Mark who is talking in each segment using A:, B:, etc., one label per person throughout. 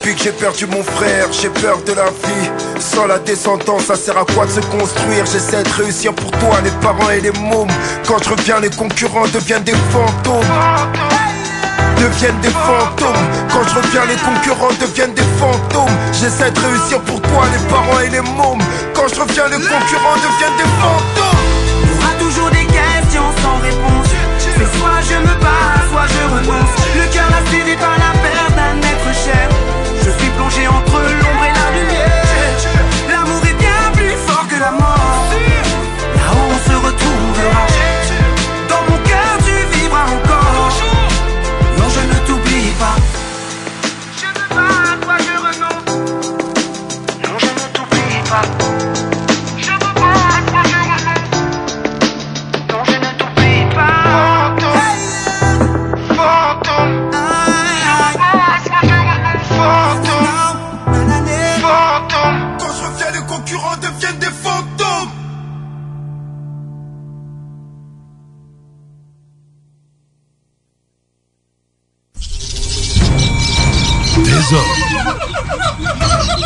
A: Depuis que j'ai perdu mon frère, j'ai peur de la vie. Sans la descendance, ça sert à quoi de se construire J'essaie de réussir pour toi, les parents et les mômes. Quand je reviens, les concurrents deviennent des fantômes. Deviennent des fantômes. Quand je reviens, les concurrents deviennent des fantômes. J'essaie de réussir pour toi, les parents et les mômes. Quand je reviens, les concurrents deviennent des fantômes.
B: Il y aura toujours des questions sans réponse. C'est soit je me bats, soit je renonce. Le cœur lacéré par la perte d'un être cher. Je suis plongé entre l'ombre et la lumière. L'amour est bien plus fort que la mort. Là-haut on se retrouvera. Dans mon cœur tu vivras encore. Non, je ne t'oublie pas. Je me bats, toi je renonce. Non, je ne t'oublie pas. Je me bats, toi je renonce. Non, je ne t'oublie pas. Fantôme, fantôme, fantôme,
A: Fantômes. Quand je reviens, les concurrents deviennent des fantômes.
C: Des hommes,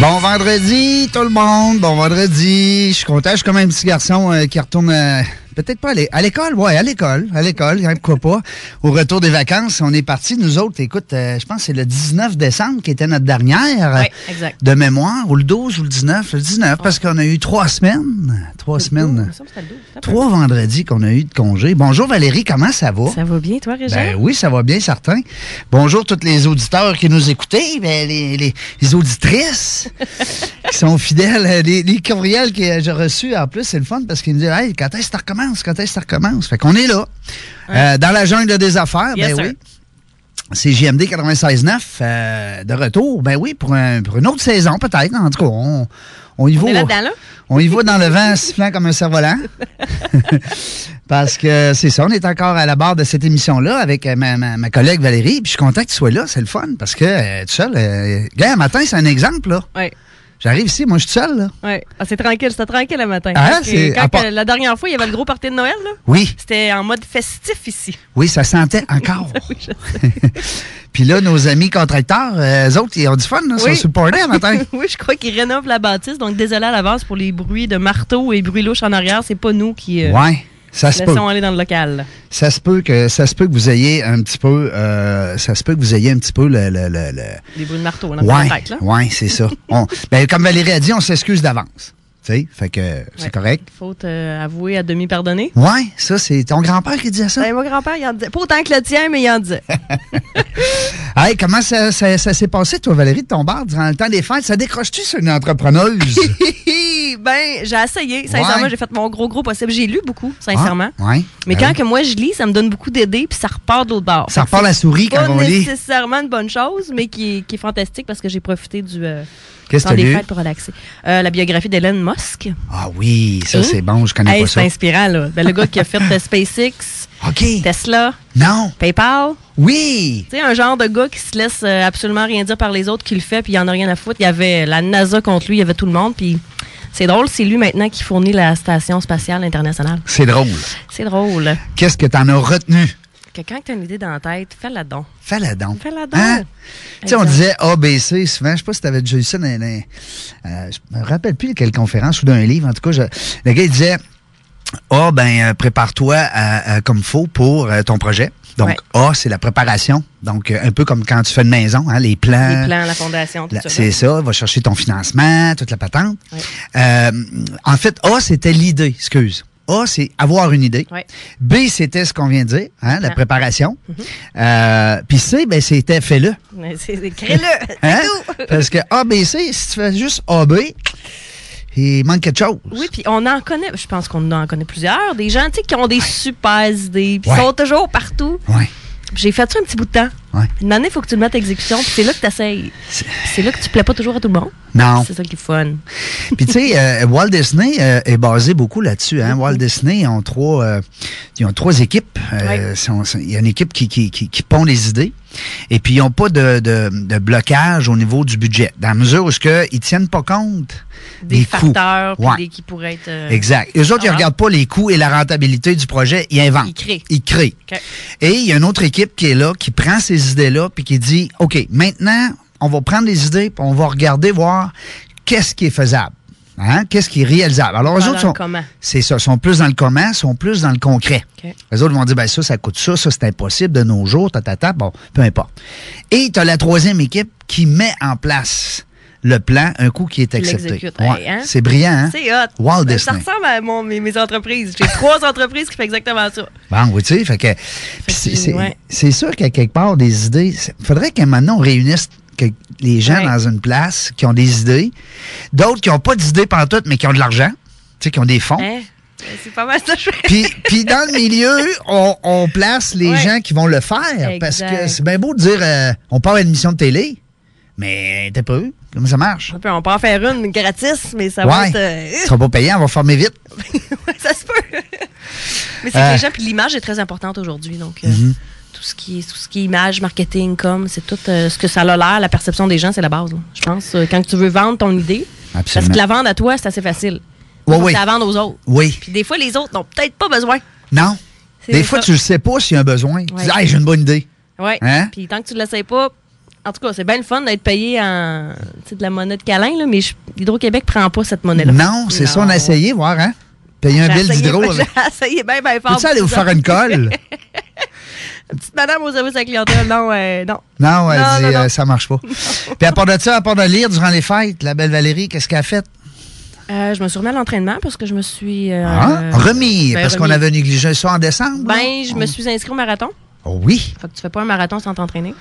D: Bon vendredi, tout le monde. Bon vendredi. Je suis content. Je suis comme un petit garçon euh, qui retourne euh, peut-être pas à l'é- à l'école. Ouais, à l'école. À l'école, hein, pourquoi pas. Au retour des vacances, on est parti, nous autres. Écoute, euh, je pense que c'est le 19 décembre qui était notre dernière euh,
E: Oui, exact.
D: de mémoire, ou le 12 ou le 19. Le 19, parce qu'on a eu trois semaines. Trois semaines. Trois vendredis qu'on a eu de congé. Bonjour Valérie, comment ça va?
E: Ça va bien, toi, Régent?
D: Ben oui, ça va bien, certain. Bonjour tous les auditeurs qui nous écoutez, ben, les, les- les auditrices qui sont fidèles. euh, Les, les courriels que j'ai reçus, en plus, c'est le fun parce qu'ils me disent Hey, quand est-ce que ça recommence? Quand est-ce que ça recommence? Fait qu'on est là. Euh, dans la jungle des affaires, ben
E: Yes, sir.
D: oui. C'est JMD 96.9 euh, de retour. Ben oui, pour, un- pour une autre saison, peut-être. En tout cas, on, on y
E: On
D: va.
E: est là-dedans, là?
D: On y va dans le vent, sifflant comme un cerf-volant. Parce que c'est ça, on est encore à la barre de cette émission-là avec euh, ma, ma- ma collègue Valérie. Puis je suis content que tu sois là, c'est le fun. Parce que euh, tout seul, euh, gars, matin, c'est un exemple, là.
E: Oui.
D: J'arrive ici, moi, je suis tout seul, là.
E: Ouais. Ah, c'est tranquille, c'était tranquille le matin.
D: Ah,
E: Parce que
D: c'est-
E: quand
D: à part-
E: que la dernière fois, il y avait le gros party de Noël, là,
D: Oui,
E: c'était en mode festif ici.
D: oui, ça sentait encore. Puis là, nos amis contracteurs, euh, eux autres, ils ont du fun, là, ils sont
E: Oui.
D: sur le party le matin.
E: oui, je crois qu'ils rénovent la bâtisse, donc désolé à l'avance pour les bruits de marteau et bruits louches en arrière, c'est pas nous qui euh,
D: ouais, ça se peut.
E: laissons aller dans le local.
D: ça se peut que ça se peut que vous ayez un petit peu euh, ça se peut que vous ayez un petit peu le, le- le- le-
E: Les bruits de marteau, on a
D: ouais
E: tête, là.
D: ouais c'est ça on, ben, comme Valérie a dit on s'excuse d'avance tu sais fait que c'est
E: Ouais.
D: correct
E: Faut euh, avouer à demi pardonner.
D: ouais ça c'est ton grand père qui disait ça
E: Ben, mon grand-père, il en disait. Pas autant que le tien, mais il en disait.
D: Hey, comment ça, ça- ça s'est passé toi Valérie de ton bar durant le temps des fêtes ça décroche tu sur une entrepreneuse
E: ben, j'ai essayé. Sincèrement,
D: Ouais.
E: j'ai fait mon gros gros possible. J'ai lu beaucoup, sincèrement.
D: Ah, ouais
E: Mais
D: Ben
E: quand
D: oui.
E: que moi je lis, ça me donne beaucoup d'idées, puis ça repart de l'autre bord.
D: ça
E: Fait que
D: repart la souris
E: c'est
D: quand
E: pas
D: on lit
E: nécessairement une bonne chose, mais qui est, qui est fantastique parce que j'ai profité du euh,
D: qu'est-ce que
E: temps
D: t'as
E: des
D: lu
E: fêtes pour relaxer. Euh, la biographie d'Elon Musk.
D: ah oui ça
E: Hein?
D: c'est bon je connais
E: Hey,
D: pas ça
E: c'est inspirant, là. Ben, le gars qui a fait euh, SpaceX,
D: ok
E: Tesla,
D: non
E: PayPal.
D: oui
E: Tu sais, un genre de gars qui se laisse euh, absolument rien dire par les autres, qui le fait, puis il en a rien à foutre. Il y avait euh, la NASA contre lui, il y avait tout le monde, puis c'est drôle, c'est lui maintenant qui fournit la station spatiale internationale.
D: c'est drôle
E: C'est drôle.
D: qu'est-ce que t'en as retenu
E: que quand tu as une idée dans la tête, fais-la donc.
D: Fais-la donc.
E: Fais-la donc.
D: Hein? Tu sais, on
E: Exact.
D: disait ABC souvent. Je sais pas si tu avais déjà eu ça dans, dans- euh, je me rappelle plus de quelle conférence ou d'un livre. En tout cas, je- le gars il disait Ah, ben, euh, prépare-toi à- à comme faut pour euh, ton projet. Donc,
E: Ouais.
D: A, c'est la préparation. Donc, euh, un peu comme quand tu fais une maison, hein, les plans.
E: Les plans, la fondation, tout
D: La-
E: ça.
D: C'est ça, va chercher ton financement, toute la patente.
E: Ouais.
D: Euh, en fait, A, c'était l'idée, excuse. A, c'est avoir une idée.
E: Ouais.
D: B, c'était ce qu'on vient de dire, hein, la
E: Ah.
D: préparation. Euh, Puis C, ben, c'était fais-le.
E: Mais c'est- c'est- Crée-le!
D: Hein?
E: c'est tout.
D: Parce que A, B, C, si tu fais juste A, B, il manque quelque chose.
E: Oui, puis on en connaît, je pense qu'on en connaît plusieurs, des gens tu sais, qui ont des super idées, puis
D: Ouais.
E: sont toujours partout.
D: Ouais.
E: J'ai fait ça un petit bout de temps.
D: Ouais.
E: Une année, il faut que tu le mettes à exécution, puis c'est là que tu essayes.
D: C'est-
E: C'est là que tu plais pas toujours à tout le monde.
D: Non.
E: C'est ça qui est fun.
D: Puis tu sais, euh, Walt Disney euh, est basé beaucoup là-dessus. Hein? Walt Disney ont trois, euh, ils ont trois équipes. Euh,
E: Ouais.
D: sont- sont- Il y a une équipe qui, qui, qui, qui pond les idées. Et puis ils n'ont pas de, de, de blocage au niveau du budget, dans la mesure où ce que ils tiennent pas compte
E: Des,
D: des, coûts.
E: facteurs puis
D: Ouais.
E: des- qui pourraient être. euh,
D: Exact. Les autres, ils
E: Ah.
D: regardent pas les coûts et la rentabilité du projet, ils inventent.
E: Ils créent.
D: Ils créent.
E: Ok.
D: Et il y a une autre équipe qui est là, qui prend ces idées-là, puis qui dit, OK, maintenant, on va prendre les idées, puis on va regarder, voir qu'est-ce qui est faisable. Hein? Qu'est-ce qui est réalisable? Alors, eux
E: Dans
D: autres
E: le
D: sont,
E: comment.
D: c'est ça, sont plus dans le comment, sont plus dans le concret.
E: Ok.
D: Les autres vont dire, ben ça, ça coûte ça, ça, c'est impossible de nos jours, ta, ta, ta, bon, peu importe. Et tu as la troisième équipe qui met en place le plan un coup qui est accepté.
E: l'exécute. Hey, hein?
D: C'est brillant, hein?
E: C'est hot.
D: Walt
E: ça,
D: Disney.
E: ça ressemble à mon- mes, mes entreprises. J'ai trois entreprises qui font exactement ça.
D: Bon, oui, tu sais, fait que. puis c'est-
E: que,
D: c'est
E: ouais.
D: c'est sûr qu'à quelque part, des idées. c'est- faudrait qu'à un moment donné, on réunisse que- les gens
E: Ouais.
D: dans une place qui ont des idées, d'autres qui n'ont pas d'idées pantoute, mais qui ont de l'argent, tu sais, qui ont des fonds.
E: Hein? C'est pas mal ça que je fais.
D: Puis, puis dans le milieu, on, on place les
E: Ouais.
D: gens qui vont le faire. Parce
E: Exact.
D: que c'est bien beau de dire euh, on part à une émission de télé, mais t'es pas eu. Comment ça marche?
E: Puis On peut en faire une gratis, mais ça va
D: ouais.
E: être. euh,
D: Ils seront pas payants, on va former vite.
E: Ouais, ça se peut. Mais c'est
D: Euh. Mm-hmm.
E: déjà, puis l'image est très importante aujourd'hui. Donc, euh,
D: Mhm.
E: tout, ce qui est, tout ce qui est image, marketing, com, c'est tout euh, ce que ça a l'air, la perception des gens, c'est la base. là. Je pense, euh, quand tu veux vendre ton idée, parce
D: Absolument.
E: que la vendre à toi, c'est assez facile.
D: Ouais,
E: Faut
D: oui.
E: que la vendre aux autres.
D: Oui.
E: Puis des fois, les autres n'ont peut-être pas besoin.
D: Non.
E: C'est
D: Des fois,
E: ça.
D: tu ne sais pas s'il y a un besoin. Tu
E: Ouais.
D: dis, hey, j'ai une bonne idée.
E: Ouais.
D: Hein?
E: Puis tant que tu ne l'essayes pas, en tout cas, c'est bien le fun d'être payé en tu sais, de la monnaie de câlin, là, mais je- Hydro-Québec prend pas cette monnaie-là.
D: Non, c'est ça, on a essayé, voir, hein? Payer un
E: J'ai
D: bill
E: essayé-
D: d'hydro. avec-
E: J'ai essayé bien, bien fort.
D: Peux-tu aller vous faire une colle?
E: Petite madame au service à la clientèle, non, euh, non.
D: Non, elle
E: Non,
D: dit,
E: non, non.
D: euh, ça marche pas. Puis à part de ça, à part de lire durant les fêtes, la belle Valérie, qu'est-ce qu'elle a fait?
E: Euh, je me suis remis à l'entraînement parce que je me suis. euh,
D: Hein? remis,
E: ben,
D: parce qu'on
E: remis.
D: avait négligé ça en décembre.
E: Ben,
D: là?
E: je me suis inscrit au marathon.
D: Oh oui.
E: Fait que tu fais pas un marathon sans t'entraîner.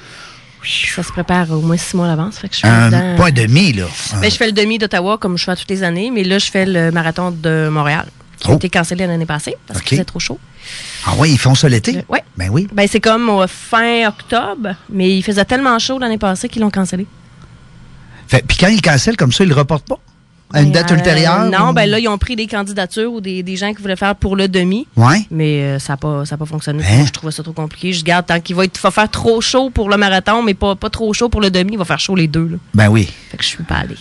E: Ça se prépare au moins six mois à l'avance. Fait que je suis
D: Un,
E: dedans.
D: Euh, pas un demi, là. Euh, Un-
E: Ben, je fais le demi d'Ottawa comme je fais toutes les années, mais là, je fais le marathon de Montréal qui
D: Oh.
E: a été cancellé l'année passée parce
D: Ok.
E: qu'il faisait trop chaud.
D: Ah oui, ils font ça l'été?
E: Ouais.
D: Ben oui.
E: Ben, c'est comme euh, fin octobre, mais il faisait tellement chaud l'année passée qu'ils l'ont cancellé.
D: Fait- Puis quand ils cancellent comme ça, ils le reportent pas? À une
E: Mais,
D: date
E: euh,
D: ultérieure?
E: Non,
D: ou-
E: ben là, ils ont pris des candidatures ou des, des gens qui voulaient faire pour le demi.
D: Ouais.
E: Mais euh, ça n'a pas, ça a pas fonctionné.
D: Hein?
E: Moi, je trouvais ça trop compliqué. Je garde tant qu'il va, être, va faire trop chaud pour le marathon, mais pas, pas trop chaud pour le demi. Il va faire chaud les deux. Là.
D: Ben oui.
E: Fait que je suis pas allée.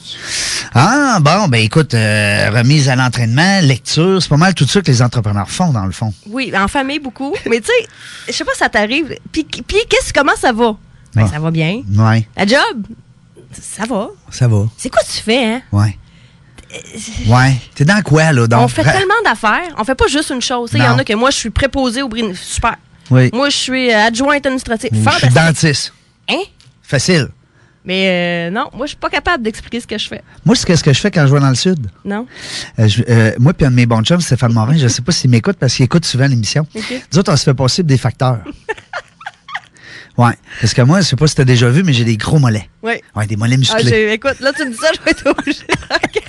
D: Ah, bon, ben écoute, euh, remise à l'entraînement, lecture, c'est pas mal tout ça que les entrepreneurs font, dans le fond.
E: Oui, en famille beaucoup. Mais tu sais, je sais pas, ça t'arrive. Puis, puis qu'est-ce, comment ça va? Ben,
D: Ah.
E: ça va bien.
D: Ouais,
E: La job? Ça va.
D: ça va.
E: C'est quoi que tu fais, hein?
D: Ouais. Ouais. T'es dans quoi, là? Dans...
E: on fait tellement d'affaires. On fait pas juste une chose. Tu sais, Il y en
D: Non.
E: a que moi, je suis préposée au brin. Super.
D: Oui.
E: Moi, je suis euh, adjointe administrative.
D: Je suis
E: Fantastique.
D: dentiste.
E: Hein?
D: Facile.
E: Mais euh, non, moi, je suis pas capable d'expliquer ce que je fais.
D: Moi, c'est ce que je fais quand je vais dans le Sud.
E: Non?
D: Euh, je- euh, moi, puis un de mes bons chums, Stéphane Morin, je sais pas s'il m'écoute parce qu'il écoute souvent l'émission.
E: Ok.
D: Nous autres, on se fait passer pour des facteurs. ouais. Parce que moi, je sais pas si t'as déjà vu, mais j'ai des gros mollets.
E: Oui.
D: Ouais, des mollets
E: Ah,
D: musclés.
E: j'ai- écoute, là, tu me dis ça, je vais être obligée.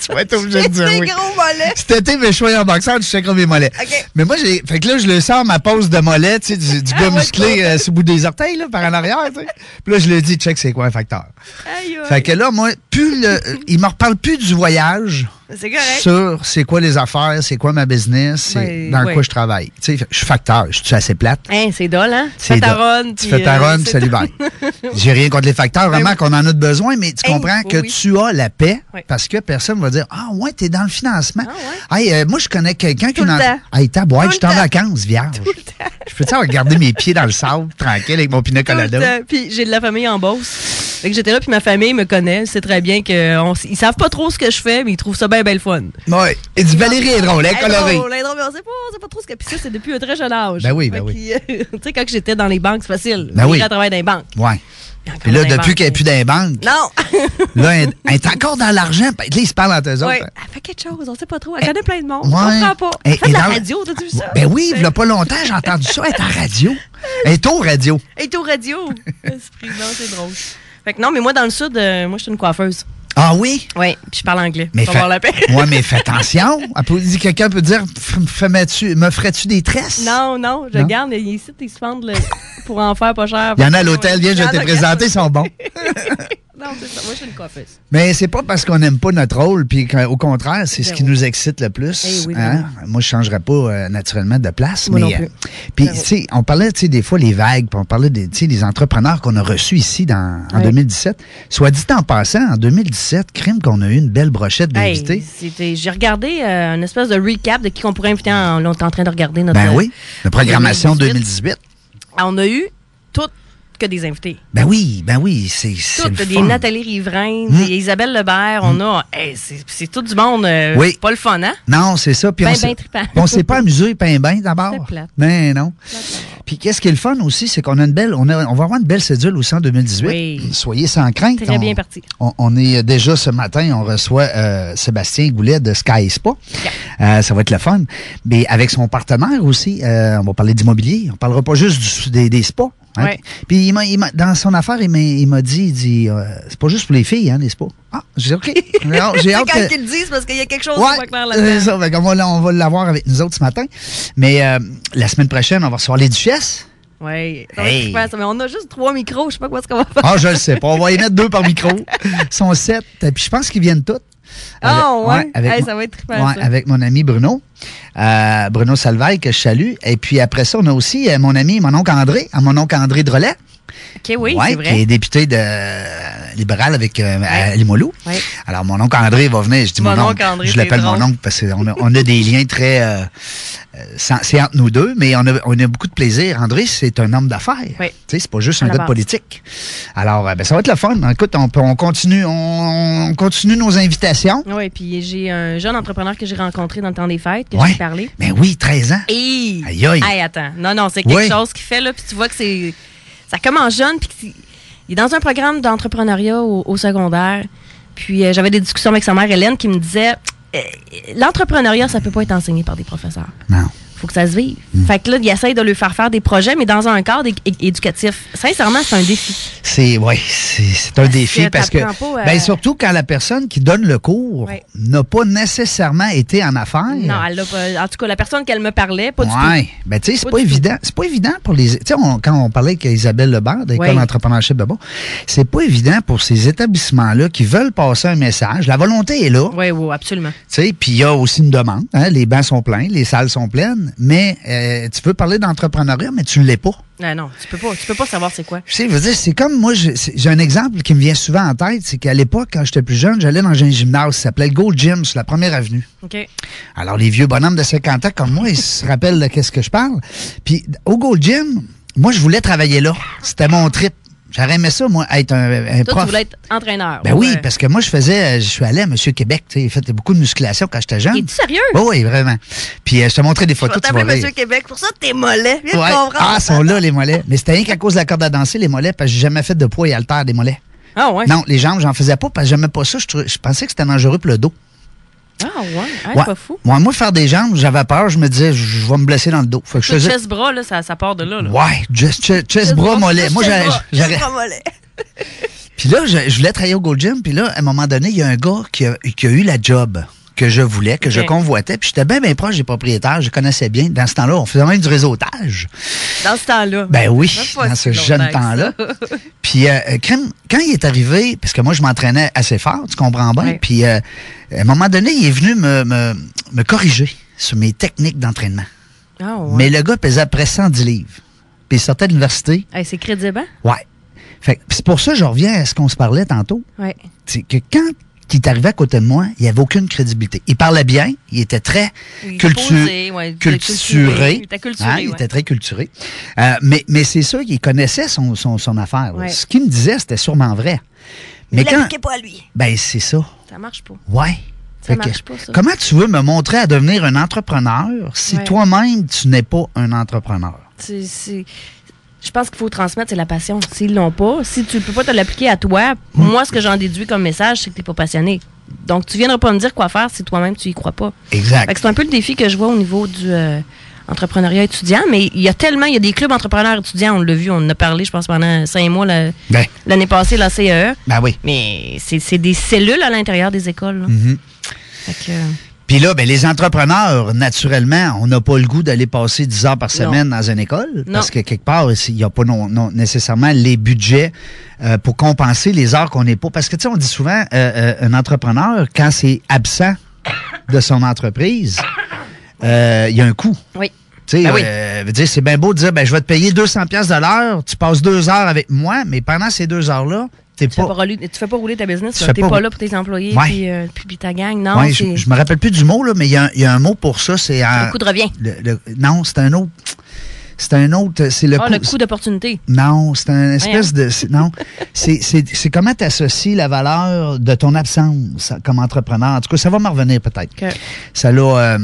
E: tu
D: vas être obligée de dire Ben oui.
E: gros mollets.
D: Cet été, mes choix en boxeur, je checkerai mes mollets.
E: OK. Ah,
D: Mais moi, j'ai. Fait que là, je le sors ma pose de mollet, tu sais, du, du gars
E: ouais,
D: musclé euh, sous le bout des orteils, là, par en arrière, tu sais. Puis là, je le dis, check, c'est quoi un facteur.
E: Aïe, aïe.
D: Fait que là, moi, plus le- il me reparle plus du voyage
E: C'est correct.
D: sur c'est quoi les affaires, c'est quoi ma business, c'est
E: Ben,
D: dans
E: ouais.
D: quoi je travaille. Tu sais, je suis facteur, je suis assez plate.
E: Hein, c'est dole, hein? Tu
D: C'est
E: fais ta
D: de-
E: run. euh,
D: Tu fais ta run, puis salut, bye. J'ai rien contre les facteurs, vraiment, qu'on en a de besoin, mais tu
E: Ben Hey,
D: comprends
E: oui,
D: que
E: oui.
D: tu as la paix
E: Oui.
D: parce que personne va dire Ah, ouais, t'es dans le financement.
E: Ah
D: Hey, euh, moi, je connais quelqu'un qui
E: Tout le
D: en-
E: temps.
D: Hey,
E: Tout
D: taboire, je suis en
E: le temps.
D: vacances, vierge. Je peux-tu avoir gardé mes pieds dans le sable, tranquille, avec mon pinot
E: Tout le
D: colada?
E: temps. euh, Puis j'ai de la famille en Beauce. Fait que j'étais là, puis ma famille me connaît. C'est très bien qu'ils ils savent pas trop ce que je fais, mais ils trouvent ça bien, bien le fun.
D: Ouais. Et du Valérie est drôle, elle est
E: Elle est
D: colorée.
E: drôle, elle est drôle, mais on sait pas, on sait pas trop ce que. Puis ça, c'est depuis un très jeune âge.
D: Ben oui, ben
E: Fait
D: oui.
E: qu'il- tu sais, quand j'étais dans les banques, c'est facile.
D: Ben oui.
E: Elle travaille dans les banques.
D: Ouais.
E: Encore
D: Puis là,
E: dans les
D: depuis
E: banques.
D: qu'elle est plus dans les banques,
E: Non!
D: là, elle elle est encore dans l'argent. Puis Là, ils se parlent entre eux
E: ouais.
D: autres. hein.
E: Elle fait quelque chose, on sait pas trop. Elle connaît plein de monde.
D: Ouais.
E: On comprend pas. Elle
D: Et-
E: fait
D: et
E: de la
D: dans-
E: radio, t'as vu ça?
D: Ben oui, il y a pas longtemps, j'ai entendu ça. Elle est en radio. Elle est au radio.
E: Et au radio. Esprit, non, c'est drôle. Fait que non, mais moi, dans le sud, euh, moi, je suis une coiffeuse.
D: Ah oui?
E: Oui, puis je parle anglais.
D: Mais
E: Faut
D: fais-
E: avoir la paix.
D: Ouais, mais fais attention. Elle peut- dit- Quelqu'un peut dire F- me ferais-tu- Me ferais-tu des tresses?
E: Non, non, je
D: Non?
E: garde. les- Ici, ils se vendent le- pour en faire pas cher.
D: Il y en a à l'hôtel, viens, je
E: Il y
D: vais
E: en
D: te
E: a-
D: présenter, ils sont bons.
E: Non, c'est ça. Moi, je suis une coiffeuse.
D: Mais c'est pas parce qu'on n'aime pas notre rôle, puis qu'au- au contraire, c'est ce qui
E: Zéro.
D: nous excite le plus.
E: Ben Eh oui,
D: hein? Moi, je changerais pas euh, naturellement de place.
E: Moi
D: mais,
E: non plus. Ben
D: euh, puis, tu sais, on parlait, tu sais, des fois, les vagues, puis on parlait des, tu sais, des entrepreneurs qu'on a reçus ici dans, en
E: Ouais.
D: 2017. Soit dit en passant, en 2017, crime qu'on a eu une belle brochette d'invités.
E: Hey, c'était- j'ai regardé euh, une espèce de recap de qui qu'on pourrait inviter. En, là, on est en train de regarder notre. euh,
D: ben oui, la programmation
E: 2018.
D: 2018.
E: Ah, On a eu toutes que des invités.
D: Ben oui, ben oui, c'est c'est
E: Toutes.
D: le
E: Des
D: fun. Hmm.
E: Nathalie Riverain, des Isabelle Lebert. On a. hey, c'est c'est tout du monde. euh,
D: Oui.
E: c'est Pas le fun, hein?
D: Non, c'est ça. Puis
E: Ben,
D: on
E: ben
D: s'est-
E: trippant.
D: on s'est pas amusé, ben, ben d'abord.
E: C'était plate.
D: Ben non. Puis qu'est-ce qui est le fun aussi, c'est qu'on a une belle, on, a- on va avoir une belle cédule aussi en 2018.
E: Oui.
D: Soyez sans crainte.
E: Très
D: on,
E: bien parti.
D: On, on est euh, déjà ce matin, on reçoit euh, Sébastien Goulet de Sky Spa. Euh, ça va être le fun. Mais avec son partenaire aussi, euh, on va parler d'immobilier. On parlera pas juste du- des, des spas. hein.
E: Ouais.
D: Puis il m'a- il m'a- dans son affaire, il m'a il m'a dit, il dit, euh, c'est pas juste pour les filles, hein, les spas. Ah, j'ai dit, OK. Non, J'ai
E: C'est
D: hâte
E: quand
D: que-
E: qu'ils le disent parce qu'il y a quelque chose qui
D: Ouais,
E: va clair
D: c'est
E: là-dedans.
D: ça. Fait qu'on va l'a- on va l'avoir avec nous autres ce matin. Mais euh, la semaine prochaine, on va recevoir les duchesses.
E: Oui. Ça va
D: Hey.
E: être super, ça. Mais on a juste trois micros. Je sais pas quoi ce qu'on va faire.
D: Ah, je le sais pas. On va y mettre deux par micro. Ils sont sept. Et puis je pense qu'ils viennent toutes.
E: Ah,
D: Avec-
E: ouais. Hey,
D: mon-
E: ça va être trippant,
D: ouais,
E: ça.
D: avec mon ami Bruno. Euh, Bruno Salvaille, que je salue. Et puis après ça, on a aussi euh, mon ami, mon oncle André, hein, mon oncle André Drolet.
E: OK, oui,
D: Ouais,
E: c'est
D: Qui est
E: vrai.
D: député de euh, libéral avec euh, à Limoilou.
E: Ouais.
D: Alors, mon oncle André va venir. Je dis mon,
E: Mon
D: oncle.
E: oncle André,
D: je l'appelle
E: c'est
D: mon
E: drôle.
D: oncle parce qu'on a, on a des liens très. euh, euh, sans- c'est entre nous deux, mais on a, on a beaucoup de plaisir. André, c'est un homme d'affaires.
E: Oui.
D: Tu sais, c'est pas juste
E: À
D: un
E: la
D: gars de
E: base.
D: politique. Alors, euh, ben, ça va être le fun. Écoute, on, peut- on continue, on, on continue nos invitations.
E: Oui, puis j'ai un jeune entrepreneur que j'ai rencontré dans le temps des fêtes, que
D: Ouais.
E: j'ai parlé.
D: Ben oui, 13 ans.
E: Hey!
D: Aïe, aïe.
E: Hey, attends. Non, non, c'est quelque
D: Ouais.
E: chose qu'il fait, là, puis tu vois que c'est. Ça commence jeune, puis que c'est- il est dans un programme d'entrepreneuriat au, au secondaire. Puis euh, j'avais des discussions avec sa mère, Hélène, qui me disait Euh, l'entrepreneuriat, ça peut pas être enseigné par des professeurs.
D: Non. Mm.
E: faut que ça se vive. Fait que là, il essaye de lui faire faire des projets, mais dans un cadre é- é- éducatif. Sincèrement, c'est un défi.
D: C'est ouais, c'est c'est un
E: Parce
D: défi
E: que
D: parce que
E: t'apprends pas à-
D: ben surtout quand la personne qui donne le cours
E: Ouais.
D: n'a pas nécessairement été en affaires.
E: Non, elle l'a pas- En tout cas, la personne qu'elle me parlait, pas du
D: Ouais, ben tu sais c'est
E: Pas
D: pas
E: du tout.
D: évident, c'est pas évident pour les tu sais on- quand on parlait avec Isabelle Lebert de l'école
E: Ouais.
D: d'entrepreneurship de bon, c'est pas évident pour ces établissements là qui veulent passer un message, la volonté est là,
E: tout. Oui, oui, absolument.
D: tu sais, puis il y a aussi une demande, hein, les bancs sont pleins, les salles sont pleines, mais euh, tu veux parler d'entrepreneuriat mais tu l'es pas.
E: Ah non, tu peux pas, tu peux pas savoir c'est quoi.
D: Tu sais, je veux dire, c'est comme moi, je- c'est- j'ai un exemple qui me vient souvent en tête, c'est qu'à l'époque, quand j'étais plus jeune, j'allais dans un gymnase, ça s'appelait le Gold Gym sur la première avenue.
E: OK.
D: Alors, les vieux bonhommes de 50 ans comme moi, ils se rappellent de qu'est-ce que je parle. Puis, au Gold Gym, moi, je voulais travailler là. C'était mon trip. J'aurais aimé ça, moi, être un, un
E: Toi, tu
D: prof.
E: voulais être Ah, entraîneur.
D: Ben oui, parce que moi, je faisais, euh, je suis allé à Monsieur Québec, tu sais, il fait beaucoup de musculation quand j'étais jeune.
E: Es-tu sérieux?
D: Oui, oui, vraiment. Puis, euh, je te montrais des
E: Je vais
D: photos, tu vas
E: t'appeler
D: rire.
E: Monsieur Québec pour ça, t'es mollet. Viens
D: Ouais.
E: comprendre.
D: Ah, sont là, les mollets. Mais c'était rien qu'à cause de la corde à danser, les mollets, parce que j'ai jamais fait de poids et haltère des mollets.
E: Ah, ouais.
D: Non, les jambes, j'en faisais pas parce que j'aimais pas ça. Je, trou- je pensais que c'était dangereux pour le dos.
E: Ah, ouais. Ah,
D: Ouais.
E: c'est pas fou.
D: Ouais, moi, faire des jambes, j'avais peur. Je me disais, je je vais me blesser dans le dos. Fait que je
E: Ce
D: faisais.
E: chest-bras, là, ça, ça part de là. là.
D: Ouais, just chest, chest bras, mollet. Moi, j'aurais- j'aurais.
E: mollet.
D: Puis là, je, je voulais travailler au Gold Gym. Puis là, à un moment donné, il y a un gars qui a, qui a eu la job. que je voulais, que je
E: Ok.
D: convoitais. Puis j'étais bien, bien proche des propriétaires, je connaissais bien. Dans ce temps-là, on faisait même du réseautage.
E: Dans ce temps-là.
D: Ben oui,
E: Ah, Même pas
D: dans
E: si
D: ce
E: longtemps
D: jeune
E: que ça.
D: temps-là. Puis euh, euh, crime, quand il est arrivé, parce que moi, je m'entraînais assez fort, tu comprends bien.
E: Ouais.
D: Puis euh, à un moment donné, il est venu me, me, me corriger sur mes techniques d'entraînement.
E: Ah ouais.
D: Mais le gars pesait près 110 livres. Puis il sortait de l'université.
E: Hey, c'est crédible, hein?
D: Ouais. Fait que c'est pour ça que je reviens à ce qu'on se parlait tantôt.
E: Ouais.
D: C'est que quand il est arrivé à côté de moi, il n'y avait aucune crédibilité. Il parlait bien, il était très
E: Il
D: cultu-
E: posait, ouais, il était culturé.
D: culturé. Hein,
E: Il était culturé,
D: Il
E: ouais.
D: était très culturé. Euh, mais mais c'est sûr qu'il connaissait son, son, son affaire. là.
E: Ouais.
D: Ce qu'il me disait, c'était sûrement vrai. Mais
E: il
D: quand.
E: l'appliquait pas à lui.
D: Ben, c'est ça.
E: Ça marche pas.
D: Ouais.
E: Ça
D: Fait que-
E: marche pas, ça.
D: Comment tu veux me montrer à devenir un entrepreneur si
E: Ouais.
D: toi-même, tu n'es pas un entrepreneur?
E: C'est- c'est- Je pense qu'il faut transmettre, c'est la passion. S'ils l'ont pas, si tu peux pas te l'appliquer à toi, moi, ce que j'en déduis comme message, c'est que t'es pas passionné. Donc, tu viendras pas me dire quoi faire si toi-même, tu y crois pas.
D: Exact.
E: Fait que c'est un peu le défi que je vois au niveau du euh, entrepreneuriat étudiant, mais il y a tellement, il y a des clubs entrepreneurs étudiants, on l'a vu, on en a parlé, je pense, pendant cinq mois la-
D: Ben,
E: l'année passée, la CEE.
D: ben oui.
E: Mais c'est c'est des cellules à l'intérieur des écoles. là.
D: Mhm.
E: Fait que, euh,
D: Puis là, ben, les entrepreneurs, naturellement, on n'a pas le goût d'aller passer 10 heures par semaine dans une école.
E: Non.
D: Parce que quelque part, ici, il n'y a pas non, non nécessairement les budgets euh, pour compenser les heures qu'on n'est pas. Parce que, tu sais, on dit souvent, euh, euh, un entrepreneur, quand c'est absent de son entreprise, euh, il y a un coût.
E: oui.
D: Tu sais,
E: Ben oui.
D: euh, veut dire, c'est bien beau de dire, ben, je vais te payer 200 pièces de l'heure, tu passes deux heures avec moi, mais pendant ces deux heures-là, t'es
E: Tu fais,
D: pas...
E: pas rouler, tu fais pas rouler ta business,
D: Tu
E: là.
D: fais
E: t'es
D: pas
E: pas,
D: rou-
E: là pour tes employés
D: Ouais.
E: puis, euh, puis ta gang. Non,
D: Ouais, je,
E: c'est
D: je me rappelle plus du mot, là, mais il y, a un- il y a un mot pour ça, c'est...
E: c'est
D: en-
E: le coup de revient.
D: le- le- non, c'est un autre. C'est un autre. C'est le
E: Ah,
D: coup.
E: le coup d'opportunité.
D: Non, c'est un espèce de. c'est- Non. C'est- C'est c'est comment tu associes la valeur de ton absence comme entrepreneur. En tout cas, ça va me revenir peut-être.
E: Ok.
D: Ça l'a. euh,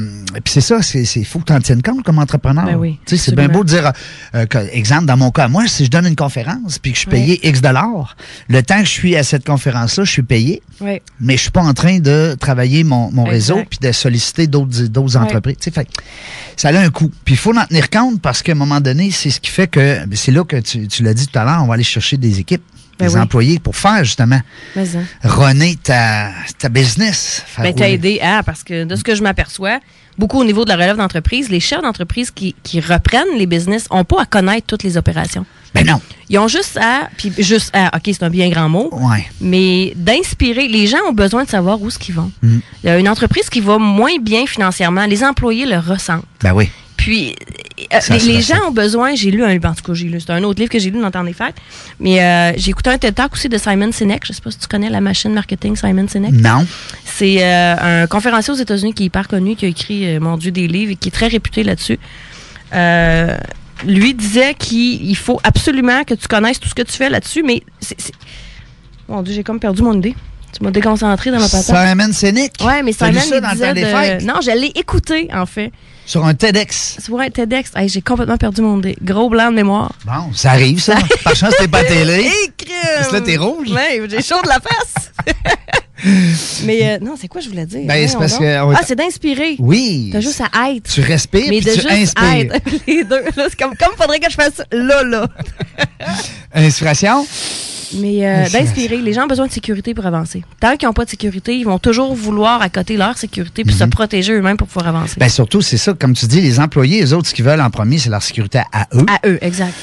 D: Puis c'est ça, c'est il faut que tu en tiennes compte comme entrepreneur.
E: Ben oui,
D: Tu sais, c'est bien
E: absolument.
D: beau de dire, euh, que- exemple, dans mon cas, moi, si je donne une conférence puis que je suis payé X dollars, le temps que je suis à cette conférence-là, je suis payé
E: Ouais.
D: mais je suis pas en train de travailler mon, mon
E: Exact.
D: réseau puis de solliciter d'autres d'autres
E: Ouais.
D: entreprises. Tu sais, fait, ça a un coût. Puis il faut en tenir compte parce qu'à un moment donné, c'est ce qui fait que ben, c'est là que tu, tu l'as dit tout à l'heure, on va aller chercher des équipes,
E: Ben
D: des
E: oui.
D: employés pour faire justement
E: Mais, hein.
D: runner ta, ta business. Faire
E: Ben, t'as
D: rouler.
E: aidé à, parce que de ce que je m'aperçois, beaucoup au niveau de la relève d'entreprise, les chefs d'entreprise qui, qui reprennent les business n'ont pas à connaître toutes les opérations.
D: Ben non.
E: Ils ont juste à, puis juste à, OK, c'est un bien grand mot,
D: Ouais.
E: mais d'inspirer. Les gens ont besoin de savoir où ce qu'ils vont.
D: Mm.
E: Il y a une entreprise qui va moins bien financièrement, les employés le ressentent.
D: Ben oui.
E: Puis, euh,
D: Ça
E: les,
D: se
E: les
D: ressent.
E: gens ont besoin, j'ai lu un livre, en tout cas, j'ai lu, c'est un autre livre que j'ai lu dans le temps des fêtes, mais euh, j'ai écouté un TED Talk aussi de Simon Sinek, je sais pas si tu connais la machine marketing Simon Sinek.
D: Non.
E: C'est euh, un conférencier aux États-Unis qui est hyper connu, qui a écrit, euh, mon Dieu, des livres et qui est très réputé là-dessus. Euh, lui disait qu'il il faut absolument que tu connaisses tout ce que tu fais là-dessus, mais c'est- c'est- Mon Dieu, j'ai comme perdu mon idée. Tu m'as déconcentré dans ma patate.
D: Simon Sinek.
E: Ouais, mais
D: T'as lu
E: Simon
D: ça
E: il
D: dans le
E: disait
D: temps des
E: de-
D: fêtes?
E: Non, je l'ai écouté, en fait.
D: Sur un TEDx.
E: Sur un TEDx. Hey, j'ai complètement perdu mon idée. Gros blanc de mémoire.
D: Bon, ça arrive, ça. Par chance, t'es pas à télé. Parce que là, t'es rouge.
E: Ouais, j'ai chaud de la face. mais euh, non, c'est quoi je voulais dire?
D: Ben, c'est
E: Voyons
D: parce
E: donc.
D: que-
E: Ah, c'est d'inspirer.
D: Oui.
E: T'as juste à être.
D: Tu respires
E: mais
D: puis
E: de
D: tu
E: juste
D: inspires.
E: être les deux. Là, c'est comme, comme faudrait que je fasse là, là.
D: Inspiration.
E: Mais
D: Ah,
E: euh, d'inspirer. Les gens ont besoin de sécurité pour avancer. Tant qu'ils n'ont pas de sécurité, ils vont toujours vouloir à côté leur sécurité
D: Mm-hmm.
E: puis se protéger eux-mêmes pour pouvoir avancer.
D: Ben surtout, c'est ça, comme tu dis, les employés, eux autres, ce qu'ils veulent en premier, c'est leur sécurité à eux.
E: à eux, exact.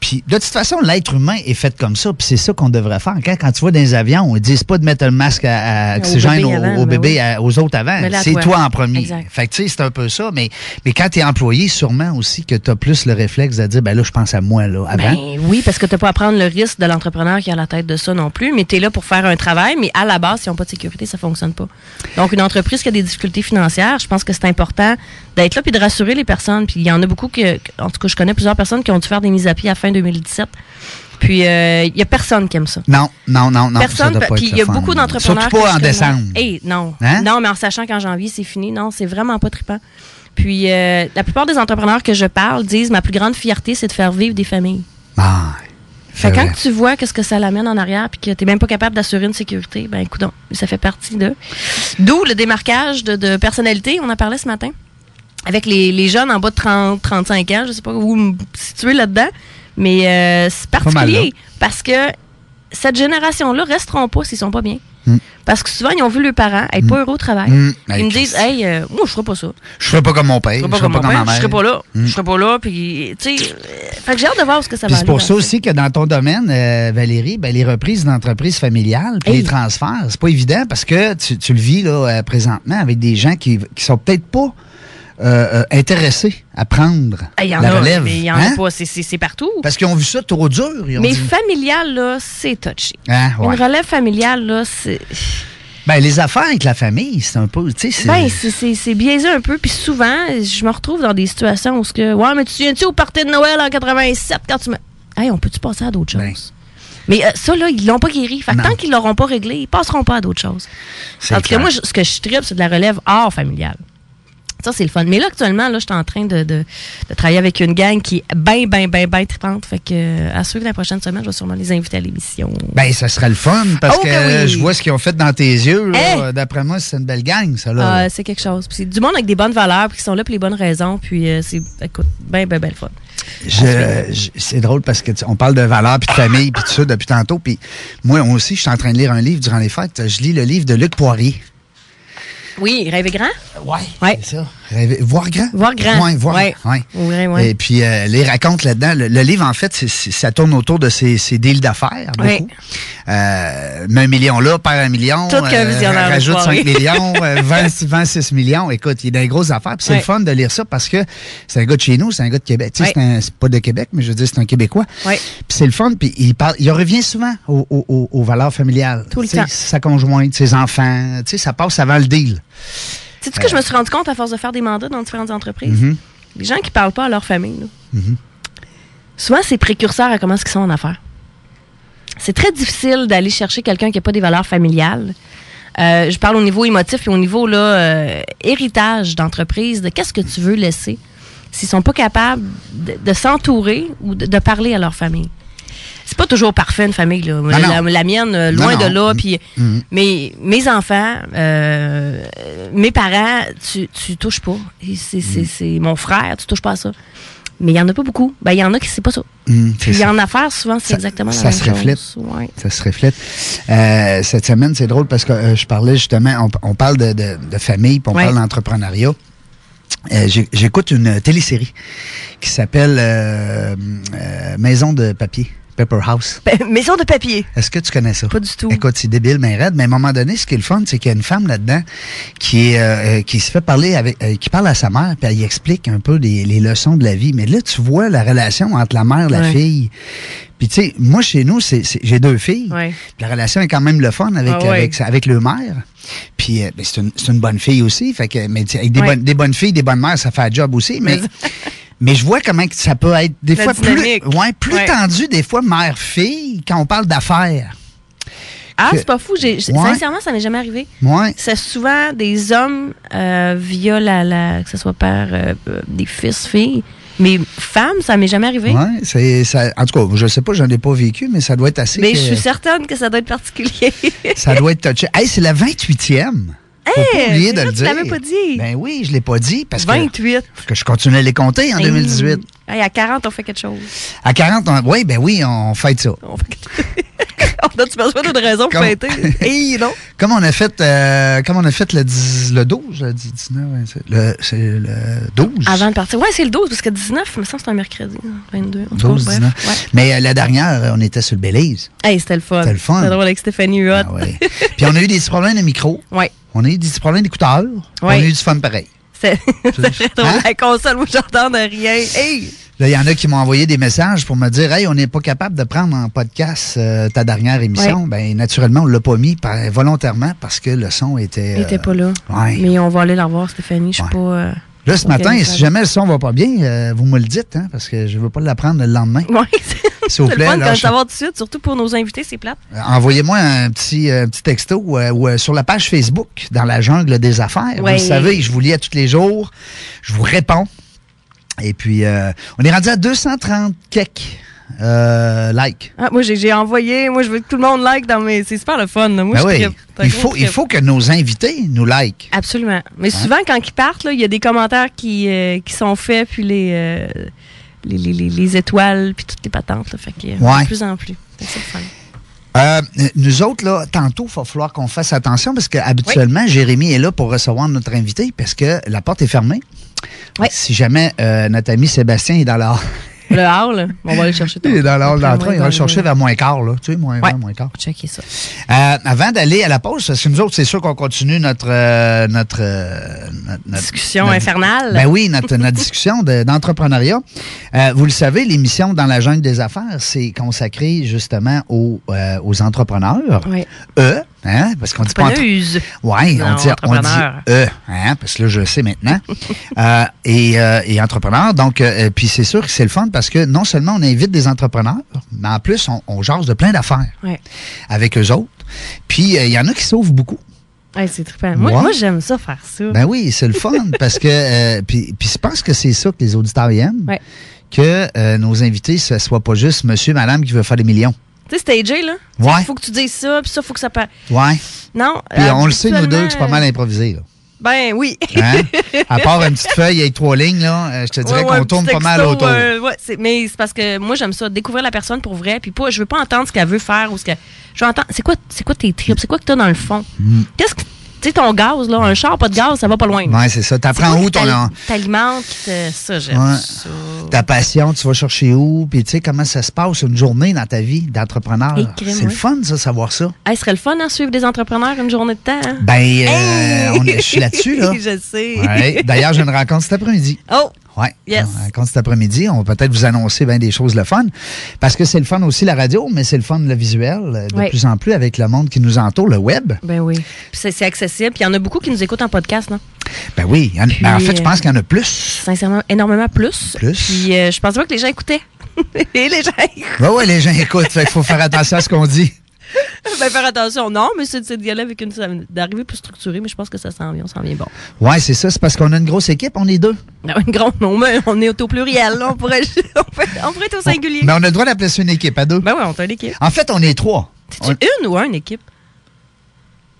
D: Puis de toute façon, l'être humain est fait comme ça, puis c'est ça qu'on devrait faire. Quand, quand tu vas dans les avions, ils disent pas de mettre le masque à, à oxygène
E: bébé
D: au au bébé,
E: avant, ben oui.
D: à- aux autres avant.
E: Mais là,
D: C'est
E: toi.
D: toi en premier.
E: Exact.
D: Fait que tu sais, c'est un peu ça, mais, mais quand tu es employé, sûrement aussi que tu as plus le réflexe de dire, ben là, je pense à moi, là, avant.
E: Ben oui, parce que t'as pas à prendre le risque de l'entrepreneur qui est à la tête de ça non plus, mais tu es là pour faire un travail, mais à la base, s'ils n'ont pas de sécurité, ça fonctionne pas. Donc, une entreprise qui a des difficultés financières, je pense que c'est important d'être là puis de rassurer les personnes. Puis il y en a beaucoup que, que- en tout cas, je connais plusieurs personnes qui ont dû faire des mises à pied à fin 2017. Puis euh, il y a personne qui aime ça.
D: non, non, non, non. ça
E: Personne,
D: doit
E: pa-
D: pas
E: puis
D: être
E: il y a
D: le fun.
E: beaucoup d'entrepreneurs.
D: Surtout
E: que
D: pas
E: je
D: en
E: connais.
D: décembre.
E: Eh, non.
D: Hein?
E: Non, mais en sachant qu'en janvier, c'est fini. Non, c'est vraiment pas trippant. Puis euh, la plupart des entrepreneurs que je parle disent ma plus grande fierté, c'est de faire vivre des familles.
D: Ah,
E: Fait
D: c'est
E: quand
D: vrai.
E: tu vois qu'est-ce que ça l'amène en arrière puis que t'es même pas capable d'assurer une sécurité, ben écoute, ça fait partie de. D'où le démarquage de, de personnalité, on en parlait ce matin, avec les, les jeunes en bas de 30, 35 ans, je sais pas où me situer là-dedans, mais euh, c'est
D: mal,
E: particulier parce que cette génération-là resteront pas s'ils sont pas bien.
D: Hmm.
E: Parce que souvent, ils ont vu leurs parents être pas heureux au travail.
D: Mm. Hey,
E: Ils me
D: Christ.
E: disent, hey, euh, moi, je ferai pas ça.
D: Je ferais pas comme mon père. Je
E: Je
D: ferais
E: serai pas comme mon
D: ma
E: père,
D: mère.
E: je serai pas là.
D: Hmm.
E: Je serai pas là, puis, tu sais. euh, fait que j'ai hâte de voir ce que ça
D: Puis
E: va
D: c'est pour
E: aller,
D: ça
E: en fait.
D: aussi que dans ton domaine, euh, Valérie, ben, les reprises d'entreprises familiales, puis
E: Hey.
D: les transferts, c'est pas évident parce que tu, tu le vis là, euh, présentement avec des gens qui, qui sont peut-être pas euh, euh, intéressés à prendre
E: Ah, Il y en
D: la
E: a,
D: relève.
E: mais il y en
D: hein?
E: a pas. C'est- C'est c'est partout.
D: Parce qu'ils ont vu ça trop dur. Ils ont
E: Mais
D: dit,
E: familial, là, c'est touché.
D: Hein, ouais.
E: Une relève familiale, là, c'est.
D: Ben, les affaires avec la famille, c'est un peu. Tu sais, c'est.
E: Ben, c'est- c'est c'est biaisé un peu. Puis souvent, je me retrouve dans des situations où ce que. Ouais, mais tu te souviens-tu au party de Noël en 87 quand tu me. Hey, on peut-tu passer à d'autres
D: Ben.
E: choses? Mais euh, ça, là, ils l'ont pas guéri. Fait que
D: Non.
E: tant qu'ils l'auront pas réglé, ils passeront pas à d'autres choses.
D: c'est
E: En tout cas,
D: clair.
E: moi, je- ce que je tripe, c'est de la relève hors familiale. Ça, c'est le fun. Mais là, actuellement, là, je suis en train de, de, de travailler avec une gang qui est bien, bien, bien, bien tripante. Fait que, euh, à ceux que la prochaine semaine, je vais sûrement les inviter à l'émission.
D: Ben, ça serait le fun parce que
E: Oh, que oui.
D: euh, je vois ce qu'ils ont fait dans tes yeux. là.
E: Hey!
D: Euh, D'après moi, c'est une belle gang, ça.
E: Ah,
D: Là.
E: c'est quelque chose. Puis c'est du monde avec des bonnes valeurs, puis qui sont là pour les bonnes raisons. Puis euh, c'est, écoute, ben, ben, ben le fun.
D: Je- je- c'est drôle parce que tu- on parle de valeurs puis de famille puis tout ça depuis tantôt. Puis moi aussi, je suis en train de lire un livre durant les fêtes. Je lis le livre de Luc Poirier.
E: Oui, rêver grand.
D: Ouais.
E: Ouais.
D: C'est ça. Rêver- voir grand.
E: Voir grand.
D: Ouais, voir
E: Ouais.
D: grand, ouais.
E: Ouais, ouais.
D: Et puis, euh, les racontes là-dedans. Le, le livre, en fait, c'est- c'est- ça tourne autour de ces, ces deals d'affaires, beaucoup.
E: Ouais.
D: Euh, mais un million là, par un million. euh,
E: Tout qu'un visionnaire de
D: Rajoute 5
E: soirée.
D: millions, euh, 20 26 millions. Écoute, il est dans les grosses affaires. Puis c'est
E: Ouais.
D: le fun de lire ça parce que c'est un gars de chez nous, c'est un gars de Québec. Tu sais,
E: Ouais.
D: c'est un- c'est pas de Québec, mais je veux dire, c'est un Québécois.
E: Ouais.
D: Puis c'est le fun. Puis il, parle, il revient souvent aux, aux- aux- aux valeurs familiales.
E: Tout le
D: Tu sais,
E: temps.
D: Sa conjointe, ses enfants. Tu sais, ça passe avant le deal.
E: Sais-tu
D: euh,
E: que je me suis rendu compte à force de faire des mandats dans différentes entreprises?
D: Mm-hmm. Mhm.
E: Les gens qui parlent pas à leur famille, là, souvent, c'est précurseur à comment ce qu'ils sont en affaires. C'est très difficile d'aller chercher quelqu'un qui n'a pas des valeurs familiales. Euh, je parle au niveau émotif et au niveau là, euh, héritage d'entreprise, de qu'est-ce que tu veux laisser s'ils sont pas capables de, de s'entourer ou de, de parler à leur famille. C'est pas toujours parfait une famille là.
D: Ah non.
E: La, la mienne, euh, loin
D: Non, non. Mm.
E: de là. Puis mes, mes enfants, euh, mes parents, tu, tu touches pas. Et C'est
D: Mm.
E: c'est- c'est mon frère, tu touches pas à ça. Mais il y en a pas beaucoup. Ben il y en a qui c'est pas ça.
D: Hum, c'est
E: Puis
D: ça.
E: en affaires, souvent c'est
D: Ça-
E: exactement la
D: ça
E: même
D: se
E: chose.
D: reflète.
E: Ouais.
D: Ça se reflète. Euh, cette semaine, c'est drôle parce que euh, je parlais justement, on, on parle de, de- de famille, puis on
E: Ouais.
D: parle d'entrepreneuriat. Euh, j'ai- J'écoute une télésérie qui s'appelle euh, euh, Maison de papier, Paper House.
E: Ben, Maison de papier.
D: Est-ce que tu connais ça?
E: Pas du tout.
D: Écoute, c'est débile, mais raide. Mais à un moment donné, ce qui est le fun, c'est qu'il y a une femme là-dedans qui, est, euh, euh, qui se fait parler avec, euh, qui parle à sa mère, puis elle y explique un peu des- les leçons de la vie. Mais là, tu vois la relation entre la mère et la
E: Ouais.
D: fille. Puis tu sais, moi, chez nous, c'est, c'est- j'ai deux filles.
E: Ouais.
D: Puis La relation est quand même le fun avec,
E: Ah ouais.
D: avec, sa- avec le maire. Puis euh, ben, c'est, une, c'est une bonne fille aussi. Fait que, mais tu sais, avec des,
E: Ouais.
D: bonnes, des bonnes filles, des bonnes mères, ça fait un job aussi. Mais, mais je vois comment que ça peut être des
E: La
D: fois plus,
E: dynamique.
D: ouais, plus
E: Ouais.
D: tendu, des fois mère-fille, quand on parle d'affaires.
E: Ah,
D: que-
E: c'est pas fou. J'ai- j'ai-
D: Ouais.
E: Sincèrement, ça m'est jamais arrivé.
D: Ouais.
E: C'est souvent des hommes euh, via la, la- que ce soit père, euh, euh, des fils, filles. Mais femmes, ça m'est jamais arrivé.
D: Ouais, c'est, ça, en tout cas, je sais pas, j'en ai pas vécu, mais ça doit être assez.
E: Mais
D: que-
E: je suis certaine que ça doit être particulier.
D: ça doit être touché. Hey, c'est la 28e. Faut
E: Hey,
D: pas oublier
E: c'est
D: de
E: vrai,
D: le
E: tu
D: dire.
E: l'avais pas dit.
D: Ben oui, je l'ai pas dit parce que,
E: 28.
D: que je continuais à les compter en 2018.
E: Hey, à 40, on fait quelque chose.
D: À 40, on- oui, ben oui, on fête ça.
E: On, fait quelque- on a-tu besoin d'une raison pour
D: Comme-
E: fêter? Hey, non.
D: Comme on a fait, euh, comme on a fait le, 10 le 12, le 10 19, ouais, c'est le, c'est le 12.
E: Avant de partir. Ouais, c'est le 12, parce que 19, me semble que c'est un mercredi. 22. En tout cas,
D: 12,
E: bref.
D: 19.
E: Ouais.
D: Mais euh, la dernière, euh, on était sur le Belize.
E: Hey, c'était le fun.
D: C'était le fun.
E: C'était drôle avec Stéphanie Huot.
D: Ah ouais. Puis on a eu des petits problèmes de micro.
E: ouais.
D: On a eu des petits problèmes d'écouteurs. On a
E: Ouais.
D: eu du fun pareil.
E: C'est c'est très drôle.
D: Hein?
E: La console, moi, j'entends de rien. Hey!
D: Là, il y en a qui m'ont envoyé des messages pour me dire Hey, on n'est pas capable de prendre en podcast euh, ta dernière émission. Ben, naturellement, on l'a pas mis par- volontairement parce que le son était.
E: Il était
D: euh,
E: pas là.
D: ouais.
E: Mais on va aller la voir, Stéphanie. Je suis
D: Ouais.
E: pas. euh,
D: Là, ce
E: Ok,
D: matin,
E: ça
D: si
E: va.
D: jamais le son va pas bien, euh, vous me le dites, hein, parce que je veux pas l'apprendre le lendemain.
E: Ouais, c'est
D: S'il vous
E: c'est
D: plaît,
E: le fun de le
D: lâche-
E: savoir tout de suite, surtout pour nos invités, c'est plate.
D: Euh, Envoyez-moi un petit, euh, petit texto euh, ou euh, sur la page Facebook, dans la jungle des affaires. Vous
E: Ouais.
D: le savez, je vous lis à tous les jours, je vous réponds. Et puis, euh, on est rendu à 230 quelques euh, likes.
E: Ah, moi, j'ai j'ai envoyé. Moi, je veux que tout le monde like dans mes. C'est super le fun. là. Moi,
D: Ben
E: je
D: oui.
E: trippe. C'est un
D: il,
E: gros
D: faut, il
E: trip.
D: faut que nos invités nous likent.
E: Absolument. Mais souvent, quand ils partent, là, il y a des commentaires qui, euh, qui sont faits, puis les, euh, les, les- les- les étoiles, puis toutes les patentes. là. Fait que, euh,
D: Ouais.
E: de plus en plus. C'est ça, le fun.
D: Euh, nous autres, là, tantôt, il va falloir qu'on fasse attention parce que habituellement, Jérémy est là pour recevoir notre invité parce que la porte est fermée.
E: Oui.
D: Si jamais euh, notre ami Sébastien est dans la
E: Le hall, on va aller chercher.
D: il est dans la hall d'entrée, il va le chercher
E: chercher
D: vers moins quart, là. Tu sais, moins
E: Ouais.
D: vingt, moins quart.
E: Checker ça.
D: Euh, avant d'aller à la pause, parce que nous autres, c'est sûr qu'on continue notre, euh, notre, euh, notre- notre-
E: Discussion
D: notre-
E: infernale.
D: Ben oui, notre, notre discussion de- d'entrepreneuriat. Euh, vous le savez, l'émission Dans la jungle des affaires, c'est consacrée justement aux, euh, aux entrepreneurs.
E: Oui.
D: Eux, hein, parce qu'on dit pas... entre-
E: Preneuse.
D: Ouais, on
E: Non,
D: dit, on dit
E: entrepreneur.
D: eux, hein, parce que là, je le sais maintenant. Euh, et, euh, et entrepreneur. Donc, euh, puis c'est sûr que c'est le fun parce que non seulement on invite des entrepreneurs, mais en plus, on, on jase de plein d'affaires
E: Ouais.
D: avec eux autres. Puis, euh, il y en a qui s'ouvrent beaucoup.
E: Ouais, c'est trippant. Moi,
D: Ouais.
E: moi j'aime ça faire ça.
D: Ben oui, c'est le fun parce que euh, puis, puis je pense que c'est ça que les auditeurs aiment.
E: Ouais.
D: Que euh, nos invités, ce soit pas juste monsieur, madame qui veut faire des millions.
E: Tu sais, stagé, là.
D: Ouais.
E: Faut que tu dises ça, puis ça, faut que ça paraisse.
D: Ouais.
E: Non. euh,
D: Puis on le sait, nous deux,
E: habituellement,
D: que c'est pas mal improvisé. Là.
E: Ben oui.
D: Hein? à part une petite feuille avec trois lignes, là, euh, je te dirais
E: Ouais, ouais,
D: qu'on
E: un petit
D: tourne pas mal
E: texto,
D: autour.
E: euh, ouais, c'est- mais c'est parce que moi, j'aime ça, découvrir la personne pour vrai. Puis pas, je veux pas entendre ce qu'elle veut faire ou ce que. Je veux entendre. C'est quoi, c'est quoi tes tripes? C'est quoi que t'as dans le fond?
D: Mm.
E: Qu'est-ce que. Tu sais, ton gaz, là, un char, pas de gaz, ça va pas loin.
D: Ouais, c'est ça.
E: C'est quoi
D: T'apprends où
E: qui
D: ton
E: t'al- T'alimentes, qui te- ça, j'aime
D: Ouais.
E: ça.
D: ta passion, tu vas chercher où, puis tu sais comment ça se passe une journée dans ta vie d'entrepreneur.
E: Et crime,
D: C'est le
E: ouais.
D: fun, ça, savoir ça.
E: Hey, ce serait le fun, hein, suivre des entrepreneurs une journée de temps. hein?
D: Ben, euh, on est- je suis là-dessus, là.
E: je sais.
D: Ouais. D'ailleurs, j'ai une rencontre cet après-midi.
E: Oh!
D: Oui,
E: Yes.
D: Quand cet après-midi, on va peut-être vous annoncer bien des choses le fun. Parce que c'est le fun aussi la radio, mais c'est le fun le visuel euh, de
E: Ouais.
D: plus en plus avec le monde qui nous entoure, le web.
E: Ben oui. Puis C'est c'est accessible. Puis il y en a beaucoup qui nous écoutent en podcast, non?
D: Ben oui. il y en-
E: Puis,
D: ben en fait, je
E: euh,
D: pense qu'il y en a plus.
E: Sincèrement, énormément plus.
D: Plus.
E: Puis euh, je pensais pas que les gens écoutaient. Et les gens écoutent.
D: Oui, ouais, les gens écoutent. fait qu'il faut faire attention à ce qu'on dit.
E: Ben faire attention. Non, mais c'est c'est d'y aller avec une. ça- d'arriver plus structuré, mais je pense que ça s'en vient. On s'en vient bon.
D: Oui, c'est ça. C'est parce qu'on a une grosse équipe. On est deux.
E: Non, une grande, non, mais on est au pluriel. là. On pourrait, on, peut- on pourrait être au singulier.
D: Mais Ben, on a le droit d'appeler ça une équipe à deux.
E: Ben oui, on t'a une équipe.
D: En fait, on est trois.
E: C'est-tu une ou une équipe?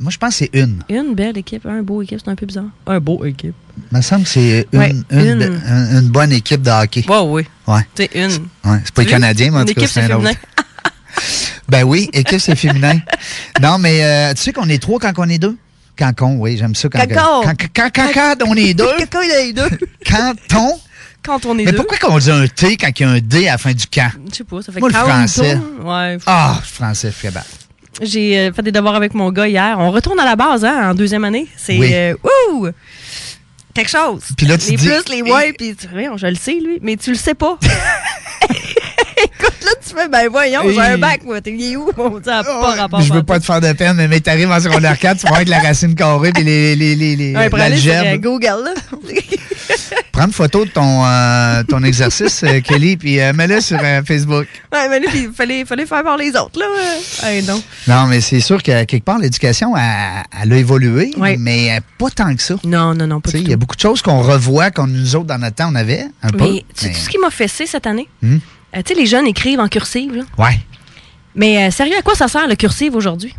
D: Moi, je pense que c'est une.
E: Une belle équipe, un beau équipe, c'est un peu bizarre. Un beau équipe.
D: Il me semble que c'est une,
E: Ouais,
D: une,
E: une.
D: de- un- une bonne équipe de hockey.
E: Ouais, oui.
D: Ouais.
E: Tu sais, une.
D: Ouais, c'est pas les
E: Tu veux?
D: Canadiens, mais en
E: Une
D: tout cas,
E: équipe,
D: c'est
E: c'est
D: un autre.
E: féminin.
D: Ben oui, équipe, c'est féminin. Non, mais euh, tu sais qu'on est trois quand on est deux? Quand on, oui, j'aime ça. Quand,
E: Quand on.
D: quand, quand, quand, quand on est deux.
E: Quelqu'un, il a les deux.
D: Quand on.
E: Quand on est
D: Mais
E: deux.
D: pourquoi qu'on dit un T quand il y a un D à la fin du camp?
E: Je sais pas, ça fait
D: Moi, le
E: quand on
D: français.
E: tourne, Ouais.
D: Ah, français, frébal.
E: J'ai euh, fait des devoirs avec mon gars hier. On retourne à la base, hein, en deuxième année. C'est
D: Oui.
E: euh, ouh, quelque chose.
D: Puis là, tu
E: les
D: dis-
E: plus, les ouais, puis tu voyons, je le sais, lui, mais tu le sais pas. Écoute, là, tu fais, ben voyons, j'ai un bac, moi. T'es il est où? On dit, ah, pas rapport.
D: je veux
E: pantoute.
D: pas te faire de peine, mais, mais t'arrives en secondaire 4, tu vas avec la racine carrée puis les, les, les, les,
E: Ouais, prends-les sur,
D: l'algèbre.
E: euh, Google, là.
D: Prends une photo de ton, euh, ton exercice, euh, Kelly, puis euh, mets-le sur euh, Facebook.
E: ouais, mais là, puis, fallait, fallait faire voir les autres, là. Ouais, non.
D: Non, mais c'est sûr que quelque part, l'éducation, elle, elle a évolué,
E: Ouais.
D: mais euh, pas tant que ça.
E: Non, non, non, pas
D: Tu sais,
E: du
D: Il
E: tout.
D: y a beaucoup de choses qu'on revoit, qu'on nous autres, dans notre temps, on avait un peu.
E: Mais tu sais
D: mais-
E: ce qui m'a fessé cette année?
D: Hmm.
E: Euh, tu sais, les jeunes écrivent en cursive, là.
D: Ouais,
E: Mais euh, sérieux, à quoi ça sert le cursive aujourd'hui?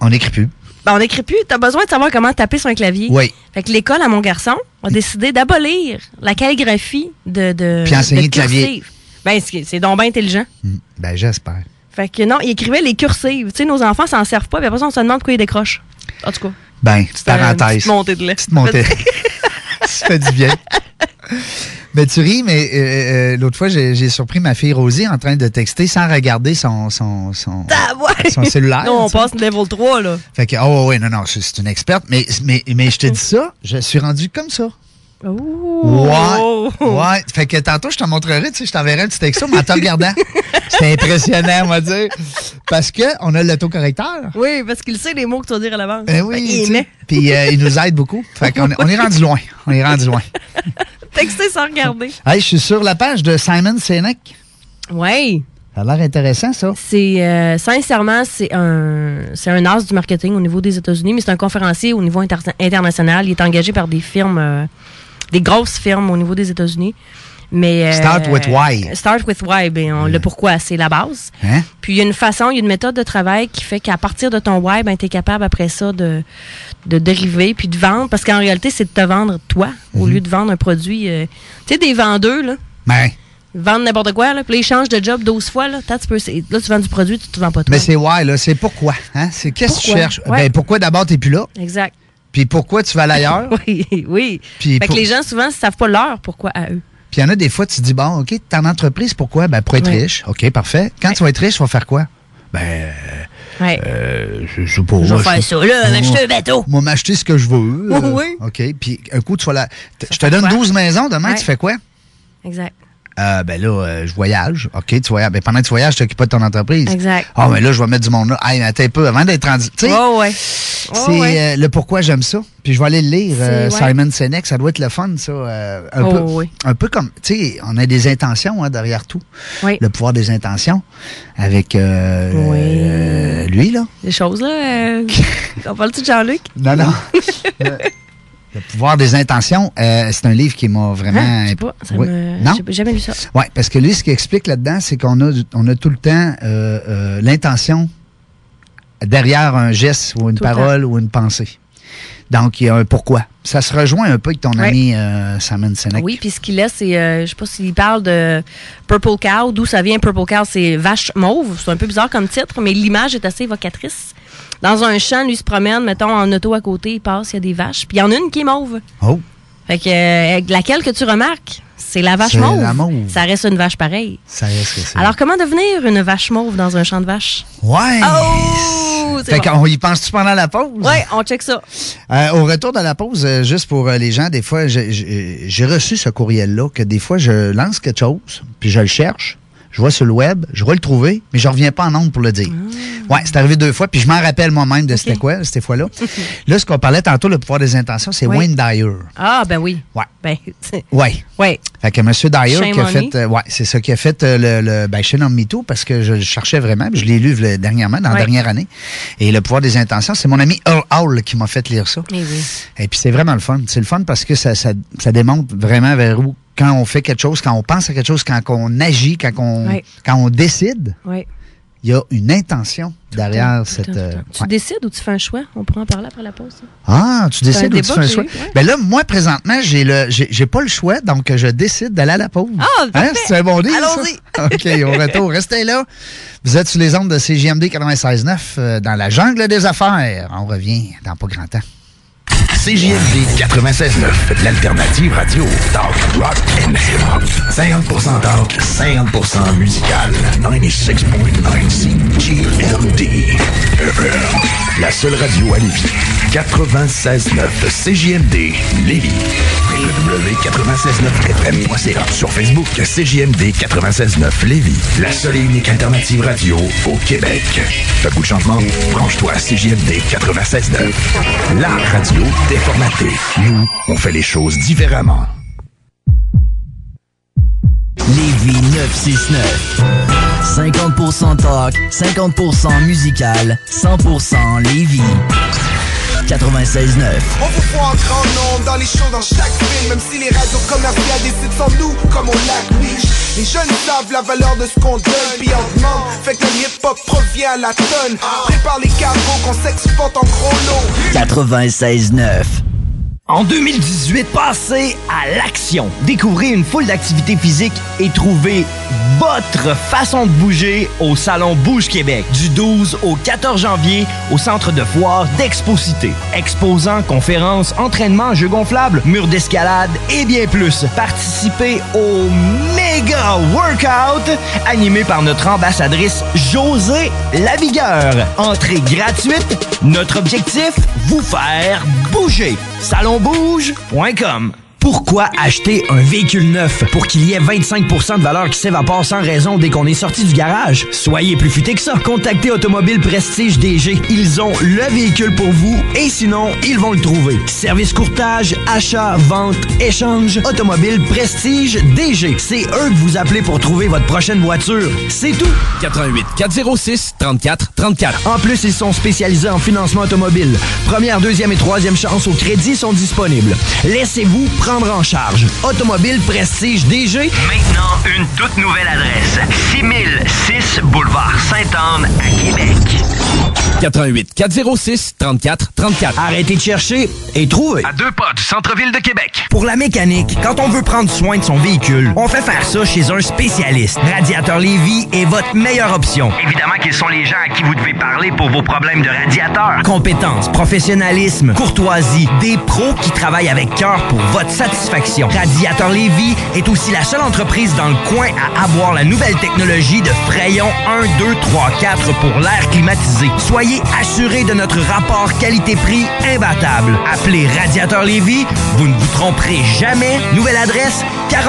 D: on n'écrit plus.
E: Ben, on n'écrit plus. T'as besoin de savoir comment taper sur un clavier.
D: Oui,
E: Fait que l'école à mon garçon a décidé d'abolir la calligraphie de. de
D: Puis enseigner
E: de
D: le clavier.
E: cursive. Ben, c'est c'est donc bien intelligent.
D: Mm. ben j'espère.
E: Fait que non, il écrivait les cursives. Tu sais, nos enfants s'en servent pas, puis après ça, on se demande pourquoi ils décrochent. En tout cas,
D: Ben, petite
E: c'était une
D: parenthèse.
E: petite montée de lait.
D: Petite montée. Ça fait du bien. Mais tu ris, mais euh, euh, l'autre fois, j'ai j'ai surpris ma fille Rosie en train de texter sans regarder son, son, son,
E: Ah, ouais.
D: son cellulaire.
E: Non, on
D: tu sais.
E: passe level 3, là.
D: Fait que, oh oui, non, non, c'est c'est une experte, mais, mais, mais je te dis ça, je suis rendu comme ça.
E: Ouh.
D: Ouais. Ouais. Fait que tantôt, je te montrerai, tu sais, je t'enverrai un petit texto, mais en te regardant. C'était impressionnant, on va dire. Parce qu'on a l'autocorrecteur.
E: Oui, parce qu'il sait les mots que tu vas dire à l'avance.
D: Ben
E: Fait
D: oui.
E: qu'il
D: tu sais.
E: met.
D: Puis euh, il nous aide beaucoup. Fait qu'on est- on est rendu loin. On est rendu loin.
E: Texter sans regarder.
D: Hey, je suis sur la page de Simon Sinek.
E: Ouais.
D: Ça a l'air intéressant, ça.
E: C'est euh, sincèrement, c'est un c'est un as du marketing au niveau des États-Unis, mais c'est un conférencier au niveau inter- international. Il est engagé par des firmes, euh, des grosses firmes au niveau des États-Unis. Mais euh,
D: Start with why. Mm.
E: Start with why, ben on- le pourquoi, c'est la base.
D: Hein?
E: Puis il y a une façon, il y a une méthode de travail qui fait qu'à partir de ton why, ben, tu es capable après ça de, de dériver puis de vendre. Parce
D: Mm-hmm.
E: qu'en réalité, c'est de te vendre toi au lieu de vendre un produit. euh, tu sais, des vendeurs, là.
D: Ben,
E: Vendre n'importe quoi, là. Puis là, ils changent de job 12 fois, là. Tant, tu peux, c'est- là, tu vends du produit, tu te vends pas toi.
D: Mais c'est why, là. C'est pourquoi. Hein? C'est qu'est-ce que tu
E: Pourquoi?
D: cherches?
E: Ouais.
D: Ben, pourquoi d'abord t'es plus là?
E: Exact.
D: Puis pourquoi tu vas aller ailleurs?
E: Oui, oui.
D: Puis
E: fait
D: pour-
E: que les gens, souvent, ne savent pas leur pourquoi à eux.
D: Puis il y en a des fois, tu te dis, bon, OK, ton entreprise, pourquoi? Ben, pour être
E: Ouais.
D: riche. OK, parfait. Quand tu vas être riche, tu vas faire quoi? Ben,
E: Ouais.
D: euh, je je sais pas.
E: je
D: moi,
E: vais faire ça, là. M'acheter un bateau.
D: Moi, m'acheter ce que je veux. euh,
E: Oui.
D: OK. Puis un coup, tu vas là. Je te
E: fait
D: donne
E: quoi?
D: 12 maisons. Demain,
E: Ouais.
D: tu fais quoi?
E: Exact.
D: Euh, ben là, euh, je voyage. OK, tu voyages. Ben, pendant que tu voyages, tu t'occupes pas de ton entreprise.
E: Exact.
D: Ah, ben là, je vais mettre du monde là. Ah, mais attends un peu avant d'être rendu. Tu sais,
E: Oh, ouais. Oh,
D: c'est
E: ouais.
D: euh, le pourquoi j'aime ça. Puis je vais aller le lire,
E: C'est-
D: euh,
E: ouais.
D: Simon Sinek. Ça doit être le fun, ça. euh, un,
E: Oh,
D: peu,
E: oui.
D: un peu comme. Tu sais, on a des intentions hein, derrière tout.
E: Oui.
D: Le pouvoir des intentions avec euh,
E: Oui.
D: euh, lui, là.
E: Des choses, là. euh, on parle-tu de Jean-Luc?
D: Non, non. le, le pouvoir des intentions, euh, c'est un livre qui m'a vraiment.
E: Hein? Je sais pas. Ça
D: Oui.
E: me-
D: Non?
E: J'ai jamais lu ça.
D: Oui, parce que lui, ce qu'il explique là-dedans, c'est qu'on a, on a tout le temps euh, euh, l'intention derrière un geste ou une
E: Tout le
D: parole ou une pensée. Donc, il y a un pourquoi. Ça se rejoint un peu avec ton
E: Ouais.
D: ami euh, Simon Sinek.
E: Oui, puis ce qu'il laisse, c'est, euh, je sais pas s'il parle de Purple Cow, d'où ça vient Purple Cow, c'est vache mauve. C'est un peu bizarre comme titre, mais l'image est assez évocatrice. Dans un champ, lui se promène, mettons, en auto à côté, il passe, il y a des vaches, puis il y en a une qui est mauve.
D: Oh,
E: Fait que euh, avec laquelle que tu remarques, c'est la vache
D: C'est
E: mauve.
D: la mauve.
E: Ça reste une vache pareille.
D: ça reste que c'est.
E: Alors comment devenir une vache mauve dans un champ de vaches?
D: ouais!
E: Oh!
D: Ben, Fait qu'on y pense-tu pendant la pause?
E: Ouais, on check ça.
D: Euh, au retour de la pause, euh, juste pour euh, les gens, des fois, j'ai- j'ai j'ai reçu ce courriel-là que des fois, je lance quelque chose, puis je le cherche, je vois sur le web, je vais le trouver, mais je reviens pas en nombre pour le dire. Ouais, c'est arrivé deux fois, puis je m'en rappelle moi-même de c'était quoi, cette fois-là. là, ce qu'on parlait tantôt, le pouvoir des intentions, c'est
E: Oui.
D: Wayne Dyer.
E: Ah, ben oui.
D: Ouais.
E: Ben, t'sais,
D: Ouais.
E: ouais.
D: Fait que M. Dyer
E: Shame
D: qui a
E: on
D: fait.
E: me.
D: euh, ouais, c'est ça qui a fait euh, le, le ben, Shame on Me Too parce que je le cherchais vraiment. puis Je l'ai lu le- dernièrement, dans la
E: Ouais.
D: dernière année. Et le pouvoir des intentions, c'est mon ami Earl Howell qui m'a fait lire ça.
E: Mais Eh oui.
D: Et puis c'est vraiment le fun. C'est le fun parce que ça, ça, ça démontre vraiment vers où quand on fait quelque chose, quand on pense à quelque chose, quand on agit, quand on,
E: Ouais.
D: quand on décide,
E: Ouais.
D: il y a une intention derrière cette.
E: Tout le temps, tout le
D: euh,
E: temps. Tu
D: ouais.
E: décides ou tu fais un choix? On pourra en parler après la pause. ça.
D: Ah, tu
E: un
D: décides ou tu
E: débat
D: fais un
E: que
D: choix.
E: j'ai eu, ouais.
D: Ben là, moi présentement, j'ai le, j'ai j'ai pas le choix, donc je décide d'aller à la pause. Hein,
E: Ah, parfait.
D: c'est un bon deal. ça?
E: Allons-y.
D: OK, au retour, restez là. Vous êtes sur les ondes de CGMD 96.9 euh, dans la jungle des affaires. On revient dans pas grand temps.
C: CJMD 96.9, l'alternative radio. Talk, rock and hip-hop. 50% talk, 50% musical. 96.9 CJMD. Euh, La seule radio à Lévis. 96.9 CJMD Lévis. www.969fm.ca Sur Facebook, CJMD 96.9 Lévis. La seule et unique alternative radio au Québec. T'as le goût de changement? Branche-toi à CJMD 96.9. La radio déformatée. Nous, on fait les choses différemment.
F: Lévis 969. 50% talk, 50% musical, 100% Lévis. 96.9.
G: On vous voit en grand nombre dans les shows dans chaque ville Même si les radios commerciales décident sans nous comme on l'affiche Les jeunes savent la valeur de ce qu'on donne Puis on demande, fait que le hip-hop provient à la tonne Prépare les caveaux qu'on s'exporte en gros lot
F: 96.9. En 2018, passez à l'action. Découvrez une foule d'activités physiques et trouvez votre façon de bouger au Salon Bouge Québec du 12 au 14 janvier au centre de foire d'Exposité. Exposants, conférences, entraînements, jeux gonflables, murs d'escalade et bien plus. Participez au méga workout animé par notre ambassadrice José Lavigueur. Entrée gratuite. Notre objectif, vous faire bouger. Salonbouge.com pourquoi acheter un véhicule neuf pour qu'il y ait 25 de valeur qui s'évapore sans raison dès qu'on est sorti du garage? Soyez plus futé que ça. Contactez Automobile Prestige DG. Ils ont le véhicule pour vous et sinon, ils vont le trouver. Service courtage, achat, vente, échange. Automobile Prestige DG. C'est eux que vous appelez pour trouver votre prochaine voiture. C'est tout.
H: 88 406 34 34.
F: En plus, ils sont spécialisés en financement automobile. Première, deuxième et troisième chance au crédit sont disponibles. Laissez-vous prendre en charge. Automobile Prestige DG.
I: Maintenant, une toute nouvelle adresse. 6006 Boulevard Sainte-Anne à Québec.
H: 88 406 34 34.
F: Arrêtez de chercher et trouvez.
C: À deux pas du centre-ville de Québec.
F: Pour la mécanique, quand on veut prendre soin de son véhicule, on fait faire ça chez un spécialiste. Radiateur Lévy est votre meilleure option.
C: Évidemment qu'ils sont les gens à qui vous devez parler pour vos problèmes de radiateur.
F: Compétence, professionnalisme, courtoisie, des pros qui travaillent avec cœur pour votre satisfaction. Radiateur Lévy est aussi la seule entreprise dans le coin à avoir la nouvelle technologie de Frayon 1, 2, 3, 4 pour l'air climatisé. Soyez assurés de notre rapport qualité-prix imbattable. Appelez Radiateur Lévy, vous ne vous tromperez jamais. Nouvelle adresse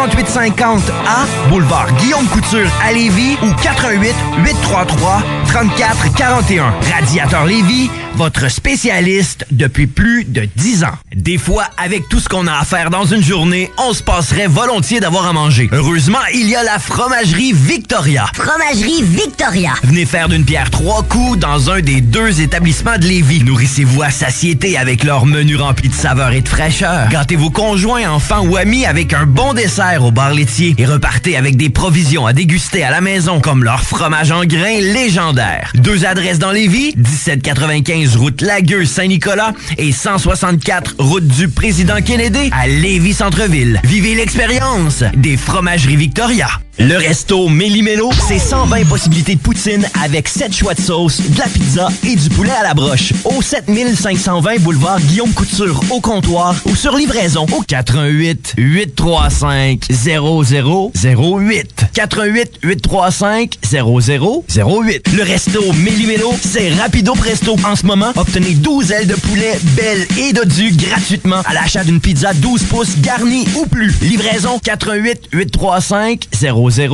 F: 4850 A boulevard Guillaume Couture à Lévis ou 88 833 34 41. Radiateur Lévy, votre spécialiste depuis plus de 10 ans. Des fois, avec tout ce qu'on a à faire dans une journée, on se passerait volontiers d'avoir à manger. Heureusement, il y a la fromagerie Victoria.
I: Fromagerie Victoria.
F: Venez faire d'une pierre trois coups dans un des deux établissements de Lévis. Nourrissez-vous à satiété avec leur menu rempli de saveurs et de fraîcheur. Gâtez vos conjoints, enfants ou amis avec un bon dessert au bar laitier et repartez avec des provisions à déguster à la maison comme leur fromage en grains légendaire. Deux adresses dans Lévis, 1795 route Lagueux Saint-Nicolas et 164 route du Président Kennedy à Lévis Centreville. Vivez l'expérience des fromageries Victoria. Le resto Méli-Mélo, c'est 120 possibilités de poutine avec 7 choix de sauce, de la pizza et du poulet à la broche. Au 7520 boulevard Guillaume Couture au comptoir ou sur livraison au 88 835 0008. 88 835 0008. Le resto Méli-Mélo, c'est Rapido Presto. En ce moment, obtenez 12 ailes de poulet belles et dodues gratuitement à l'achat d'une pizza 12 pouces garnie ou plus. Livraison 88 835 0008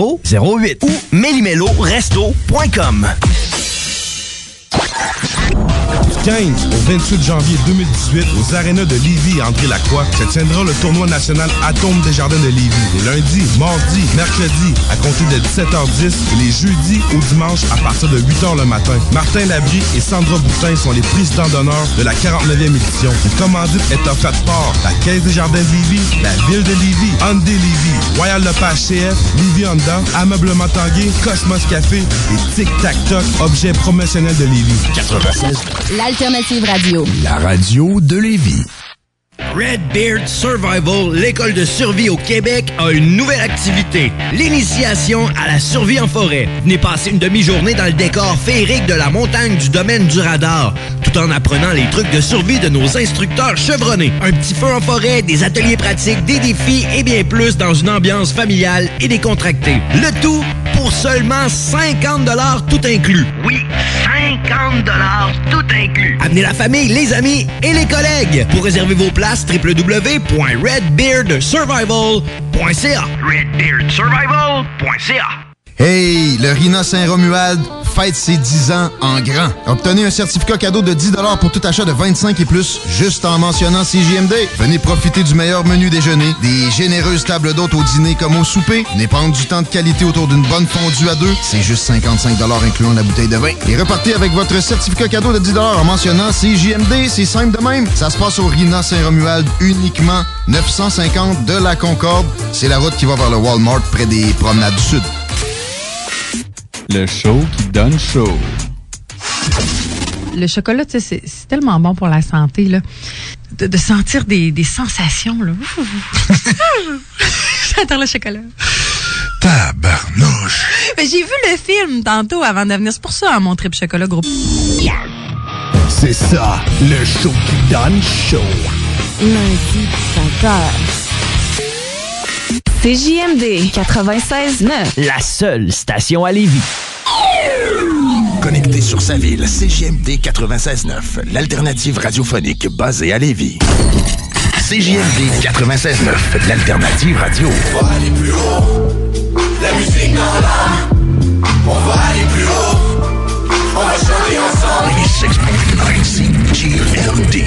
F: ou melimeloresto.com.
J: 15 au 28 janvier 2018 aux arénas de Lévis et André-Lacroix se tiendra le tournoi national Atome des Jardins de Lévis. Les lundis, mardis, mercredis à compter de 17h10 et les jeudis ou dimanches à partir de 8h le matin. Martin Labrie et Sandra Boutin sont les présidents d'honneur de la 49e édition. Une commandite est offerte par la Caisse des Jardins de Lévis, la Ville de Lévis, Andé Lévis, Royal Lepage CF, Lévis Honda, Ameublement Tanguay, Cosmos Café et Tic Tac Toc, objet promotionnel de Lévis. 96.
K: L'alternative radio.
C: La radio de Lévis.
F: Red Beard Survival, l'école de survie au Québec, a une nouvelle activité. L'initiation à la survie en forêt. Venez passer une demi-journée dans le décor féerique de la montagne du domaine du radar, tout en apprenant les trucs de survie de nos instructeurs chevronnés. Un petit feu en forêt, des ateliers pratiques, des défis et bien plus dans une ambiance familiale et décontractée. Le tout pour seulement 50 tout inclus. Oui, 50 tout inclus. Amenez la famille, les amis et les collègues. Pour réserver vos places, www.redbeardsurvival.ca. Redbeardsurvival.ca.
L: Hey, le RINA Saint-Romuald fête ses 10 ans en grand. Obtenez un certificat cadeau de 10 pour tout achat de 25 et plus, juste en mentionnant CJMD. Venez profiter du meilleur menu déjeuner, des généreuses tables d'hôtes au dîner comme au souper. Venez prendre du temps de qualité autour d'une bonne fondue à deux. C'est juste 55 incluant la bouteille de vin. Et repartez avec votre certificat cadeau de 10 en mentionnant CJMD. C'est simple de même. Ça se passe au RINA Saint-Romuald uniquement 950 de la Concorde. C'est la route qui va vers le Walmart près des promenades du Sud.
M: Le show qui donne show.
N: Le chocolat, tu sais, c'est c'est tellement bon pour la santé, là. De, de sentir des, des sensations, là. Ouh. J'adore le chocolat.
O: Tabarnouche.
N: Mais J'ai vu le film tantôt avant de venir. C'est pour ça, hein, mon trip chocolat, gros.
P: C'est ça, le show qui donne show.
Q: Lundi, 5h. CJMD 96.9.
F: La seule station à Lévis.
C: Connecté sur sa ville, CJMD 96.9, l'alternative radiophonique basée à Lévis. CJMD 96.9, l'alternative radio.
G: On va aller plus haut, la musique dans l'âme. On va aller plus haut, on va chanter ensemble.
C: 96.9 CJMD.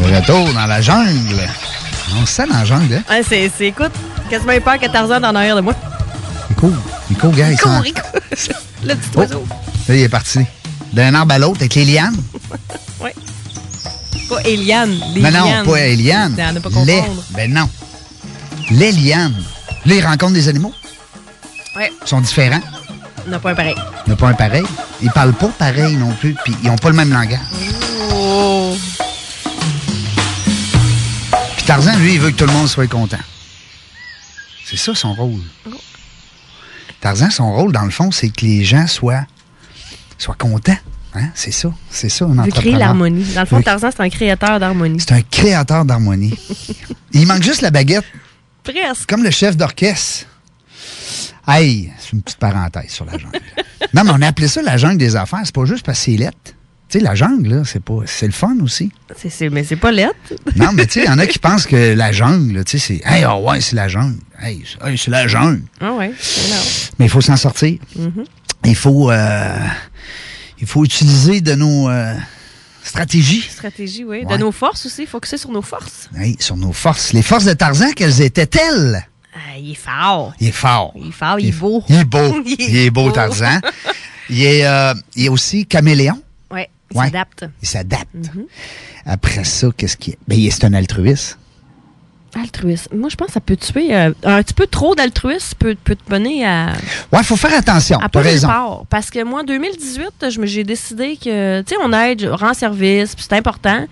D: Le retour dans la jungle. On se sent dans la jungle, hein?
E: Ouais, c'est, c'est- écoute, quasiment eu peur que Tarzan en arrière de moi.
D: Il court. Il court, gars. Il
E: Rico,
D: s'en-
E: Rico. Le petit oiseau.
D: hein? Là, il est parti. D'un arbre à l'autre avec les lianes.
E: Pas Eliane. Les
D: Mais non,
E: lianes.
D: pas les lianes.
E: Non, ne pas
D: les.
E: confondre.
D: Ben non. Les lianes. Là, ils rencontrent des animaux.
E: Ouais,
D: Ils sont différents.
E: on n'a pas un pareil.
D: Il n'y a pas un pareil. Ils parlent pas pareil non plus. Puis ils n'ont pas le même langage.
E: Oh.
D: Puis Tarzan, lui, il veut que tout le monde soit content. C'est ça son rôle. Tarzan, son rôle, dans le fond, c'est que les gens soient, soient contents. Hein? C'est ça. C'est ça, un
E: Il veut créer
D: entrepreneur.
E: l'harmonie. Dans le fond,
D: Oui.
E: Tarzan, c'est un créateur d'harmonie.
D: C'est un créateur d'harmonie. il manque juste la baguette.
E: Presque.
D: Comme le chef d'orchestre. Hey, c'est une petite parenthèse sur la jungle. non, mais on a appelé ça la jungle des affaires. C'est pas juste parce que c'est lettre. Tu sais, la jungle, là, c'est pas. C'est le fun aussi.
E: C'est, c'est- mais c'est pas lettre.
D: Non, mais tu sais, il y en a qui pensent que la jungle, tu sais, c'est. Hey, ah ouais, c'est la jungle. Hey, c'est- hey, c'est la jungle.
E: Ah ouais. c'est
D: Mais il faut s'en sortir.
E: énorme. Mhm.
D: Il faut, euh, il faut utiliser de nos euh, stratégies
E: Stratégie, oui.
D: Ouais.
E: De nos forces aussi. Focuser sur nos forces.
D: hey, sur nos forces. Les forces de Tarzan, quelles étaient-elles?
E: Ah, il est fort.
D: Il est fort.
E: Il est fort, il est beau.
D: Il est beau. Il est beau, Tarzan. Il est, euh, il est aussi caméléon.
E: Oui, il
D: Ouais.
E: s'adapte. Mhm.
D: Il s'adapte. Après ça, qu'est-ce qu'il est? Ben, il est c'est un altruiste.
E: Altruiste. Moi, je pense que ça peut tuer. euh, un petit peu trop d'altruisme peut, peut te mener à.
D: Ouais, il faut faire attention.
E: à
D: T'as
E: pas nulle
D: raison.
E: part. Parce que moi, en 2018, je me- j'ai décidé que, tu sais, on aide, je rends service, puis c'est important.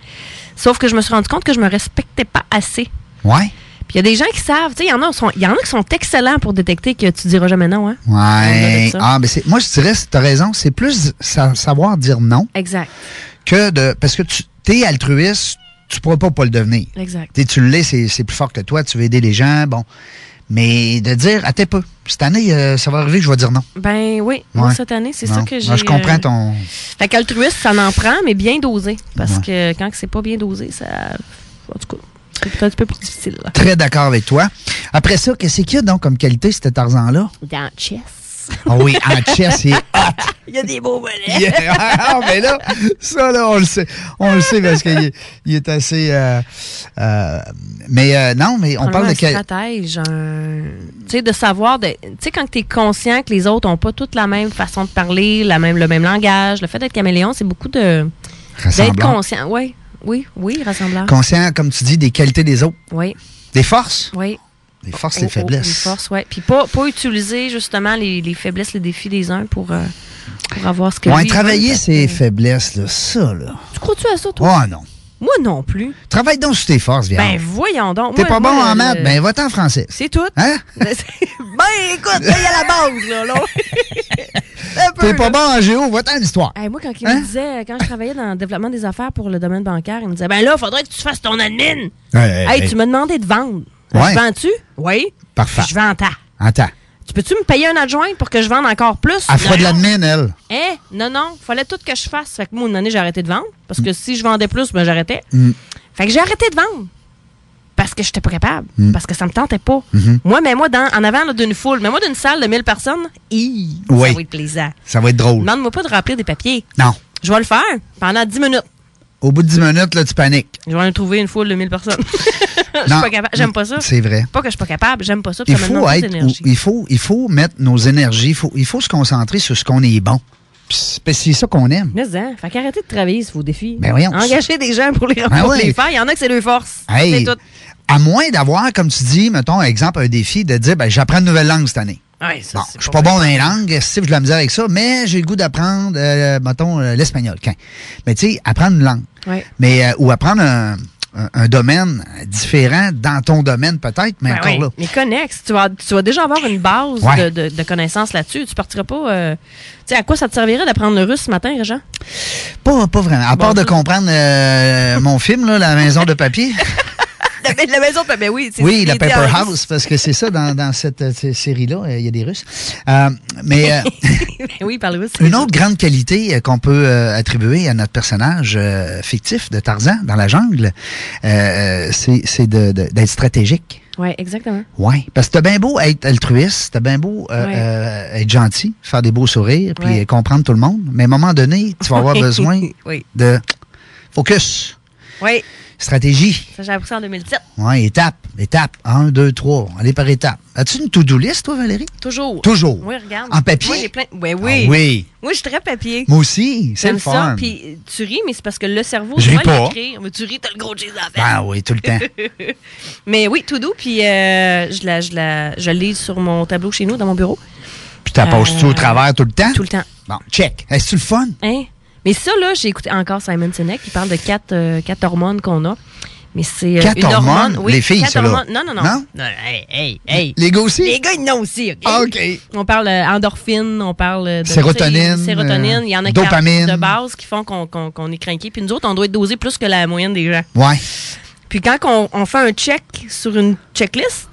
E: Sauf que je me suis rendu compte que je me respectais pas assez.
D: Ouais.
E: Puis il y a des gens qui savent, tu sais, il y, en a sont- il y en a qui sont excellents pour détecter que tu diras jamais non, hein?
D: Ouais.
E: ça.
D: Ah, ben c'est, moi, je dirais, t'as raison, c'est plus sa- savoir dire non
E: Exact,
D: que de. Parce que tu es altruiste, tu pourras pas, pas le devenir.
E: exact.
D: Tu sais, tu l'es, c'est c'est plus fort que toi, tu veux aider les gens, bon. Mais de dire, attends un peu, cette année, euh, ça va arriver, je vais dire non.
E: Ben oui, moi,
D: Ouais.
E: cette année, c'est
D: Non.
E: ça que j'ai.
D: Non, je comprends
E: euh,
D: ton.
E: Fait qu'altruiste, ça en prend, mais bien dosé. Parce que quand c'est pas bien dosé, ça. En tout cas, c'est peut-être un petit peu plus difficile. là.
D: Très d'accord avec toi. Après ça, qu'est-ce qu'il y a donc comme qualité, cet Tarzan-là?
E: Dans le chess.
D: Ah oui, en chess, il est hot.
E: Il y a des beaux volets.
D: Yeah. Ah, mais là, ça, là, on le sait. On le sait parce qu'il est, il est assez. euh, euh, mais euh, non, mais on parle de
E: Probablement
D: quel.
E: un stratège, un- tu sais, de savoir, de... tu sais, quand tu es conscient que les autres n'ont pas toutes la même façon de parler, la même, le même langage, le fait d'être caméléon, c'est beaucoup de d'être
D: Rassemblant.
E: conscient. Oui, oui, oui, rassemblant.
D: Conscient, comme tu dis, des qualités des autres,
E: oui,
D: des forces,
E: oui.
D: des forces,
E: Oh,
D: des
E: oh, les
D: faiblesses.
E: forces, oui. Puis pas, pas utiliser justement les, les faiblesses, les défis des uns pour, euh, pour avoir ce que.
D: Ouais,
E: lui, il
D: travailler
E: veut.
D: ses faiblesses, là, ça, là.
E: Tu crois-tu à ça, toi?
D: Oh non.
E: Moi non plus.
D: Travaille donc sur tes forces, viens.
E: Ben voyons donc.
D: T'es
E: Moi-
D: pas bon
E: moi,
D: en
E: le-
D: maths, ben va-t'en en français.
E: C'est tout.
D: Hein?
E: ben écoute, là, il y a la base, là. là. Un peu,
D: T'es pas
E: là.
D: bon en géo, va-t'en en histoire.
E: Hey, moi, quand il
D: Hein?
E: me disait, euh, quand je travaillais dans le développement des affaires pour le domaine bancaire, il me disait Ben là, faudrait que tu fasses ton admin.
D: Ouais,
E: hey,
D: hey.
E: tu m'as demandé de vendre.
D: Ouais.
E: Je vends-tu Oui.
D: Parfait.
E: Je vends tant.
D: Attends.
E: Tu peux-tu me payer un adjoint pour que je vende encore plus
D: Elle fera de hein?
E: Non.
D: la mine, elle.
E: Eh, non, non, fallait tout que je fasse. Fait que moi, une année, j'ai arrêté de vendre. Parce que si je vendais plus, ben, j'arrêtais.
D: Mm.
E: Fait que j'ai arrêté de vendre. Parce que j'étais pas capable.
D: Mm.
E: Parce que ça me tentait pas.
D: Mhm.
E: Moi, mais moi, dans, en avant là, d'une foule, mais moi, d'une salle de 1000 personnes, hi,
D: Oui.
E: ça va être plaisant.
D: Ça va être drôle.
E: Demande-moi pas de remplir des papiers.
D: Non.
E: Je vais le faire pendant 10 minutes.
D: Au bout de 10 minutes, là, tu paniques.
E: Je vais en trouver une foule de 1000 personnes. Je
D: Non.
E: suis pas capable. J'aime pas ça.
D: C'est vrai.
E: Pas que je suis pas capable, j'aime pas ça. puis
D: Il
E: ça me
D: faut,
E: demande
D: être,
E: beaucoup d'énergie.
D: il, faut, il faut mettre nos énergies, il faut, il faut se concentrer sur ce qu'on est bon. Puis c'est- puis c'est ça qu'on aime.
E: Mais hein, fait qu'arrêtez de travailler sur vos défis.
D: Ben voyons.
E: Engagez des gens pour les,
D: Ben
E: pour
D: ouais.
E: les faire. Il y en a que c'est leur force.
D: Hey,
E: C'est tout.
D: à moins d'avoir, comme tu dis, mettons, exemple, un défi de dire, ben, j'apprends une nouvelle langue cette année.
E: Ouais, ça,
D: Bon,
E: c'est
D: je suis pas bon dans les langues, si j'ai de la misère avec ça, mais j'ai le goût d'apprendre, euh, mettons, euh, l'espagnol. Quand. Mais tu sais, apprendre une langue.
E: Ouais.
D: Mais, euh, ou apprendre un, un- un domaine différent dans ton domaine peut-être, mais
E: Ben
D: encore
E: oui.
D: là.
E: Mais connexe, tu vas, tu vas déjà avoir une base
D: Ouais.
E: de, de- de connaissances là-dessus. Tu partiras pas. euh, tu sais, à quoi ça te servirait d'apprendre le russe ce matin, Réjean?
D: Pas, pas vraiment. À part de comprendre euh, mon film, là, La maison de papier.
E: la, la maison, ben, ben oui. c'est-
D: Oui,
E: c'est
D: la Paper
E: idéal.
D: House, parce que c'est ça dans, dans cette, euh, cette série-là. euh, Il y a des Russes. Euh, mais euh,
E: Ben oui, par le russe.
D: une autre grande qualité euh, qu'on peut euh, attribuer à notre personnage euh, fictif de Tarzan dans la jungle, euh, c'est c'est de- de- d'être stratégique.
E: Oui, exactement.
D: Oui, parce que t'as bien beau être altruiste, t'as bien beau euh,
E: Ouais.
D: euh, être gentil, faire des beaux sourires, puis
E: Ouais.
D: euh, comprendre tout le monde, mais à un moment donné, tu vas avoir besoin
E: oui.
D: de focus.
E: Oui.
D: Stratégie.
E: Ça, j'ai appris ça en 2017.
D: Ouais, étape, étape. Un, deux, trois. Allez par étape. As-tu une to-do list, toi, Valérie?
E: Toujours.
D: Toujours.
E: Oui, regarde.
D: En papier?
E: Moi, j'ai plein... ouais, oui.
D: Ah oui.
E: Moi, je suis très papier.
D: Moi aussi, c'est
E: J'aime
D: le fun.
E: ça. Puis tu ris, mais c'est parce que le cerveau,
D: Je
E: tu
D: ris
E: vois, il
D: pas.
E: a créé. Mais tu ris, t'as le gros cheese à
D: Ah oui, tout le temps.
E: mais oui, tout doux. Puis euh, je, la, je, la, je l'ai sur mon tableau chez nous, dans mon bureau.
D: Puis t'as passes-tu
E: Euh,
D: au travers tout le temps?
E: Tout le temps.
D: Bon, check. Est-ce que le fun?
E: Hein? Mais ça, là, j'ai écouté encore Simon Sinek qui parle de quatre, euh, quatre hormones qu'on a. Mais c'est euh,
D: Quatre
E: une hormone.
D: hormones?
E: Oui,
D: Les filles,
E: quatre
D: ça, là.
E: hormones. Non, non, non.
D: Non?
E: hey, hey, hey.
D: Les gars aussi? Ah,
E: Les gars, ils en ont aussi, OK?
D: OK.
E: On parle euh, endorphine, on parle euh, de...
D: Sérotonine,
E: tu sais, Sérotonine.
D: euh,
E: Il y en a
D: dopamine.
E: quatre de base qui font qu'on qu'on- qu'on est craqué. Puis nous autres, on doit être dosé plus que la moyenne des gens.
D: Ouais.
E: Puis quand on, on fait un check sur une checklist,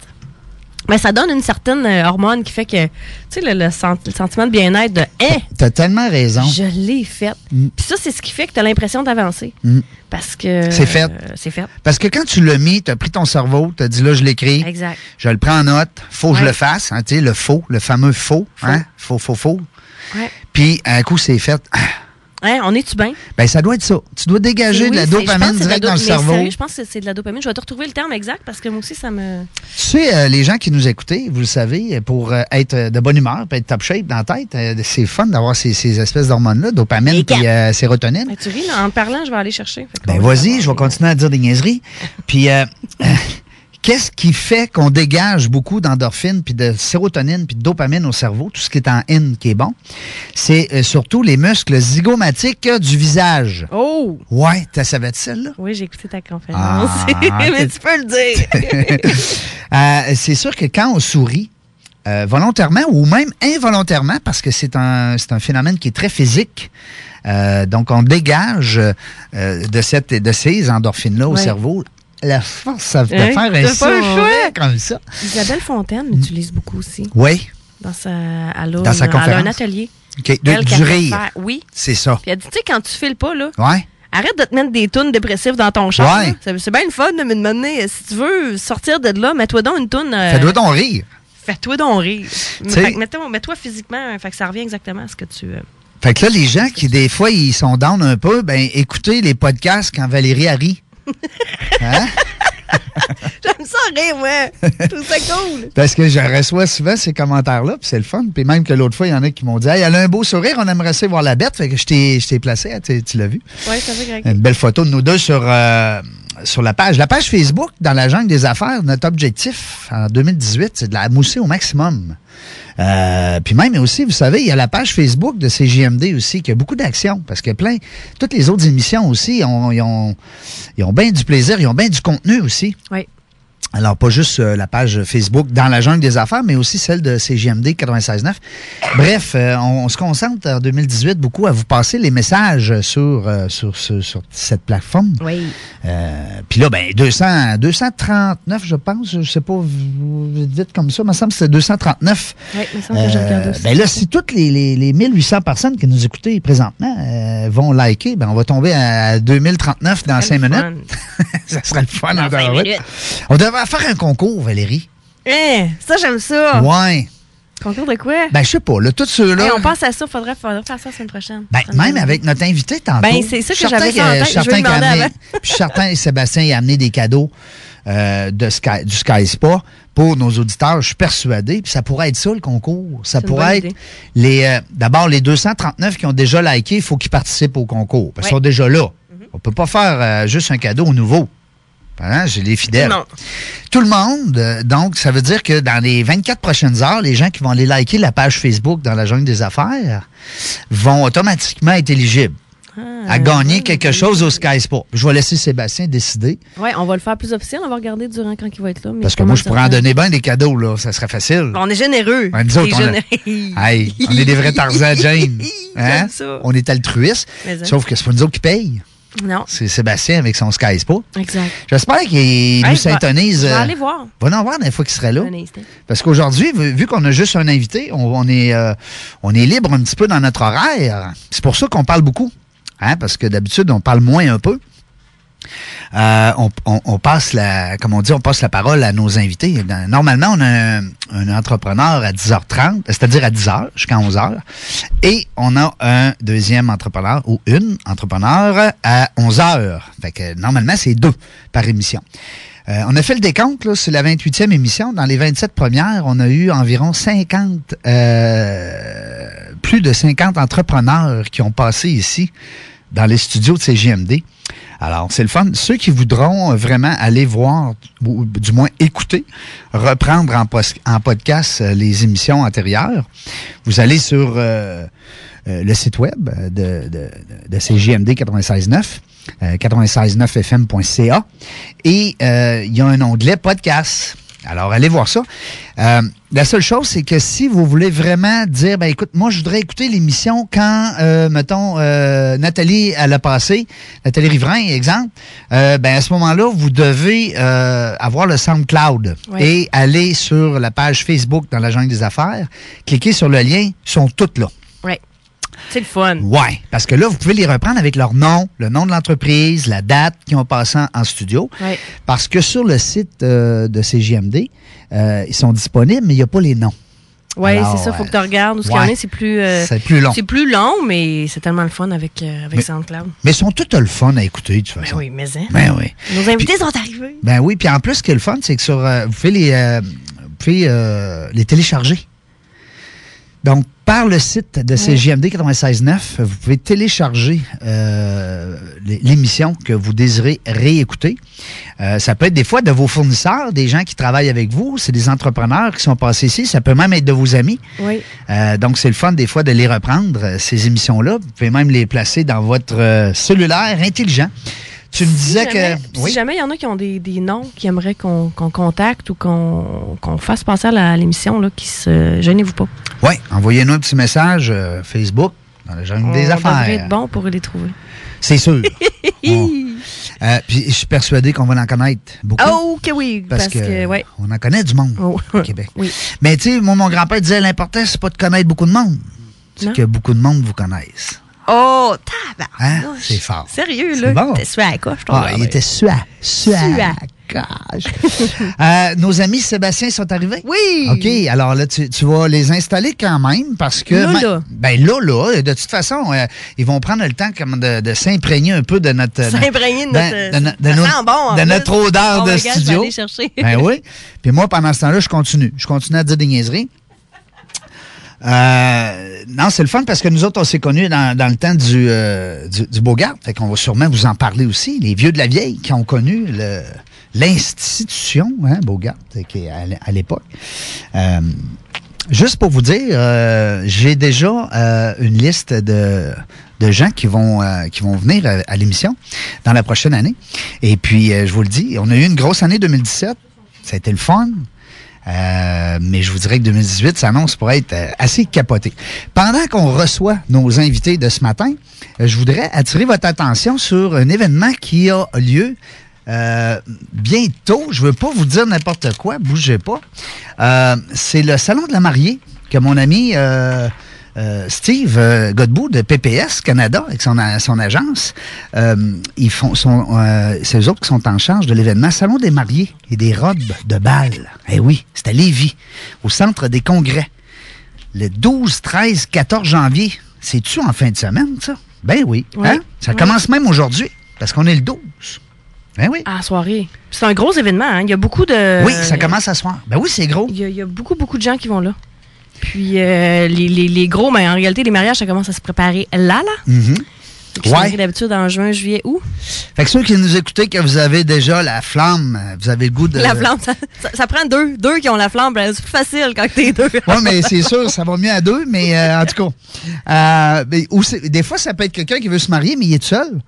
E: ben, ça donne une certaine euh, hormone qui fait que, tu sais, le, le sent- le sentiment de bien-être de « Hein,
D: T'as tellement raison.
E: je l'ai faite.
D: Mm.
E: Puis ça, c'est ce qui fait que tu as l'impression d'avancer.
D: Mm.
E: Parce que.
D: C'est fait.
E: euh, c'est fait.
D: Parce que quand tu l'as mis, t'as pris ton cerveau, t'as dit là, je l'écris.
E: Exact.
D: Je le prends en note. Faut que je
E: Ouais.
D: le fasse. hein, tu sais, le faux, le fameux faux. Hein? Faux, faux, faux.
E: Ouais.
D: Puis, à un coup, c'est fait. Ah,
E: Hein, on est-tu bien?
D: Ben, ça doit être ça. Tu dois dégager
E: Oui,
D: de la
E: c'est- je pense que
D: dopamine
E: c'est de la
D: direct dans le
E: do- mais
D: cerveau.
E: sérieux, je pense que c'est de la dopamine. Je vais te retrouver le terme exact parce que moi aussi, ça me.
D: Tu sais, euh, les gens qui nous écoutaient, vous le savez, euh, pour euh, être euh, de bonne humeur, puis être top shape dans la tête, euh, c'est fun d'avoir ces, ces espèces d'hormones-là, dopamine puis euh, sérotonine.
E: Mais tu ris, là, en te parlant, je vais aller chercher. Fait que-
D: Ben vas-y, je vais continuer à dire des niaiseries. Puis euh, qu'est-ce qui fait qu'on dégage beaucoup d'endorphines, puis de sérotonine, puis de dopamine au cerveau, tout ce qui est en N qui est bon, c'est euh, surtout les muscles zygomatiques euh, du visage.
E: Oh!
D: Ouais, tu savais de celle-là?
E: Oui, j'ai écouté ta conférence.
D: Ah,
E: mais
D: ok.
E: tu peux le dire.
D: Euh, c'est sûr que quand on sourit, euh, volontairement ou même involontairement, parce que c'est un, c'est un phénomène qui est très physique. euh, donc, on dégage euh, de, cette, de ces endorphines-là au
E: Ouais.
D: cerveau la force à- de
E: Hein?
D: faire
E: T'as
D: un
E: pas le choix.
D: sourire comme ça.
E: Isabelle Fontaine l'utilise beaucoup aussi.
D: Oui,
E: Dans sa, elle a
D: Dans sa
E: une- elle a
D: conférence?
E: un atelier.
D: OK, de-
E: Elle,
D: du
E: qu'elle fait
D: rire.
E: faire- Oui.
D: c'est ça.
E: Puis elle dit, tu sais, quand tu files pas, là,
D: Ouais.
E: Arrête de te mettre des tunes dépressives dans ton char.
D: Ouais.
E: là. C'est c'est bien le fun, là, mais de m'amener, euh, si tu veux sortir de là, mets-toi donc une tune. euh,
D: Fais-toi ton rire.
E: Fais-toi donc rire.
D: sais-
E: Fait que mettons- Mets-toi physiquement, euh, fait que ça revient exactement à ce que tu. euh,
D: Fait que là, les gens qui, des fois, ils sont down un peu, ben écoutez les podcasts quand Valérie arrive. Hein?
E: J'aime ça rire, ouais. Je trouve ça cool.
D: Parce que je reçois souvent ces commentaires-là, puis c'est le fun. Puis même que l'autre fois, il y en a qui m'ont dit Hey, elle a un beau sourire, on aimerait ça voir la bête. Fait que je t'ai je t'ai placé, hein, tu tu l'as vu.
E: Ouais, ça fait Greg.
D: Une belle photo de nous deux sur, euh, sur la page. La page Facebook, dans la jungle des affaires, notre objectif en 2018, c'est de la mousser au maximum. Euh, puis même aussi, vous savez, il y a la page Facebook de CJMD aussi, qui a beaucoup d'action, parce que plein, toutes les autres émissions aussi, ont- ils ont, ils ont bien du plaisir, ils ont bien du contenu aussi.
E: Oui.
D: Alors, pas juste euh, la page Facebook dans la jungle des affaires, mais aussi celle de CGMD 96.9. Bref, euh, on, on se concentre en 2018 beaucoup à vous passer les messages sur, euh, sur, sur- sur cette plateforme.
E: Oui.
D: Euh, Puis là, ben 200, 239, je pense, je sais pas, vous vous dites comme ça, il me semble que c'est 239.
E: Ouais, il me semble que j'ai regardé
D: Euh,
E: aussi.
D: ben là, si toutes les, les- les 1800 personnes qui nous écoutez présentement euh, vont liker, ben on va tomber à 2039 dans 5 minutes. ça serait le fun. en tabarouette.
E: minutes.
D: On devrait faire un concours, Valérie.
E: Hein, ça, j'aime ça.
D: Ouais.
E: Concours de quoi?
D: Ben, je sais pas, là, tous ceux-là.
E: Hey, on pense à ça, faudrait, faudrait faire ça la semaine prochaine.
D: Ben, même avec notre invité tantôt.
E: Ah, Ben, c'est ça
D: Je
E: que
D: suis certain
E: j'avais ça en
D: que-
E: tête.
D: je suis
E: Je vais
D: certain
E: lui demander
D: qu'il a
E: avant.
D: amené- je suis certain que Sébastien a amené des cadeaux euh, de Sky- du Sky Spa pour nos auditeurs. Je suis persuadé. Puis ça pourrait être ça, le concours. Ça
E: C'est une bonne
D: pourrait être
E: idée.
D: les. euh, D'abord, les 239 qui ont déjà liké, il faut qu'ils participent au concours. Parce qu'ils
E: Ouais. Mm-hmm.
D: sont déjà là. On peut pas faire euh, juste un cadeau au nouveau. Hein, J'ai les fidèles.
E: Tout le monde.
D: Tout le monde. euh, Donc, ça veut dire que dans les 24 prochaines heures, les gens qui vont aller liker la page Facebook dans la jungle des affaires vont automatiquement être éligibles
E: Ah,
D: à gagner quelque chose au Sky Sport. Je vais laisser Sébastien décider.
E: Ouais, on va le faire plus officiel, on va regarder durant quand il va être là. mais
D: Parce que
E: comment
D: moi, je
E: ça
D: pourrais en
E: va?
D: donner bien des cadeaux, là. Ça serait facile.
E: On est généreux.
D: Ouais, nous autres,
E: Des
D: on a-
E: généreux.
D: Hey, on est des vrais Tarzan Jane. Hein?
E: J'aime ça.
D: On est altruistes.
E: Mais, hein.
D: Sauf que c'est pas nous autres qui payent.
E: Non,
D: C'est Sébastien avec son Sky Spa.
E: exact.
D: J'espère qu'il
E: Hey,
D: nous
E: je vais-
D: syntonise.
E: je vais
D: euh,
E: aller voir.
D: Va en voir des fois qu'il serait là.
E: Un instant.
D: Parce qu'aujourd'hui, vu, vu qu'on a juste un invité, on, on est, euh, on est libre un petit peu dans notre horaire. C'est pour ça qu'on parle beaucoup. Hein, parce que d'habitude, on parle moins un peu. Euh, on, on- on passe la, comme on dit, on passe la parole à nos invités. Dans- Normalement, on a un, un entrepreneur à 10h30, c'est-à-dire à 10h jusqu'à 11h. Et on a un deuxième entrepreneur ou une entrepreneur à 11h. Fait que normalement, c'est deux par émission. Euh, on a fait le décompte, là, c'est la 28e émission. Dans les 27 premières, on a eu environ 50, euh, plus de 50 entrepreneurs qui ont passé ici dans les studios de CGMD. Alors, c'est le fun. Ceux qui voudront euh, vraiment aller voir, ou du moins écouter, reprendre en, pos- en podcast euh, les émissions antérieures, vous allez sur euh, euh, le site web euh, de, de, de CGMD 96.9, euh, 96.9fm.ca, et euh, il y a un onglet podcast. Alors, allez voir ça. Euh, la seule chose, c'est que si vous voulez vraiment dire, ben écoute, moi, je voudrais écouter l'émission quand, euh, mettons, euh, Nathalie, elle a passé, Nathalie Riverain, exemple, euh, ben à ce moment-là, vous devez euh, avoir le SoundCloud
K: Ouais.
D: et aller sur la page Facebook dans la jungle des affaires, cliquez sur le lien, ils sont toutes là.
E: Ouais. C'est le fun.
D: Ouais, parce que là, vous pouvez les reprendre avec leur nom, le nom de l'entreprise, la date qu'ils ont passé en- en studio.
E: Ouais.
D: Parce que sur le site euh, de CJMD, euh, ils sont disponibles, mais il n'y a pas les noms.
E: Ouais,
D: Alors,
E: c'est ça, faut
D: euh,
E: que tu regardes où ce qu'il y en
D: ouais.
E: est, c'est plus euh,
D: C'est plus long.
E: C'est plus long, mais c'est tellement le fun avec euh, avec
D: Mais-
E: SoundCloud.
D: Mais ils sont tous le fun à écouter, de toute façon.
E: Oui, mais hein.
D: Ben oui.
E: Nos invités sont arrivés.
D: Ben oui, puis en plus, ce qui est le fun, c'est que sur, euh, vous pouvez, les, euh, vous pouvez, euh, les télécharger. Donc, par le site de CJMD 96.9, vous pouvez télécharger euh, l- l'émission que vous désirez réécouter. Euh, ça peut être des fois de vos fournisseurs, des gens qui travaillent avec vous, c'est des entrepreneurs qui sont passés ici, ça peut même être de vos amis.
E: Oui.
D: Euh, donc, c'est le fun des fois de les reprendre, euh, ces émissions-là. Vous pouvez même les placer dans votre euh, cellulaire intelligent. Tu me disais
E: jamais,
D: que...
E: Si jamais il y en a qui ont des, des noms qui aimeraient qu'on qu'on contacte ou qu'on qu'on fasse penser à la- à l'émission, là, qui se. Gênez-vous pas.
D: Oui, envoyez-nous un petit message euh, Facebook dans le jungle
E: On
D: des
E: devrait
D: affaires.
E: être bon pour les trouver.
D: C'est sûr. On- Euh, puis je suis persuadé qu'on va en connaître beaucoup.
E: Oh, que oui.
D: parce, Hein?
E: Parce, que, ouais. Oh,
D: on en connaît du monde au Québec. Mais tu sais, moi, mon grand-père disait l'important, c'est pas de connaître beaucoup de monde, c'est
E: Non.
D: que beaucoup de monde vous connaissent.
E: Oh, tabac.
D: Hein? C'est fort.
E: Sérieux,
D: C'est
E: là.
D: bon.
E: T'es sué à quoi, je
D: Ah, il était suat. Suat. Euh, nos amis Sébastien sont arrivés?
E: Oui.
D: OK, alors là, tu, tu vas les installer quand même parce que.
E: Là,
D: ma-
E: là.
D: Ben là, là, de toute façon, euh, ils vont prendre le temps comme de, de s'imprégner un peu de notre.
E: S'imprégner de notre-
D: no-
E: ça
D: no-
E: sent bon, en
D: de
E: plus.
D: notre odeur
E: Oh
D: de
E: my God, je vais
D: studio.
E: aller chercher.
D: Ben oui. Puis moi, pendant ce temps-là, je continue. Je continue à dire des niaiseries. Euh, non, c'est le fun parce que nous autres, on s'est connus dans, dans le temps du, euh, du, du Beaugarde. Fait qu'on va sûrement vous en parler aussi. Les vieux de la vieille qui ont connu le- l'institution, hein, Beaugarde, qui est à l'é- à l'époque. Euh, juste pour vous dire, euh, j'ai déjà euh, une liste de, de gens qui vont, euh, qui vont venir à, à l'émission dans la prochaine année. Et puis, euh, je vous le dis, on a eu une grosse année 2017. Ça a été le fun. Euh, mais je vous dirais que 2018 s'annonce pour être euh, assez capoté. Pendant qu'on reçoit nos invités de ce matin, euh, je voudrais attirer votre attention sur un événement qui a lieu euh, bientôt. Je veux pas vous dire n'importe quoi, bougez pas. Euh, C'est le salon de la mariée que mon ami euh, euh, Steve euh, Godbout de PPS Canada avec son, a- son agence, euh, ils font, sont, euh, c'est eux autres qui sont en charge de l'événement Salon des mariés et des robes de bal. Eh oui, c'est à Lévis, au centre des congrès. Le 12, 13, 14 janvier, c'est-tu en fin de semaine, ça? Ben oui.
E: Oui,
D: hein? Ça
E: oui.
D: commence même aujourd'hui, parce qu'on est le 12. Ben oui.
E: À la soirée. Puis C'est un gros événement. hein. Il y a beaucoup de.
D: Oui, ça commence à soir. Ben oui, c'est gros.
E: Il y, a, il y a beaucoup, beaucoup de gens qui vont là. Puis euh, les, les- les gros, mais en réalité, les mariages, ça commence à se préparer là, là.
D: Mhm.
E: Qui sont
D: Ouais.
E: mariés d'habitude en juin, juillet, août.
D: Fait que ceux qui nous écoutez, que vous avez déjà la flamme, vous avez le goût de...
E: La flamme, ça, ça- ça prend deux. Deux qui ont la flamme, ben, c'est plus facile quand t'es deux.
D: Oui, mais c'est sûr, ça va mieux à deux, mais euh, en tout cas. Euh, mais, ou c'est- des fois, ça peut être quelqu'un qui veut se marier, mais il est tout seul.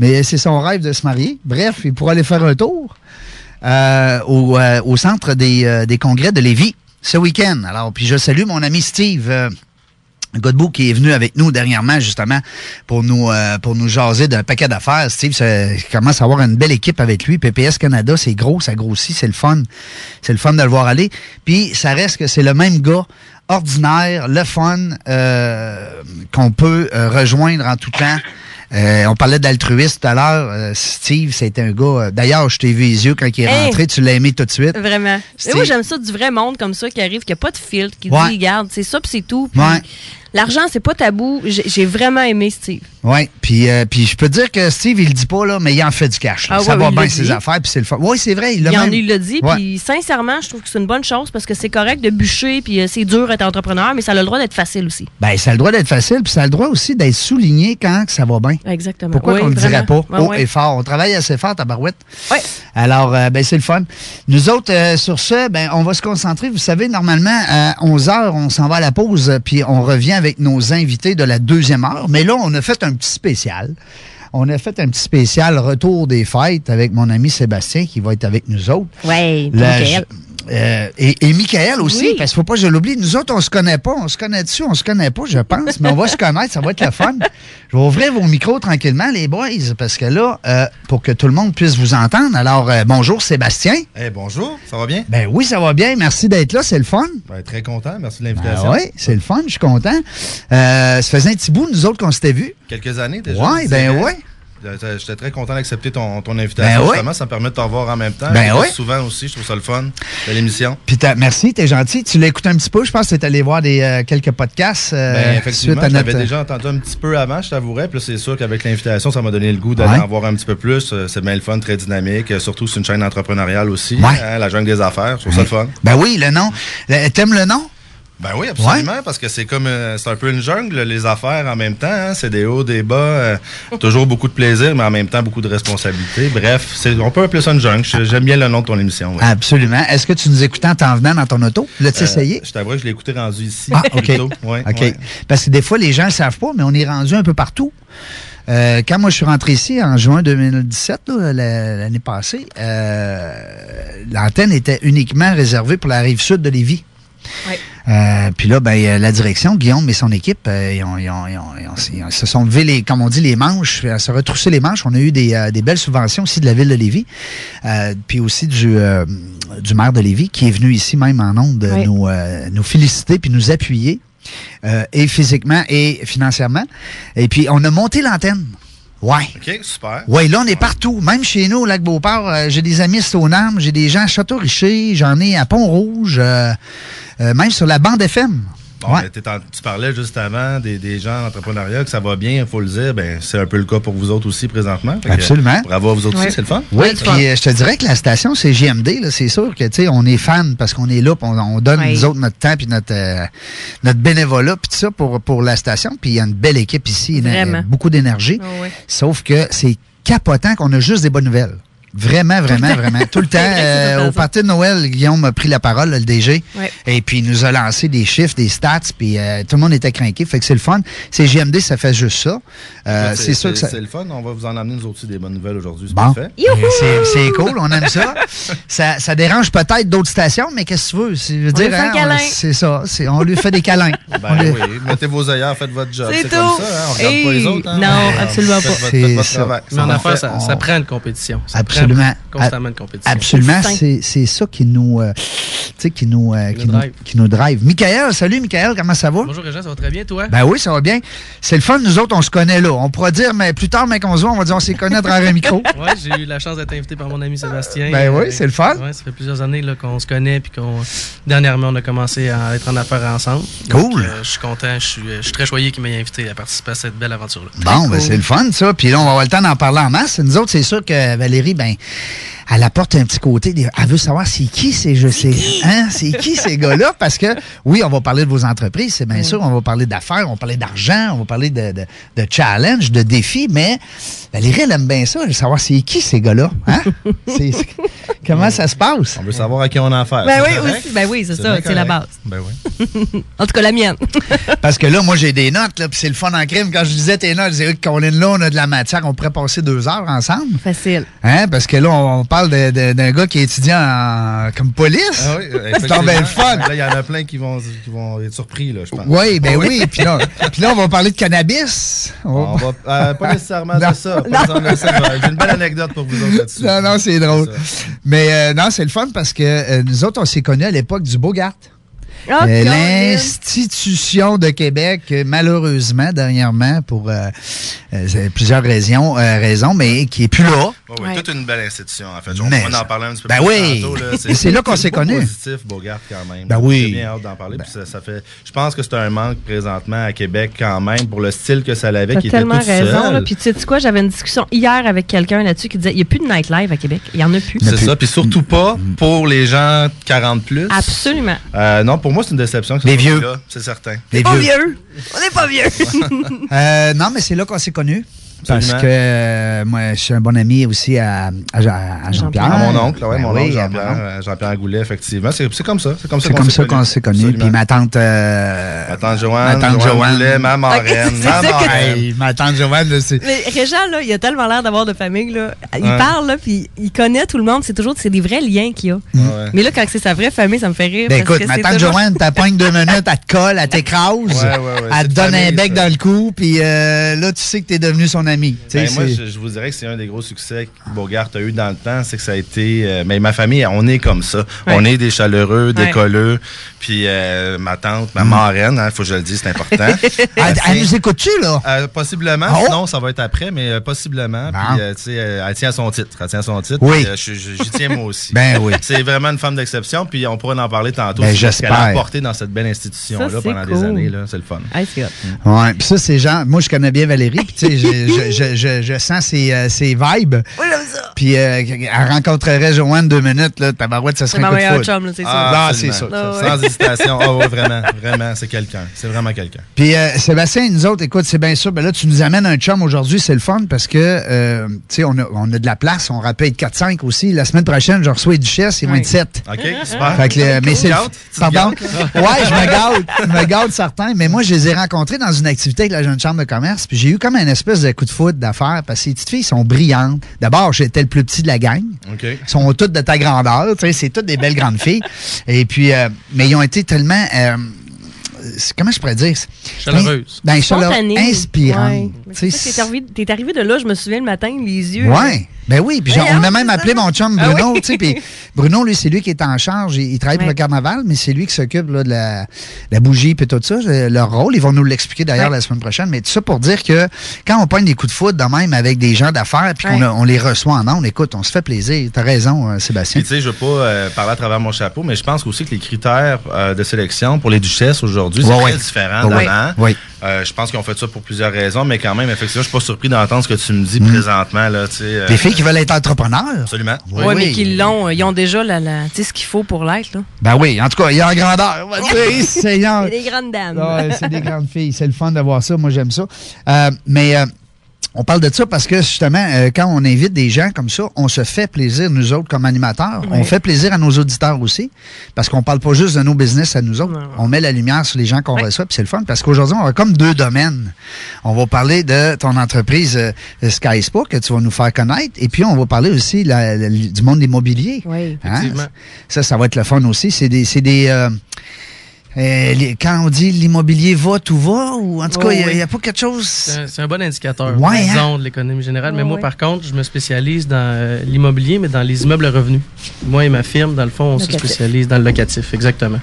D: Mais c'est son rêve de se marier. Bref, il pourra aller faire un tour euh, au, euh, au centre des, euh, des congrès de Lévis ce week-end. Alors, puis je salue mon ami Steve. euh, Godbout qui est venu avec nous dernièrement, justement, pour nous, euh, pour nous jaser d'un paquet d'affaires. Steve ça- il commence à avoir une belle équipe avec lui. PPS Canada, c'est gros, ça grossit, c'est le fun. C'est le fun de le voir aller. Puis ça reste que c'est le même gars, ordinaire, le fun, euh, qu'on peut euh, rejoindre en tout temps. Euh, on parlait d'altruiste tout à l'heure. Euh, Steve, c'était un gars. euh, D'ailleurs, je t'ai vu les yeux quand il est
E: Hey! Euh,
D: rentré. Tu l'as aimé tout de suite.
E: Vraiment.
D: C'est-
E: Et moi, j'aime ça du vrai monde comme ça qui arrive, qui n'a pas de filtre, qui
D: Ouais.
E: dit, regarde, c'est ça, puis c'est tout. Puis
D: Ouais.
E: L'argent, c'est pas tabou. J'ai j'ai vraiment aimé Steve.
D: Oui, puis, euh, puis je peux te dire que Steve, il le dit pas, là, mais il en fait du cash. là.
E: Ah
D: ça
E: ouais,
D: va
E: oui, il
D: bien
E: le
D: ses
E: dit.
D: affaires, puis c'est le fun. Oui, c'est vrai, il
E: Il,
D: l'a
E: en
D: même-
E: il l'a dit,
D: Ouais.
E: puis sincèrement, je trouve que c'est une bonne chose parce que c'est correct de bûcher, puis euh, c'est dur d'être entrepreneur, mais ça a le droit d'être facile aussi.
D: Ben, ça a le droit d'être facile, puis ça a le droit aussi d'être souligné quand que ça va bien.
E: Exactement.
D: Pourquoi
E: Oui,
D: qu'on ne le dirait pas?
E: vraiment. Ouais,
D: haut
E: ouais.
D: et fort. On travaille assez fort, tabarouette. Oui. Alors, euh, ben, c'est le fun. Nous autres, euh, sur ce, ben, on va se concentrer. Vous savez, normalement, à 11 h on s'en va à la pause, euh, puis on revient avec nos invités de la deuxième heure. Mais là, on a fait un petit spécial. On a fait un petit spécial retour des fêtes avec mon ami Sébastien qui va être avec nous autres.
E: Oui,
D: La-
E: Michael.
D: euh, et, et Michael aussi, parce qu'il faut pas que je l'oublie. Nous autres, on se connaît pas. On se connaît dessus, on se connaît pas, je pense, mais on va se connaître. Ça va être le fun. Je vais ouvrir vos micros tranquillement, les boys, parce que là, euh, pour que tout le monde puisse vous entendre. Alors, euh, bonjour, Sébastien.
K: Eh, bonjour, ça va bien?
D: Ben oui, ça va bien. Merci d'être là. C'est le fun.
K: Ben, très content, merci de
D: Ah
K: l'invitation.
D: oui, c'est le fun. Je suis content. Euh, ça faisait un petit bout, nous autres, qu'on s'était vus.
K: Quelques années déjà.
D: Ouais,
K: je
D: ben
K: dirais.
D: ouais.
K: Euh, J'étais très content d'accepter ton, ton invitation.
D: Ben ouais.
K: justement, ça me permet de te revoir en même temps.
D: Ben
K: Je l'écoute
D: ouais.
K: Souvent aussi, je trouve ça le fun de l'émission.
D: Puis t'as- merci, t'es gentil. Tu l'as écouté un petit peu. Je pense que t'es allé voir des, euh, quelques podcasts euh,
K: Ben, effectivement,
D: suite à
K: je l'avais
D: notre...
K: déjà entendu un petit peu avant, je t'avouerais. Puis là, c'est sûr qu'avec l'invitation, ça m'a donné le goût d'aller
D: Ouais.
K: en voir un petit peu plus. Euh, C'est bien le fun, très dynamique. Euh, Surtout, c'est une chaîne entrepreneuriale aussi.
D: Ouais.
K: hein, la jungle des affaires, je trouve ça le fun.
D: Ben oui, le nom. Le- T'aimes le nom?
K: Ben oui, absolument, parce que c'est comme euh, c'est un peu une jungle, les affaires en même temps. hein. c'est des hauts, des bas, euh, toujours beaucoup de plaisir, mais en même temps beaucoup de responsabilités. Bref, c'est- on peut appeler ça une jungle. Je- J'aime bien le nom de ton émission. ouais.
D: Absolument. Est-ce que tu nous écoutais en t'en venant dans ton auto? Ah, L'as-tu
K: Euh,
D: essayé?
K: Je t'avoue que je l'ai écouté rendu ici.
D: Ah, OK.
K: plutôt. Ouais,
D: OK.
K: ouais.
D: Parce que des fois, les gens ne le savent pas, mais on est rendu un peu partout. Euh, quand moi, je suis rentré ici en juin 2017, là, la- l'année passée, euh, l'antenne était uniquement réservée pour la rive sud de Lévis. Euh, puis là, ben, euh, la direction, Guillaume et son équipe, euh, ils, ont- ils ont- ils ont- ils ont- ils ont- ils se sont levés, les, comme on dit, les manches, euh, se retrousser les manches. On a eu des, euh, des belles subventions aussi de la ville de Lévis, euh, puis aussi du, euh, du maire de Lévis, qui est venu ici même en ondes euh,
R: Oui.
D: nous, euh, nous féliciter puis nous appuyer, euh, et physiquement et financièrement. Et puis, on a monté l'antenne. Ouais.
K: OK, super.
D: Oui, là, on est partout. Même chez nous, au Lac-Beauport, euh, j'ai des amis à Stoneham, j'ai des gens à Château-Richer, j'en ai à Pont-Rouge, euh, euh, même sur la bande FM.
K: Bon, ben, t'es en- tu parlais juste avant des, des gens d'entrepreneuriat, que ça va bien, il faut le dire. Ben, c'est un peu le cas pour vous autres aussi présentement. Fait que,
D: Absolument.
K: Bravo à vous autres aussi, c'est le fun.
D: Oui, puis euh, je te dirais que la station, c'est JMD, là, c'est sûr que, tu sais, on est fan parce qu'on est là, puis on, on donne,
K: Oui.
D: nous autres, notre temps, puis notre, euh, notre bénévolat, puis tout ça pour, pour la station. Puis il y a une belle équipe ici, une-
E: Vraiment.
D: beaucoup d'énergie. Sauf que c'est capotant qu'on a juste des bonnes nouvelles. Vraiment, vraiment, vraiment. Tout le temps. euh, au party de Noël, Guillaume a pris la parole, le DG.
E: Ouais.
D: Et puis, il nous a lancé des chiffres, des stats, puis euh, tout le monde était craqué. Fait que c'est le fun. C'est JMD, ça fait juste ça. Euh, c'est sûr que ça.
K: C'est le fun, on va vous en amener nous aussi des bonnes nouvelles aujourd'hui. c'est
D: Bon, Ben,
K: parfait.
D: c'est c'est cool, on aime ça. ça, ça dérange peut-être d'autres stations, mais qu'est-ce que tu veux? C'est- je
K: On lui
D: veux hein,
K: fait un
D: on-
K: câlin.
D: C'est ça, c'est- on lui fait des câlins.
K: Ben
D: On lui-
K: oui, mettez vos ailleurs, faites votre job.
D: C'est
K: C'est comme
D: tout.
K: ça, hein, on regarde pas les
D: Hey,
K: autres. hein.
D: non,
K: On-
D: absolument
K: faites
D: pas.
K: votre-
D: C'est
K: faites votre
D: ça. Ah.
K: travail.
S: Mais en
K: On
S: affaires,
K: fait-
S: ça,
K: on-
S: ça prend une compétition. Ça
D: Absolument.
S: Prend constamment une compétition.
D: Absolument, c'est c'est ça qui nous, euh, tu sais, qui nous, euh, qui nous,
S: drive.
D: qui nous drive. Michael, salut Michael, comment ça va?
S: Bonjour Régent, ça va très bien, toi?
D: Ben oui, ça va bien. C'est le fun, nous autres, on se connaît là. On pourra dire, mais plus tard, mais qu'on se voit, on va dire on s'est connaît à travers un micro.
S: ouais, j'ai eu la chance d'être invité par mon ami Sébastien.
D: Ben oui,
S: Euh,
D: c'est le fun.
S: Ouais, ça fait plusieurs années là, qu'on se connaît puis qu'on dernièrement on a commencé à être en affaires ensemble. Donc,
D: Cool.
S: euh, je suis content, je suis, euh, je suis très joyeux qu'il m'ait invité à participer à cette belle aventure là.
D: Bon, ben c'est le fun, ça. Puis là, on va avoir le temps d'en parler en masse. Nous autres, c'est sûr que Valérie, ben, elle apporte un petit côté. des- Elle veut savoir c'est qui ces je sais. Hein? C'est qui ces gars-là? Parce que, oui, on va parler de vos entreprises, c'est bien sûr. On va parler d'affaires, on va parler d'argent, on va parler de, de, de challenge, de défis. Mais Valérie, elle aime bien ça, elle veut savoir c'est qui ces gars-là. Hein? C'est- c'est- comment ça se passe?
K: On veut savoir à qui on a affaire.
E: Ben
K: c'est
E: oui,
K: correct?
E: aussi. Ben oui, c'est
K: C'est
E: ça,
K: bien
E: c'est la
K: correct.
E: base.
K: Ben oui.
E: En tout cas, la mienne.
D: Parce que là, moi, j'ai des notes, là, puis c'est le fun en crime. Quand je disais tes notes, je disais, qu'on est là, on a de la matière, on pourrait passer deux heures ensemble.
E: Facile.
D: Hein? Parce que là, on on parle de- de- d'un gars qui est étudiant en- comme police.
K: Ah oui,
D: c'est donc bien le fun.
K: Là, il y en a plein qui vont, qui vont être surpris, là, je pense. Ah
D: Oui, ben oui. Puis là, puis là, on va parler de cannabis.
K: On va, euh, pas nécessairement
D: Non.
K: de ça. pas nécessairement de ça, mais J'ai une belle anecdote pour vous autres là-dessus.
D: Non, non, c'est drôle. Mais euh, non, c'est le fun parce que euh, nous autres, on s'est connus à l'époque du Bogart.
E: Oh,
D: Euh,
E: Colin.
D: L'Institution de Québec, euh, malheureusement, dernièrement, pour euh, euh, c'est plusieurs raisons, euh, raisons, mais qui est plus là.
K: Ouais, ouais, Toute une belle institution, en fait. On,
D: Mais
K: on
D: ça-
K: en parlait un petit peu
D: Ben
K: plus
D: oui.
K: tantôt. là.
D: Et c'est là qu'on s'est
K: beaucoup
D: connus.
K: positif, Bogart, quand même.
D: Ben oui.
K: J'ai bien hâte d'en parler. puis ça, ça fait, je pense que c'est un manque présentement à Québec, quand même, pour le style que ça avait,
E: T'as
K: qui était tout
E: tellement raison.
K: seul.
E: là. Puis tu sais tu sais quoi, j'avais une discussion hier avec quelqu'un là-dessus qui disait il n'y a plus de nightlife à Québec. Il n'y en a plus.
K: C'est ça, puis
D: Mm.
K: surtout pas pour les gens 40 plus.
E: Absolument.
K: Euh, non, pour moi, c'est une déception.
D: Les vieux.
K: Là, c'est certain.
D: Les
E: Pas vieux. On n'est pas vieux.
D: Euh, non, mais c'est là qu'on s'est connus. Parce
K: Absolument.
D: que euh, moi, je suis un bon ami aussi à, à Jean- à Jean-Pierre.
K: Ah, mon oncle, ouais,
D: Ben
K: mon
D: oui,
K: oncle
D: à mon
K: Jean-Pierre, euh, Jean-Pierre Goulet, effectivement. C'est c'est comme ça. C'est comme ça
D: C'est
K: qu'on
D: comme
K: s'est
D: ça
K: connus.
D: qu'on s'est connus. Puis ma tante. euh,
K: Ma tante Joanne,
D: Ma tante
K: Joanne
D: Joanne.
K: Goulet, ma marraine,
E: Ok, Ah, c'est
K: ma
E: ça que-
K: marraine.
D: Hey, ma tante Joanne, là, c'est.
E: Mais Régent, là, il a tellement l'air d'avoir de famille. Là. Il
D: Ouais.
E: parle, là, puis il connaît tout le monde. C'est toujours c'est des vrais liens qu'il y a. Mais là, quand c'est sa vraie famille, ça me fait rire.
D: Ben écoute,
E: parce que
D: ma
E: c'est
D: tante
E: toujours-
D: Joanne, t'appogne deux minutes, elle te colle, elle t'écrase,
K: Ouais, ouais, ouais, c'est
D: elle te
K: de
D: donne un
K: famille,
D: bec
K: ça.
D: dans le cou, puis euh, là, tu sais que t'es devenu son ami. Tu sais,
K: Ben, moi,
D: c'est-
K: je, je vous dirais que c'est un des gros succès que Bogart a eu dans le temps, c'est que ça a été. euh, mais ma famille, on est comme ça. On est des chaleureux, des
D: Ouais. Mm.
K: colleux. Puis euh, ma tante, ma marraine, il faut que je le dise, c'est
L: Hein?
K: important.
L: Ah,
D: elle, elle nous écoute-tu, là?
K: Euh, possiblement.
D: Ah, oh?
K: Non, ça va être après, mais euh, possiblement. Puis, euh, tu sais, euh, elle tient à son titre. Elle tient à son titre.
D: Oui.
K: Puis, euh, je- je- J'y tiens moi aussi.
D: Ben oui.
K: C'est vraiment une femme d'exception. Puis on pourra en parler tantôt.
D: Ben,
K: C'est ce qu'elle
D: j'espère.
K: a apporté dans cette belle institution-là
D: Ça, c'est
K: pendant des
D: cool.
K: années. là. C'est le fun.
E: Ah, hein.
D: Ouais, puis ça, c'est genre, moi, je connais bien Valérie, puis tu sais, je, je, je, je- je sens ses, euh, ses vibes. Puis euh, elle rencontrerait Joanne deux minutes, là, tabarouette, ça
E: C'est
D: serait ben un
E: ma
D: coup de
E: meilleure
D: foudre.
E: chum, là, c'est sûr.
D: Ah, c'est
K: absolument.
D: sûr.
E: Ah, ouais.
K: Sans hésitation. Ah, ouais, vraiment. Vraiment, c'est quelqu'un. C'est vraiment quelqu'un.
D: Puis euh, Sébastien, nous autres, écoute, c'est bien sûr, ben là, tu nous amènes un chum aujourd'hui, c'est le fun parce que, euh, tu sais, on a, on a de la place, on rappelle 4-5 aussi. La semaine prochaine, je reçois Duchesse, il va être 7.
K: OK, super.
D: Fait que, le- mais c'est le-
K: Gâte, tu te
D: Pardon?
K: gâtes, là?
D: ouais, je me gâte, je me gâte certains, mais moi, je les ai rencontrés dans une activité avec la jeune chambre de commerce, puis j'ai eu comme un espèce de coup de foudre d'affaires parce que ces petites filles sont brillantes. D'abord, j'étais le plus petit de la gang.
K: OK.
D: Ils sont toutes de ta grandeur, tu sais, c'est toutes des belles grandes filles. Et puis, euh, mais ils ont été tellement, euh, c'est- comment je pourrais dire?
S: Chaleureuses.
D: Ben, chaleureuses,
E: Spontané. Ouais.
D: inspirantes.
E: Mais
D: tu
E: c'est
D: sais,
E: ça que T'es arrivé, t'es arrivé de là, je me souviens le matin, les yeux.
D: Ouais. Ben oui, puis
E: Ouais,
D: genre, on a
E: hein,
D: même
E: c'est
D: appelé
E: ça.
D: mon chum
E: Ah
D: Bruno,
E: oui.
D: tu sais, puis Bruno, lui, c'est lui qui est en charge, il, il travaille pour
E: Ouais.
D: le carnaval, mais c'est lui qui s'occupe là, de la, la bougie puis tout ça, euh, leur rôle, ils vont nous l'expliquer d'ailleurs
E: Ouais.
D: la semaine prochaine, mais tout ça pour dire que quand on pogne des coups de foudre de même avec des gens d'affaires, puis qu'on
K: Ouais.
D: a- on les reçoit en ondes, écoute, on se fait plaisir, t'as raison, euh, Sébastien.
K: Puis, tu sais, je veux pas euh, parler à travers mon chapeau, mais je pense aussi que les critères euh, de sélection pour les duchesses aujourd'hui, c'est
D: Ouais,
K: très
D: ouais.
K: différent
D: Ouais.
K: d'avant.
D: Oui.
K: Euh, je pense qu'on fait ça pour plusieurs raisons, mais quand même, effectivement, je suis pas surpris d'entendre ce que tu me dis présentement. Là, tu sais, euh,
D: Les Hmm. filles qui veulent être entrepreneurs.
K: Absolument.
E: Ouais, mais qu'ils l'ont, euh, ils ont déjà la, la- tu sais, ce qu'il faut pour l'être. là.
D: Ben oui, en tout cas, il y a en grandeur. on va dire, Seigneur.
E: C'est des grandes dames.
D: Ah Ouais, c'est des grandes filles. C'est le fun de voir ça. Moi, j'aime ça. Euh, mais euh, on parle de ça parce que, justement, euh, quand on invite des gens comme ça, on se fait plaisir, nous autres, comme animateurs.
R: Ouais.
D: On fait plaisir à nos auditeurs aussi. Parce qu'on parle pas juste de nos business à nous autres. On met la lumière sur les gens qu'on reçoit. Puis c'est le fun. Parce qu'aujourd'hui, on a comme deux domaines. On va parler de ton entreprise euh, Sky Spa que tu vas nous faire connaître. Et puis, on va parler aussi la- la- du monde de l'immobilier.
E: Oui.
D: Hein? Ça, ça va être le fun aussi. C'est des. c'est des, euh, euh, les- quand on dit l'immobilier va, tout va, ou en tout cas, il n'y a, pas quelque chose.
S: C'est un- C'est un bon indicateur.
D: Ouais, hein?
S: disons, de l'économie générale. Mais
D: Ouais,
S: moi,
D: ouais.
S: par contre, je me spécialise dans euh, l'immobilier, mais dans les immeubles à revenus. Moi et ma firme, dans le fond, on se
D: Locatif.
S: spécialise dans le locatif, exactement.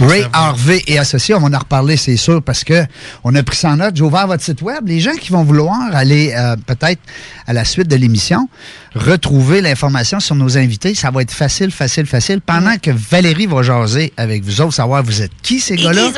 D: Ray Harvey et Associés, on va en reparler, c'est sûr, parce que on a pris ça en note. J'ai ouvert votre site web. Les gens qui vont vouloir aller euh, peut-être à la suite de l'émission, retrouver l'information sur nos invités, ça va être facile, facile, facile. Pendant que Valérie va jaser avec vous autres, savoir vous êtes qui ces gars-là.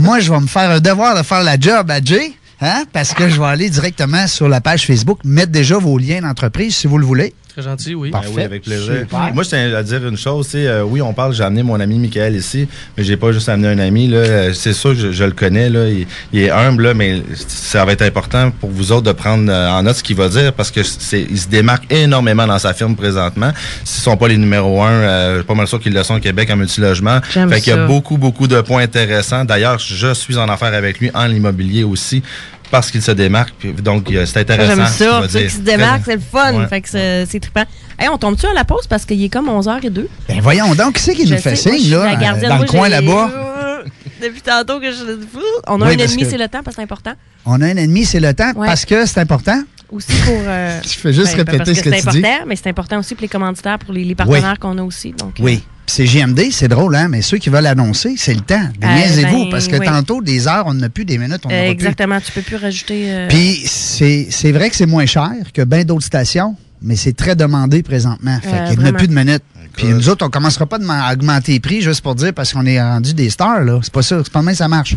D: moi, je vais me faire un devoir de faire la job à Jay. Hein? Parce que je vais aller directement sur la page Facebook, mettre déjà vos liens d'entreprise si vous le voulez.
S: Très gentil, oui.
K: Ben oui, avec plaisir.
S: Super.
K: Moi, je tiens à dire une chose, c'est euh, oui, on parle, j'ai amené mon ami Michael ici, mais j'ai pas juste amené un ami. là. Euh, C'est sûr que je, je le connais, là, il, il est humble, là, mais ça va être important pour vous autres de prendre euh, en note ce qu'il va dire parce que c'est, il se démarque énormément dans sa firme présentement. S'ils sont pas les numéros un, euh, je suis pas mal sûr qu'ils le sont au Québec en multilogement.
T: J'aime
K: fait qu'il y
T: ça.
K: a beaucoup, beaucoup de points intéressants. D'ailleurs, je suis en affaires avec lui en immobilier aussi parce qu'il se démarque. Puis, Donc, euh, c'est intéressant.
E: J'aime
K: ce qu'il
E: ça,
K: va
E: ceux
K: dire.
E: qui se démarquent, c'est le fun.
K: Ouais.
E: Fait que c'est, c'est trippant. Hey, on tombe-tu à la pause parce qu'il est comme 11h02?
D: Ben voyons donc, qui c'est qui
E: Je
D: nous fait
E: sais, moi, je
D: signe,
E: suis
D: là,
E: la gardienne.
D: euh, dans
E: Moi,
D: le coin
E: j'ai-
D: là-bas?
E: Depuis tantôt que je. On a
D: Oui,
E: un
D: parce
E: ennemi,
D: que-
E: c'est le temps parce que c'est important.
D: On a un ennemi, c'est le temps,
E: Ouais.
D: parce que c'est important.
E: Aussi pour. euh,
D: Je fais juste répéter
E: parce
D: ce que
E: c'est
D: tu dis.
E: important, Mais c'est important aussi pour les commanditaires, pour les, les partenaires
D: Oui.
E: qu'on a aussi. Donc, euh,
D: Oui. Puis C'est JMD, c'est drôle, hein, mais ceux qui veulent annoncer, c'est le temps.
E: Eh
D: Niaisez-vous,
E: ben,
D: parce que
E: oui.
D: tantôt, des heures, on n'a plus, des minutes, on n'a
E: Euh,
D: plus.
E: exactement, tu peux plus rajouter. euh,
D: Puis c'est c'est vrai que c'est moins cher que bien d'autres stations, mais c'est très demandé présentement. Fait
E: Euh,
D: qu'il n'y en a
E: vraiment.
D: plus de minutes. Puis nous autres, on commencera pas de ma- à augmenter les prix juste pour dire parce qu'on est rendu des stars, là. C'est pas ça, c'est pas même ça marche.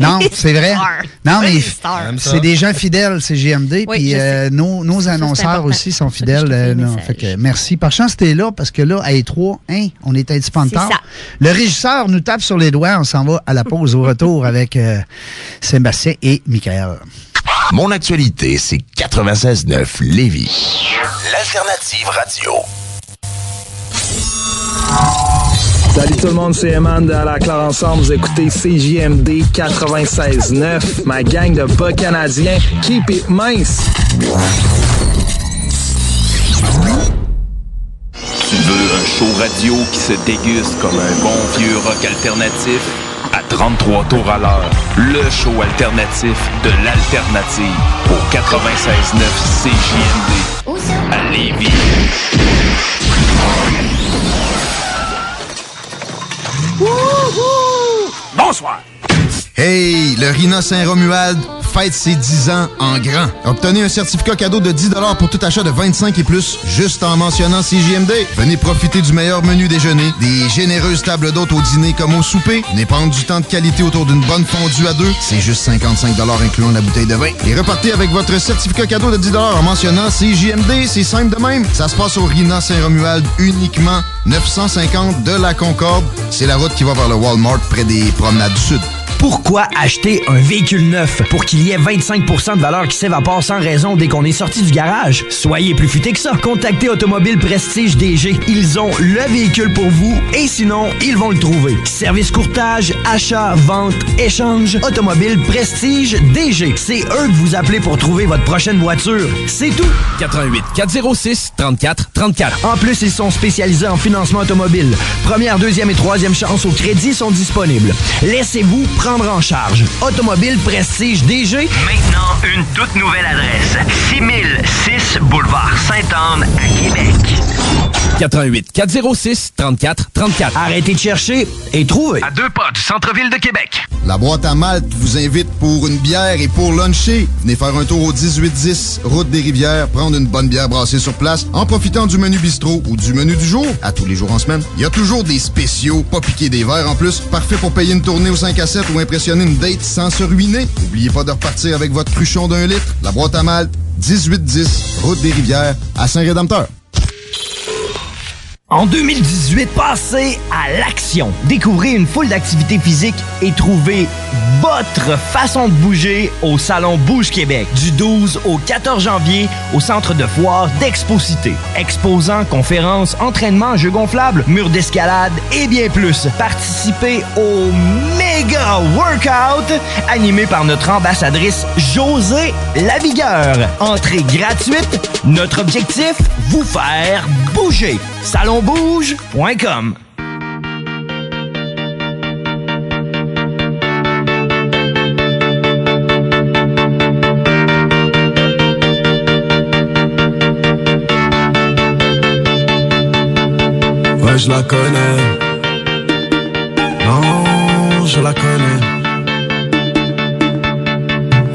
D: non, c'est vrai.
E: stars.
D: Non,
E: Oui,
D: mais
E: des stars. J'aime ça.
D: c'est des gens fidèles, c'est GMD.
E: Oui,
D: puis
E: je sais.
D: euh, nos, nos annonceurs
E: important.
D: aussi sont fidèles. euh, non. Fait que, merci. Par chance, t'es là parce que là, à E3, hein, on est un petit peu en
E: C'est
D: retard.
E: ça.
D: Le régisseur nous tape sur les doigts. On s'en va à la pause au retour avec euh, Sébastien et Michael.
C: Mon actualité, c'est 96.9 Lévis. L'alternative radio.
R: Salut tout le monde, c'est Eman de À la Claire Ensemble. Vous écoutez CJMD 96.9, ma gang de bas canadiens. Keep it mince!
T: Tu veux un show radio qui se déguste comme un bon vieux rock alternatif? À 33 tours à l'heure, le show alternatif de l'alternative pour 96.9 CJMD à Lévis.
L: Bonsoir! Hey, le Rina Saint-Romuald fête ses 10 ans en grand. Obtenez un certificat cadeau de 10 pour tout achat de 25 et plus, juste en mentionnant CJMD. Venez profiter du meilleur menu déjeuner, des généreuses tables d'hôtes au dîner comme au souper, une épargne du temps de qualité autour d'une bonne fondue à deux, c'est juste 55 incluant la bouteille de vin. Et repartez avec votre certificat cadeau de 10 en mentionnant CJMD, c'est simple de même. Ça se passe au Rina Saint-Romuald uniquement, 950 de la Concorde. C'est la route qui va vers le Walmart près des promenades du Sud.
F: Pourquoi acheter un véhicule neuf pour qu'il y ait 25 de valeur qui s'évapore sans raison dès qu'on est sorti du garage? Soyez plus futé que ça. Contactez Automobile Prestige DG. Ils ont le véhicule pour vous et sinon, ils vont le trouver. Service courtage, achat, vente, échange. Automobile Prestige DG. C'est eux que vous appelez pour trouver votre prochaine voiture. C'est tout.
H: 88 406 34 34.
F: En plus, ils sont spécialisés en financement automobile. Première, deuxième et troisième chance au crédit sont disponibles. Laissez-vous prendre en charge. Automobile Prestige DG.
U: Maintenant, une toute nouvelle adresse. 6006 Boulevard Sainte-Anne à Québec.
H: 88 406 34 34.
F: Arrêtez de chercher et trouvez.
T: À deux pas du centre-ville de Québec.
L: La boîte à Malte vous invite pour une bière et pour luncher. Venez faire un tour au 1810, route des Rivières, prendre une bonne bière brassée sur place en profitant du menu bistrot ou du menu du jour, à tous les jours en semaine. Il y a toujours des spéciaux, pas piquer des verres en plus, parfait pour payer une tournée au 5 à 7 ou impressionner une date sans se ruiner. N'oubliez pas de repartir avec votre cruchon d'un litre. La boîte à Malte, 1810, route des Rivières, à Saint-Rédempteur.
F: En 2018, passez à l'action. Découvrez une foule d'activités physiques et trouvez votre façon de bouger au Salon Bouge Québec du 12 au 14 janvier au centre de foire d'Exposité. Exposants, conférences, entraînements, jeux gonflables, murs d'escalade et bien plus. Participez au méga workout animé par notre ambassadrice José Lavigueur. Entrée gratuite. Notre objectif, vous faire bouger. Salonbouge.com
V: Ouais, je la connais. Non, je la connais.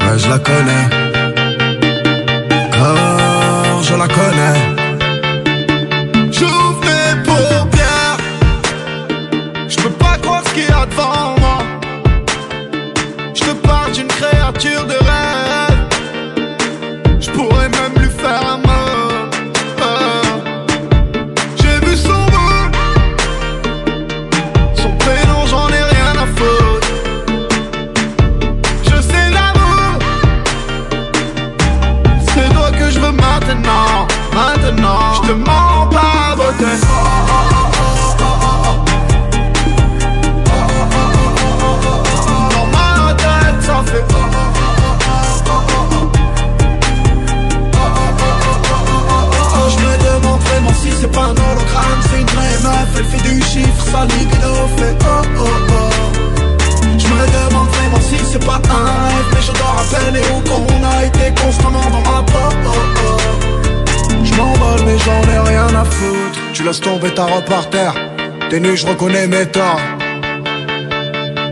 V: Ouais, je la connais. Car je la connais.
B: J'ouvre mes paupières. Je peux pas croire ce qu'il y a devant moi. Je te parle d'une créature de rêve. Je pourrais même lui faire un mort. J'ai vu son nom. Son prénom, j'en ai rien à foutre. Je sais l'amour. C'est toi que je veux maintenant, maintenant. Je te mens pas, beauté. Dans ma tête, ça fait.
W: Je me demande vraiment si c'est pas un hologramme C'est une vraie meuf, elle fait du chiffre, sa libido fait oh oh oh Je me demande vraiment si c'est pas un rêve Mais je dois rappeler où qu'on a été constamment dans ma peau oh oh Je m'envole mais j'en ai rien à foutre Tu laisses tomber ta robe par terre
A: T'es nu, je reconnais mes torts.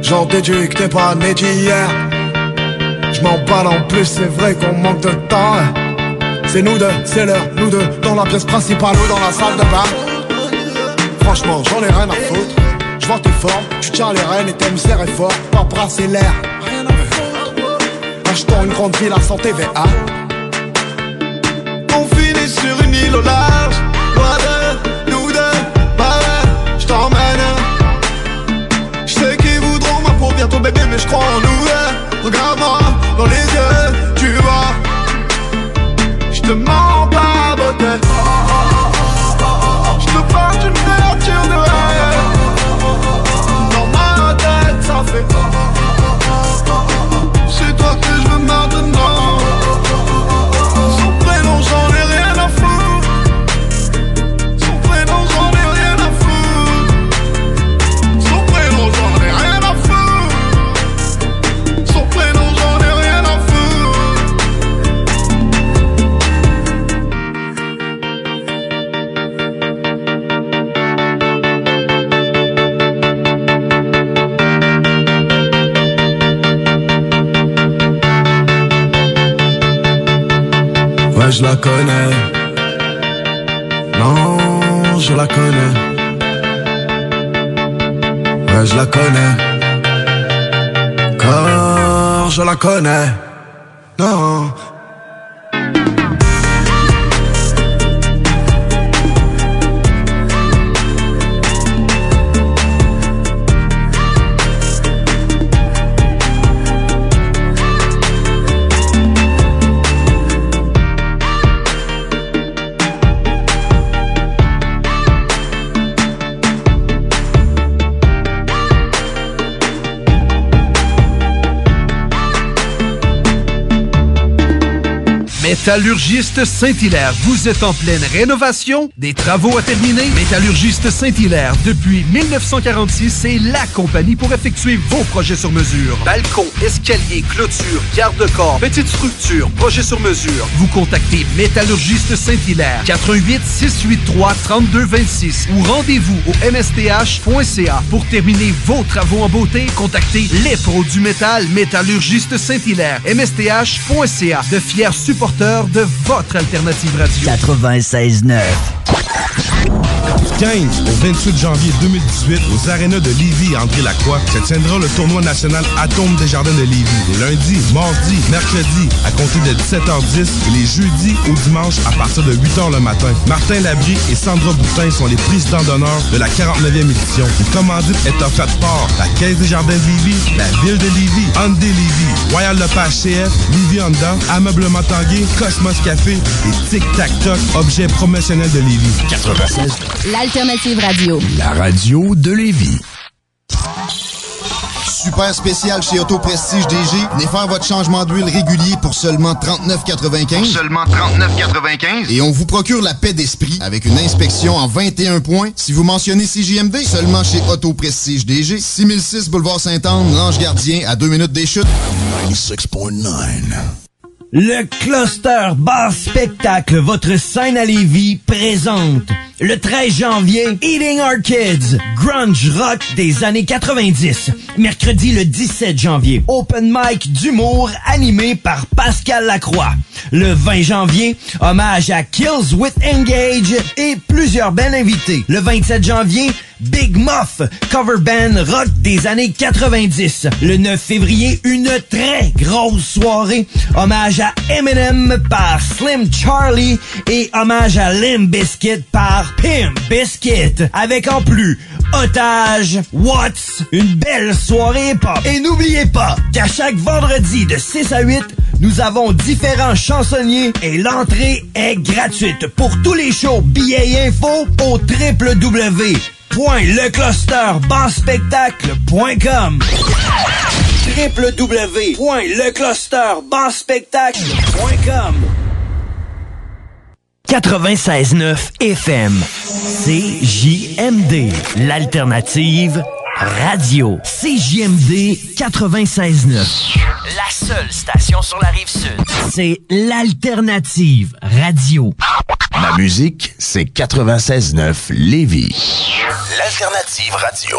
A: J'en déduis que t'es pas né d'hier. Je m'en parle en plus, c'est vrai qu'on manque de temps. hein. C'est nous deux, c'est l'heure, nous deux, dans la pièce principale ou dans la salle de bain. Franchement, j'en ai rien à foutre. Je vois tes formes, tu tiens les rênes et t'aimes ses réformes. Pas brasser l'air. Achetons une grande ville à 100 TVA.
B: On finit sur une île au large, loin de nous deux, bah ouais, je t'emmène. Je sais qu'ils voudront ma peau bientôt bébé, mais je crois en nous. ouais. Regarde-moi dans les yeux, tu vois. Je te mens pas, beauté. Je te parle d'une créature de rêve. Dans ma tête, ça fait. C'est toi que je veux maintenant. Son prénom, j'en ai rien à foutre. Son prénom, j'en ai rien à foutre. Son prénom, j'en ai rien à foutre. Son prénom, j'en ai rien à
A: Ouais, je la connais. Non, je la connais. Ouais, je la connais. Car je la connais. Non.
P: Métallurgiste Saint-Hilaire, vous êtes en pleine rénovation, des travaux à terminer. Métallurgiste Saint-Hilaire, depuis 1946, c'est la compagnie pour effectuer vos projets sur mesure. Balcon, escalier, clôture, garde-corps, petite structure, projet sur mesure. Vous contactez Métallurgiste Saint-Hilaire, 88 683 3226 ou rendez-vous au msth.ca pour terminer vos travaux en beauté. Contactez les pros du métal, Métallurgiste Saint-Hilaire, msth.ca, de fiers supporters de votre alternative radio.
R: 96.9.
J: Du 15 au 28 janvier 2018 aux arénas de Lévis et André Lacroix se tiendra le tournoi national Atome des Jardins de Lévis. Les lundis, mardis, mercredis à compter de 17h10 et les jeudis au dimanche à partir de 8h le matin. Martin Labrie et Sandra Boutin sont les présidents d'honneur de la 49e édition. Une commandite est offerte par la Caisse des Jardins de Lévis, la Ville de Lévis, Andé Lévis, Royal Lepage CF, Lévis Honda, Ameublement Tanguay, Cosmos Café et Tic Tac Toc, objet promotionnel de Lévis. 96
X: L'alternative radio.
C: La radio de Lévis.
L: Super spécial chez Auto Prestige DG. Venez faire votre changement d'huile régulier pour seulement 39,95.
C: Pour seulement 39,95.
L: Et on vous procure la paix d'esprit avec une inspection en 21 points si vous mentionnez CJMD. Seulement chez Auto Prestige DG. 6006 Boulevard Saint-Anne, l'Ange Gardien, à 2 minutes des chutes. 96.9.
F: Le Cluster Bar Spectacle, votre scène à Lévis, présente le 13 janvier Eating Our Kids, grunge rock des années 90. Mercredi le 17 janvier, open mic d'humour animé par Pascal Lacroix. Le 20 janvier, hommage à Kills with Engage et plusieurs belles invités. Le 27 janvier, Big Muff, cover band rock des années 90. Le 9 février, une très grosse soirée. Hommage à Eminem par Slim Charlie et hommage à Limp Biscuit par Pim Biscuit. Avec en plus, Otage, Watts, une belle soirée hip-hop. Et n'oubliez pas qu'à chaque vendredi de 6 à 8, nous avons différents chansonniers et l'entrée est gratuite. Pour tous les shows, billets et info au www.leclusterbasspectacle.com www.leclusterbasspectacle.com
R: 96.9 FM. CJMD. L'alternative radio. CJMD 96.9.
F: La seule station sur la rive sud.
R: C'est l'alternative radio.
C: La musique, c'est 96.9 Lévis. l'alternative radio.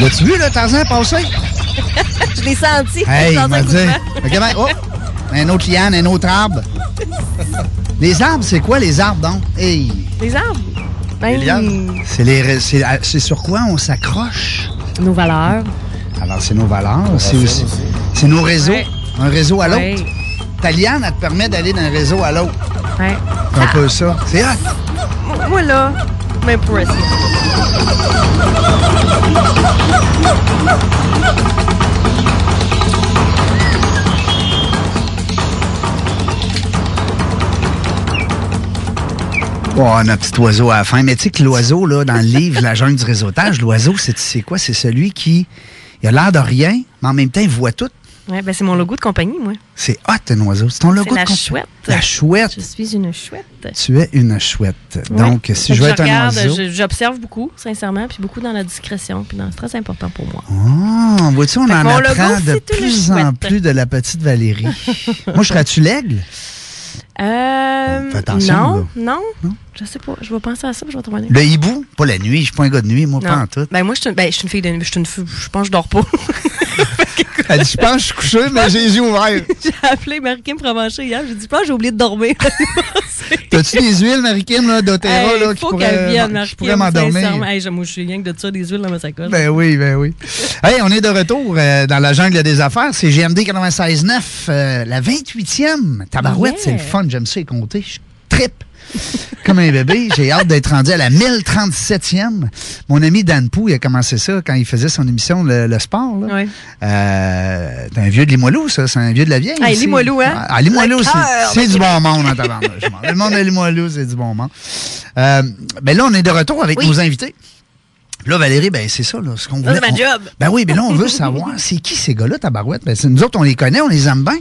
D: L'as-tu vu, là, Tarzan, passer?
E: Je l'ai senti.
D: Hey,
E: J'ai
D: il
E: senti
D: m'a
E: un coup
D: dit.
E: de vent.
D: Regarde, oh, un autre liane, un autre arbre. Les arbres, c'est quoi les arbres, donc? Hey.
E: Les arbres. Ben,
D: C'est les- c'est- ah, c'est sur quoi on s'accroche?
E: Nos valeurs.
D: Alors, c'est nos valeurs, c'est
E: racine
D: aussi-
E: aussi.
D: c'est nos réseaux,
E: Ouais.
D: un réseau à l'autre.
E: Ouais.
D: Ta liane, elle te permet d'aller d'un réseau à l'autre.
E: Ouais.
D: C'est un peu ça. C'est hot.
E: Moi- Moi, là, même pour ça.
D: Oh, notre petit oiseau à la fin. Mais tu sais que l'oiseau, là, dans le livre La jungle du réseautage, l'oiseau, c'est c'est quoi? C'est celui qui il a l'air de rien, mais en même temps, il voit tout.
E: Ouais, ben, c'est mon logo de compagnie, moi.
D: C'est hot, un oiseau. C'est ton logo
E: C'est
D: de
E: la
D: comp-
E: chouette.
D: La chouette.
E: Je suis une chouette.
D: Tu es une chouette.
E: Ouais.
D: Donc, si
E: Fait
D: je veux
E: que
D: être
E: regarde,
D: un oiseau.
E: je- J'observe beaucoup, sincèrement, puis beaucoup dans la discrétion, puis dans c'est très important pour moi.
D: Oh, vois-tu, on
E: Fait que
D: en
E: mon logo,
D: apprend
E: c'est
D: de
E: tout le
D: plus en
E: chouette.
D: plus de la petite Valérie. Moi, je serais-tu l'aigle?
E: Euh,
D: Fais attention,
E: non,
D: là.
E: non, Je sais pas. Je vais penser à ça, puis je vais te revenir.
D: Le hibou? Pas la nuit. Je suis pas un gars de nuit, moi,
E: Non.
D: pas en tout.
E: Ben, moi, je suis une- ben, je suis une fille de nuit. Je suis une fille- Je pense que je dors pas.
D: Elle dit, je pense que je suis couché, mais j'ai les yeux ouverts.
E: j'ai appelé Marie-Kim Provencher hier. J'ai dit, je pense que j'ai oublié de dormir.
D: T'as-tu des huiles, Marie-Kim, là, d'Otera,
E: Hey,
D: là, qui
E: faut qu'elle
D: pourraient
E: vienne,
D: qui
E: Marie-Kim,
D: pourraient m'endormir?
E: sincèrement. Hey, je- moi, je suis rien que de ça, des huiles dans ma sacoche.
D: Ben oui, ben oui. Hey, on est de retour euh, dans la jungle des affaires. C'est GMD 96.9, euh, la 28e. Tabarouette,
E: Yeah.
D: c'est le fun. J'aime ça y compter. Je trippe comme un bébé. J'ai hâte d'être rendu à la 1037e. Mon ami Dan Pou, il a commencé ça quand il faisait son émission Le, le Sport. là. Euh, T'es un vieux de Limoilou, ça. C'est un vieux de la vieille.
E: Ah,
D: aussi.
E: Limoilou, hein?
D: Ah, Limoilou,
E: Le
D: c'est-
E: cœur
D: c'est
E: de
D: du bon
E: Québec.
D: monde en tabarnouche. Le monde de Limoilou, c'est du bon monde. Euh, ben là, on est de retour avec nos invités. Puis Là, Valérie, ben c'est ça, là, ce qu'on
E: Ça,
D: voulait.
E: c'est ma
D: on-
E: job.
D: Ben oui, mais là, on veut savoir, c'est qui ces gars-là, Tabarouette? Ben, c'est- nous autres, on les connaît, on les aime bien,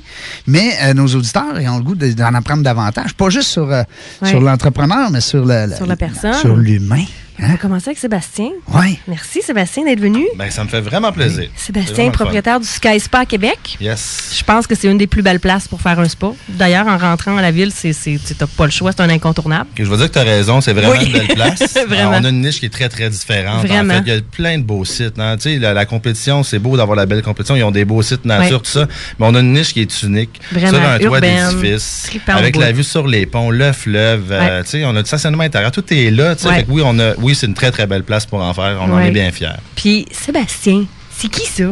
D: mais euh, nos auditeurs, ils ont le goût de- d'en apprendre davantage. Pas juste sur, euh,
E: Ouais.
D: sur l'entrepreneur, mais sur, le, le-
E: Sur la personne.
D: Sur l'humain. hein?
E: On va commencer avec Sébastien.
D: Oui.
E: Merci, Sébastien, d'être venu.
K: Ben, ça me fait vraiment plaisir. C'est vraiment
E: Sébastien,
K: le fun.
E: propriétaire du Sky Spa à Québec.
K: Yes.
E: Je pense que c'est une des plus belles places pour faire un spa. D'ailleurs, en rentrant à la ville, c'est c'est- t'as pas le choix, c'est un incontournable.
K: Que je veux dire que tu as raison, c'est vraiment
E: Oui.
K: une belle place.
E: Vraiment.
K: Alors, on a une niche qui est très, très différente.
E: Vraiment.
K: En fait, il y a plein de beaux sites. hein. Tu sais, la, la compétition, c'est beau d'avoir la belle compétition. Ils ont des beaux sites nature,
E: Ouais.
K: tout ça. Mais on a une niche qui est unique.
E: Vraiment,
K: Sur un toit
E: urbaine,
K: d'édifice.
E: trippant
K: Avec
E: au bout.
K: la vue sur les ponts, le fleuve. euh, tu sais, on a du stationnement intérieur. Tout est là. tu sais.
E: Ouais.
K: Fait que oui, on a, oui, c'est une très, très belle place pour en faire. On en
E: Ouais.
K: est bien fiers.
E: Puis, Sébastien, c'est qui ça?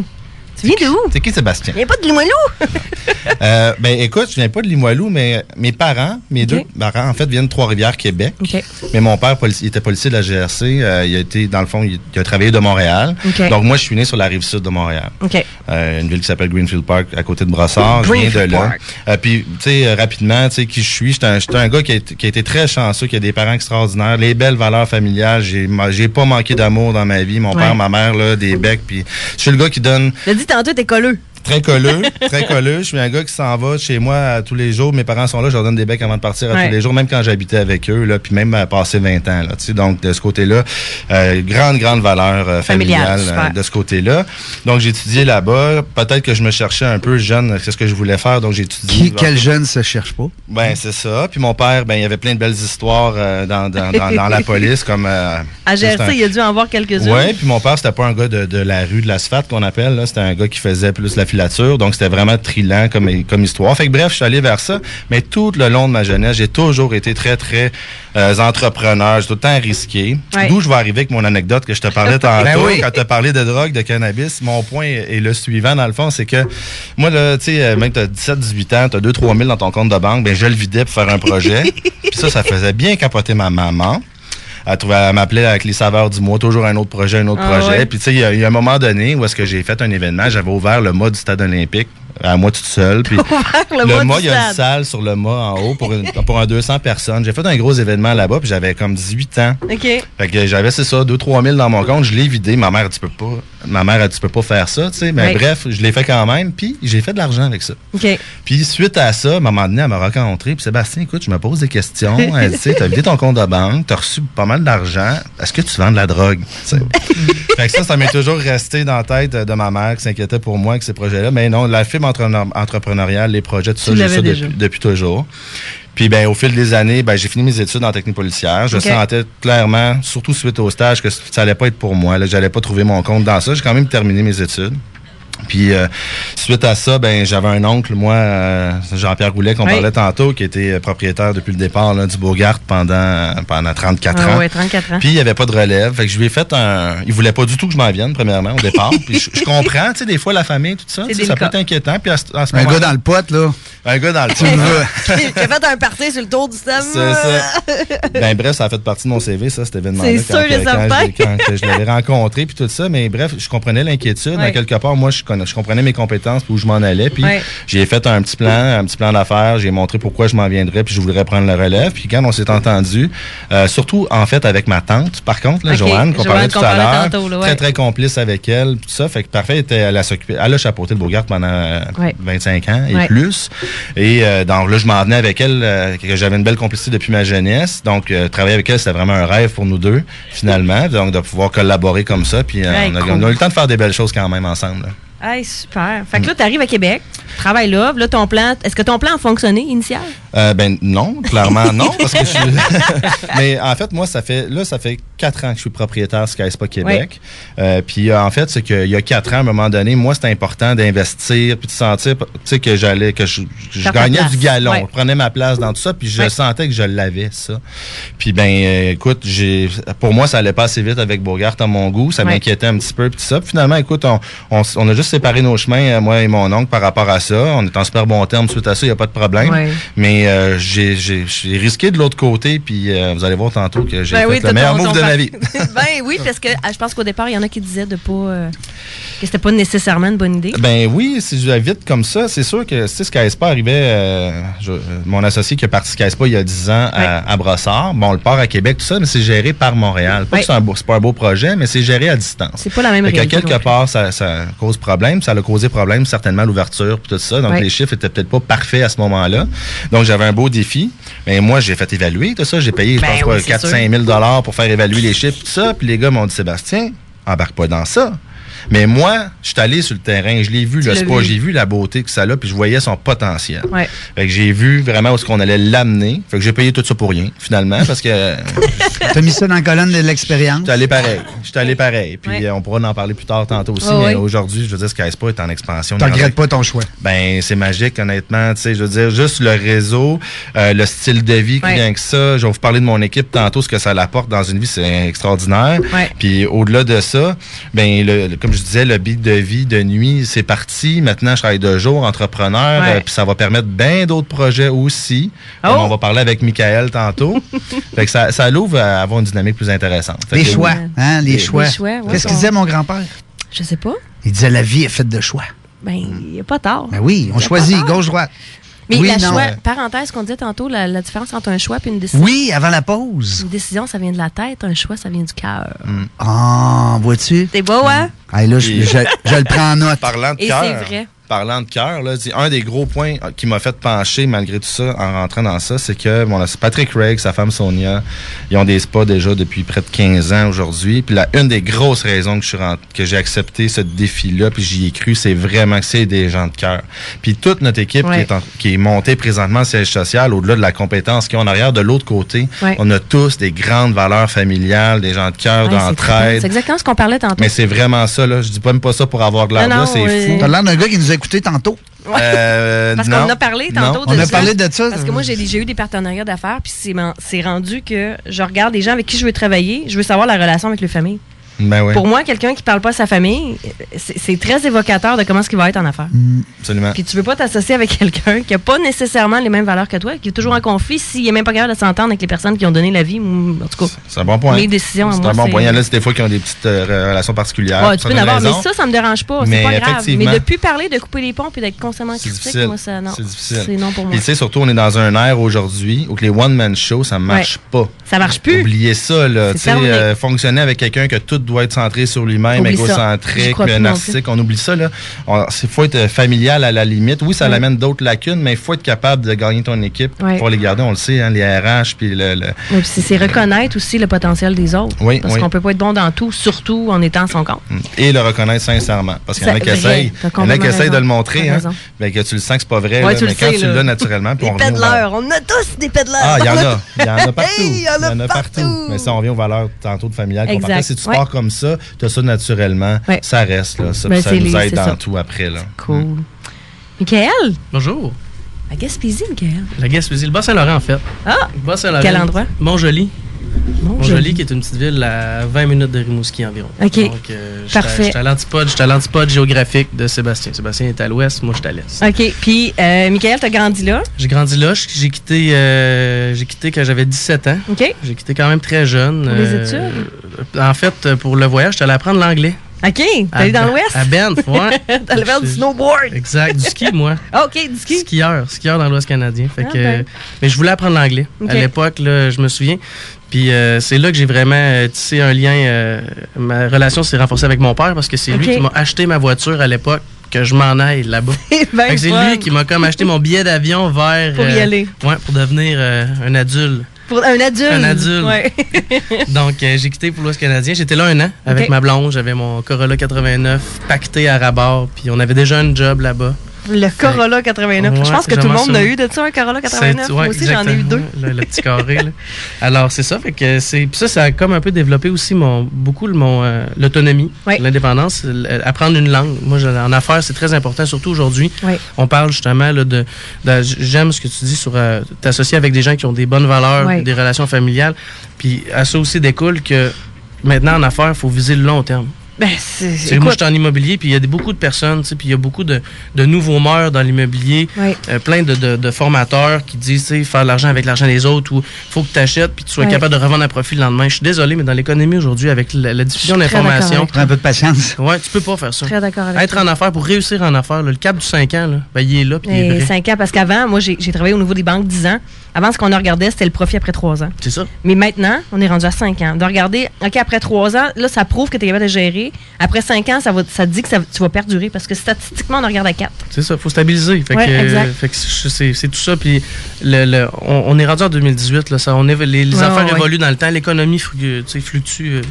E: Tu viens de où?
K: C'est qui Sébastien?
E: Tu viens pas de Limoilou?
K: Euh, ben écoute, je viens pas de Limoilou, mais mes parents, mes
E: Ok.
K: deux parents, en fait, viennent de Trois-Rivières, Québec.
E: OK.
K: Mais mon père, polici- il était policier de la GRC. euh, il a été, dans le fond, il, il a travaillé de Montréal.
E: OK.
K: Donc moi, je suis né sur la rive sud de Montréal.
E: OK.
K: Euh, une ville qui s'appelle Greenfield Park, à côté de Brossard. Je viens
E: Greenfield
K: de là.
E: Park.
K: Euh, puis, tu sais, euh, rapidement, tu sais, qui je suis, j'étais un, j'étais un gars qui a, été- qui a été très chanceux, qui a des parents extraordinaires, les belles valeurs familiales. J'ai ma- j'ai pas manqué d'amour dans ma vie. Mon
E: Ouais.
K: père, ma mère, là, des becs. Puis, je suis le gars qui donne
E: T'as dit tantôt, t'es colleux.
K: Très colleux, très colleux. Je suis un gars qui s'en va chez moi à tous les jours. Mes parents sont là, je leur donne des becs avant de partir à
E: Ouais.
K: tous les jours, même quand j'habitais avec eux, là, puis même à passer 20 ans. Là, tu sais. donc, de ce côté-là, euh, grande, grande valeur euh,
E: Familiale,
K: familiale,
E: super.
K: euh, de ce côté-là. Donc, j'ai étudié là-bas. Peut-être que je me cherchais un peu jeune, c'est ce que je voulais faire, donc j'ai étudié.
D: Qui, quel jeune se cherche pas?
K: Ben, c'est ça. Puis mon père, ben, il y avait plein de belles histoires euh, dans, dans, dans, dans la police, comme... euh,
E: À GRC,
K: c'est un-
E: il a dû en voir quelques-unes.
K: oui, puis mon père, c'était pas un gars de, de la rue, de l'asphalte qu'on appelle. là. C'était un gars qui faisait plus la filature. Donc, c'était vraiment trillant comme, comme histoire. Fait que bref, je suis allé vers ça. Mais tout le long de ma jeunesse, j'ai toujours été très, très euh, entrepreneur. J'ai tout le temps risqué.
O: Ouais.
K: D'où je vais arriver avec mon anecdote que je te parlais tantôt.
O: Ben oui.
K: Quand tu as Ah, parlé de drogue, de cannabis, mon point est le suivant, dans le fond, c'est que moi, là, tu sais, euh, même tu as 17, 18 ans, tu as 2, 3 000 dans ton compte de banque, ben je le vidais pour faire un projet. puis ça, ça faisait bien capoter ma maman. Elle, trouvait- elle m'appelait avec les saveurs du mois, toujours un autre projet, un autre
O: Ah
K: projet.
O: ouais.
K: Puis tu sais, il y, a- il y a un moment donné où est-ce que j'ai fait un événement, j'avais ouvert le mât du stade olympique à moi toute seule. Puis
O: le mât du
K: mât, il y a une
O: stade.
K: salle sur le mât en haut pour, une- pour un 200 personnes. J'ai fait un gros événement là-bas, puis j'avais comme 18 ans.
E: OK.
K: Fait que j'avais, c'est ça, 2-3 000 dans mon compte, je l'ai vidé. Ma mère, tu peux pas. ma mère a dit, tu peux pas faire ça, tu sais. Mais
E: Oui.
K: bref, je l'ai fait quand même, puis j'ai fait de l'argent avec ça.
E: OK.
K: Puis suite à ça, à un moment donné, elle m'a rencontré. Puis Sébastien, écoute, je me pose des questions. Elle dit, tu as vidé ton compte de banque, tu as reçu pas mal d'argent. Est-ce que tu vends de la drogue? Tu sais. fait que ça, ça m'est toujours resté dans la tête de ma mère qui s'inquiétait pour moi avec ces projets-là. Mais non, la fibre entrepreneur- entrepreneuriale, les projets, tout ça,
E: Tu
K: j'ai
E: l'avais
K: ça
E: déjà.
K: depuis, depuis toujours. Puis ben, au fil des années, ben, j'ai fini mes études en technique policière. Je
E: Ok.
K: sentais clairement, surtout suite au stage, que ça allait pas être pour moi. là. J'allais pas trouver mon compte dans ça. J'ai quand même terminé mes études. Puis euh, suite à ça, ben j'avais un oncle, moi, euh, Jean-Pierre Goulet, qu'on
E: Oui.
K: parlait tantôt, qui était euh, propriétaire depuis le départ là, du Beaugard pendant, pendant 34
E: Ah
K: ans.
E: ouais, 34 ans.
K: Puis il n'y avait pas de relève. Fait que je lui ai fait un. Il voulait pas du tout que je m'en vienne, premièrement, au départ. Puis je, je comprends, tu sais, des fois, la famille, tout ça,
E: C'est
K: tu sais, ça peut
E: délicat.
K: être inquiétant. Puis à ce- à ce
D: Un
K: moment-là-
D: gars dans le pot, là.
K: Un gars dans le
D: Tu me-
E: J'ai fait un party sur le tour du stade.
K: C'est ça. Ben bref, ça a fait partie de mon CV, ça, cet événement-là.
E: C'est
K: quand-
E: sûr et
K: quand je-
E: certain.
K: Quand, que je l'avais rencontré, puis tout ça. Mais bref, je comprenais l'inquiétude.
E: Ouais.
K: À quelque part, moi, je, conna- je comprenais mes compétences, puis où je m'en allais. Puis
E: Ouais.
K: j'ai fait un petit plan, un petit plan d'affaires. J'ai montré pourquoi je m'en viendrais, puis je voudrais prendre le relève. Puis quand on s'est entendu, euh, surtout, en fait, avec ma tante, par contre, là,
E: Ok,
K: Joanne, qu'on
E: Joanne,
K: parlait tout
E: qu'on parlait
K: à
E: tantôt, là,
K: l'heure,
E: ouais.
K: très, très complice avec elle, puis tout ça. Fait que parfait, était- elle a, s'occupé- elle a chapeauté le Beaugard pendant euh,
E: Ouais.
K: 25 ans et
E: Ouais.
K: plus plus. Et euh, donc là, je m'en venais avec elle, euh, que j'avais une belle complicité depuis ma jeunesse. Donc, euh, travailler avec elle, c'était vraiment un rêve pour nous deux, finalement. Donc, de pouvoir collaborer comme ça. Puis, euh,
E: Ouais,
K: on, a,
E: cool.
K: on a eu le temps de faire des belles choses quand même ensemble. là.
E: Hey, super. Fait que
K: Mm.
E: là, t'arrives à Québec, tu travailles là, là, ton plan, est-ce que ton plan a fonctionné initial?
K: Euh, ben non, clairement non, parce que je suis... Mais en fait, moi, ça fait là, ça fait quatre ans que je suis propriétaire de Sky Spa Québec. Euh, puis euh, en fait, c'est qu'il y a quatre ans, à un moment donné, moi, c'était important d'investir puis de sentir, tu sais, que j'allais, que je, je
C: Faire ta
K: gagnais
C: place.
K: du galon,
C: Ouais.
K: je prenais ma place dans tout ça, puis je
C: Ouais.
K: sentais que je l'avais ça. Puis ben, euh, écoute, j'ai, pour moi, ça allait pas assez vite avec Bogart à mon goût, ça
C: Ouais.
K: m'inquiétait un petit peu puis tout ça. Puis finalement, écoute, on, on, s- on a juste séparé nos chemins, euh, moi et mon oncle, par rapport à ça. On est en super bon terme suite à ça, il y a pas de problème.
E: Ouais.
K: Mais euh, j'ai- j'ai j'ai risqué de l'autre côté, puis euh, vous allez voir tantôt que j'ai
E: Ben
K: fait
E: oui, t'as
K: le meilleur
E: ton-
K: move
E: ton
K: de
E: plan.
K: ma vie.
E: ben oui, parce que ah, je pense qu'au départ, il y en a qui disaient de pas euh, que c'était pas nécessairement une bonne idée.
K: Ben oui, si je vais vite comme ça, c'est sûr que si Skyspa arrivait, euh, je- euh, mon associé qui a parti Skyspa il y a 10 ans à, à Brossard, bon, on le part à Québec, tout ça, mais c'est géré par Montréal. Pas
E: Ouais.
K: que c'est un beau- c'est pas un beau projet, mais c'est géré à distance.
E: C'est pas la même
K: Fait que
E: réalité non
K: quelque part, ça, ça cause problème. Ça a causé problème, certainement, à l'ouverture et tout ça. Donc,
E: Ouais.
K: les chiffres étaient peut-être pas parfaits à ce moment-là. Donc, j'avais un beau défi. Mais moi, j'ai fait évaluer tout ça. J'ai payé, je
E: Ben
K: pense,
E: oui,
K: quoi,
E: c'est
K: 4
E: sûr.
K: 5 000 dollars pour faire évaluer les chiffres, tout ça. Puis les gars m'ont dit, Sébastien, embarque pas dans ça. Mais moi, je suis allé sur le terrain, je l'ai vu,
E: Tu
K: le
E: l'as
K: spa,
E: vu.
K: j'ai vu la beauté que ça a, puis je voyais son potentiel.
E: Ouais.
K: Fait que j'ai vu vraiment où est-ce qu'on allait l'amener. Fait que j'ai payé tout ça pour rien, finalement, parce que
D: T'as mis ça dans la colonne de l'expérience.
K: J'étais allé pareil. J'étais allé pareil. Puis
D: Ouais.
K: euh, on pourra en parler plus tard tantôt aussi.
D: Ouais,
K: mais
D: ouais.
K: aujourd'hui, je veux dire, Sky Spa est en expansion.
D: T'en
K: On est
D: regrettes
K: rendu-
D: pas ton choix.
K: Ben, c'est magique, honnêtement. Tu sais, je veux dire, juste le réseau, euh, le style de vie,
D: Ouais.
K: rien que ça. Je vais vous parler de mon équipe tantôt, ce que ça l'apporte dans une vie, c'est extraordinaire.
E: Ouais.
K: Puis au-delà de ça, ben, le- le- comme je disais, le beat de vie de nuit, c'est parti. Maintenant, je travaille de jour, entrepreneur,
E: Ouais.
K: euh, puis ça va permettre bien d'autres projets aussi. Comme on va parler avec Michael tantôt. fait que ça, ça l'ouvre à avoir une dynamique plus intéressante. Fait
D: Les
K: que oui.
D: choix, hein, les
K: Les
D: choix.
E: choix, ouais.
D: Qu'est-ce qu'il disait mon grand-père?
E: Je sais pas.
D: Il disait la vie est faite de choix.
E: Ben, il n'y a pas tard.
D: Ben oui, on
E: Y a
D: choisit
E: pas tard.
D: gauche-droite.
E: Mais
D: oui,
E: la
D: non.
E: choix, parenthèse qu'on disait tantôt, la, la différence entre un choix et une décision.
D: Oui, avant la pause.
E: Une décision, ça vient de la tête, un choix, ça vient du cœur.
D: Ah, vois-tu?
E: C'est beau, hein?
D: Hey, là, je,
K: Et-
D: je- je le prends en note.
K: Parlant de
E: Et
K: cœur.
E: c'est vrai.
K: Parlant de cœur, là, c'est un des gros points qui m'a fait pencher malgré tout ça en rentrant dans ça, c'est que bon, là, c'est Patrick Craig, sa femme Sonia, ils ont des spas déjà depuis près de 15 ans aujourd'hui. Puis là, une des grosses raisons que je suis rent- que j'ai accepté ce défi-là, puis j'y ai cru, c'est vraiment que c'est des gens de cœur. Puis toute notre équipe qui,
C: Ouais.
K: est en- qui est montée présentement au siège social, au-delà de la compétence qu'ils ont en arrière, de l'autre côté,
E: Ouais.
K: on a tous des grandes valeurs familiales, des gens de cœur,
E: Ouais, c'est trippant.
K: d'entraide.
E: C'est exactement ce qu'on parlait tantôt.
K: Mais c'est vraiment ça, là. Je dis pas même pas ça pour avoir de l'air
E: Non,
K: là,
E: non,
K: c'est
E: oui.
K: fou.
E: T'as
D: l'air d'un gars qui nous a écouté tantôt.
K: Euh,
E: Parce
K: non.
E: qu'on en a parlé
K: Non.
E: tantôt. de ça. Parce que moi,
D: j'ai
E: j'ai j'ai eu des partenariats d'affaires, puis c'est m'en- c'est rendu que je regarde les gens avec qui je veux travailler, je veux savoir la relation avec les familles.
K: Ben oui.
E: Pour moi, quelqu'un qui parle pas à sa famille, c'est c'est très évocateur de comment ce qu'il va être en affaires.
K: Absolument.
E: Puis tu veux pas t'associer avec quelqu'un qui a pas nécessairement les mêmes valeurs que toi, qui est toujours en conflit, s'il est même pas capable de s'entendre avec les personnes qui ont donné la vie, ou en tout cas.
K: C'est un bon point.
E: Mes décisions à
K: C'est
E: moi,
K: un bon
E: c'est-
K: point. Il y en a c'est des fois qui ont des petites euh, relations particulières.
E: Ouais, tu peux en
K: certaines
E: avoir, mais
K: raisons.
E: ça, ça me dérange pas. C'est
K: Mais
E: pas grave. Mais
K: effectivement.
E: de plus parler, de couper les ponts puis d'être constamment
K: C'est
E: critique,
K: difficile.
E: moi, ça, non.
K: C'est difficile.
E: C'est non pour moi.
K: Puis tu sais, surtout, on est dans un air aujourd'hui où que les one-man shows, ça marche
E: Ouais.
K: pas.
E: Ça marche plus.
K: Oubliez ça, là.
E: C'est
K: Tu sais,
E: terminé.
K: euh, fonctionner avec quelqu'un que tout doit être centré sur lui-même,
O: Oublie ça. J'y
K: égocentrique,
O: crois plus non
K: narcissique. On oublie ça. Il faut être euh, familial à la limite. Oui, ça
O: Ouais.
K: l'amène d'autres lacunes, mais il faut être capable de gagner ton équipe
E: Ouais.
K: pour les garder. On le sait, hein, les RH, puis le- le,
E: Oui, puis c'est c'est reconnaître aussi le potentiel des autres.
K: Oui,
E: parce
K: oui. Mm.
E: qu'on peut pas être bon dans tout, surtout en étant à son compte.
K: et le reconnaître sincèrement. Parce qu'il y en a
E: C'est
K: qui
E: vrai,
K: essayent, il y en
E: t'as
K: a qui
E: complètement
K: essayent de le
E: raison,
K: montrer,
E: t'as
K: hein,
E: raison.
K: ben, que tu le sens que c'est pas vrai,
E: Ouais,
K: là,
E: tu
K: mais
E: le
K: quand
E: sais,
K: tu
E: là.
K: l'as naturellement, puis
E: Des
K: on revient aux
E: pédaleurs, on a tous des pédaleurs.
K: ah, il y en a. Il y en a partout.
E: Hey, il y en a
K: partout. Mais ça, on revient aux valeurs tantôt de familial. qu'on
E: Exact.
K: parlait. Si tu
E: Ouais.
K: pars comme ça, tu as ça naturellement,
E: Ouais.
K: ça reste. Là, ça,
E: Ben,
K: ça
E: c'est
K: nous
E: les-
K: aide
E: c'est
K: dans
E: ça.
K: tout après. Là.
E: Cool.
S: Hein?
E: Michael?
S: Bonjour.
E: À Gaspésie, Michael.
S: La Gaspésie, le Bas-Saint-Laurent, en fait.
E: Ah!
S: Le Bas-Saint-Laurent.
E: Quel endroit?
S: Montjoli.
E: Montjoli.
S: Montjoli, qui est une petite ville à 20 minutes de Rimouski environ.
E: OK.
S: Donc, euh, j'étais-
E: Parfait.
S: J'étais à l'antipode, j'étais à l'antipode géographique de Sébastien. Sébastien est à l'ouest, moi, je suis à l'est.
E: OK. Puis, euh, Michael, t'as grandi là.
S: J'ai grandi là. j- J'ai quitté, euh, j'ai quitté quand j'avais 17 ans.
E: OK.
S: J'ai quitté quand même très jeune. euh,
E: Pour les études?
S: En fait, euh, pour le voyage, j'étais allé apprendre l'anglais.
E: OK. T'es
S: À
E: allé dans
S: Ben-
E: l'Ouest?
S: À Banff, ouais.
E: T'as allé faire du snowboard.
S: Exact, du ski, moi.
E: Ah, OK, du ski.
S: Skieur, skieur dans l'Ouest canadien. Fait
E: Ah,
S: que,
E: ben.
S: Mais je voulais apprendre l'anglais.
E: Ok.
S: À l'époque, là, je me souviens. Puis euh, c'est là que j'ai vraiment euh, tissé un lien. euh, ma relation s'est renforcée avec mon père parce que c'est
E: Ok.
S: lui qui m'a acheté ma voiture à l'époque que je m'en aille là-bas.
E: ben
S: Fait que c'est
E: fun.
S: lui qui m'a comme acheté mon billet d'avion vers...
E: Pour y
S: euh,
E: aller.
S: Ouais, pour devenir euh, un adulte.
E: Pour un adulte.
S: Un adulte.
E: Ouais.
S: Donc, euh, j'ai quitté pour l'Ouest canadien. J'étais là un an avec
E: Ok.
S: ma blonde. J'avais mon Corolla 89 pacté à rabat. Puis on avait déjà un job là-bas.
E: Le Corolla 89.
S: Ouais,
E: je pense que tout le
S: j'en
E: monde a
S: souviens.
E: eu de ça, un Corolla 89.
S: C'est- ouais,
E: Moi aussi, j'en ai eu
S: exactement,
E: deux.
S: Le, le petit carré. là. Alors, c'est ça. Fait que c'est, puis ça, ça a comme un peu développé aussi mon, beaucoup le- mon, euh, l'autonomie, l'indépendance, l- euh, apprendre une langue. Moi, je- en affaires, c'est très important, surtout aujourd'hui.
E: Oui.
S: On parle justement là, de, de- J'aime ce que tu dis sur euh, t'associer avec des gens qui ont des bonnes valeurs,
E: Oui.
S: des relations familiales. Puis à ça aussi découle que maintenant, en affaires, il faut viser le long terme.
E: Ben, c'est.
S: Tu sais,
E: écoute,
S: moi, je suis en immobilier, puis il y a des- beaucoup de personnes, tu sais, puis il y a beaucoup de, de nouveaux mœurs dans l'immobilier,
E: Ouais.
S: euh, plein de, de- de formateurs qui disent, tu sais, faire de l'argent avec l'argent des autres, ou faut que tu achètes, puis que tu sois
D: Ouais.
S: capable de revendre à profit le lendemain. Je suis désolé, mais dans l'économie aujourd'hui, avec la, la diffusion
D: Je suis très d'accord
S: d'informations...
D: avec toi. Un peu de patience.
S: Ouais, tu peux pas faire ça.
E: Très d'accord avec
S: Être en affaires, pour réussir en affaires, là, le cap du 5 ans, là, ben, il est là, puis il est
E: Mais
S: vrai.
E: 5 ans, parce qu'avant, moi, j'ai j'ai travaillé au niveau des banques 10 ans. Avant, ce qu'on regardait, c'était le profit après 3 ans.
S: C'est ça.
E: Mais maintenant, on est rendu à 5 ans. De regarder, OK, après 3 ans, là, ça prouve que tu es capable de gérer. Après 5 ans, ça, va, ça te dit que ça- tu vas perdurer parce que statistiquement, on en regarde à 4.
S: C'est ça, faut stabiliser. Fait
E: Ouais,
S: que, euh,
E: exact.
S: fait que c'est- c'est c'est tout ça. Puis le, le- on, on est rendu en 2018, là, ça, on évo- les, les
E: Ouais,
S: affaires
E: ouais.
S: évoluent dans le temps, l'économie fru- tu sais, fluctue. euh,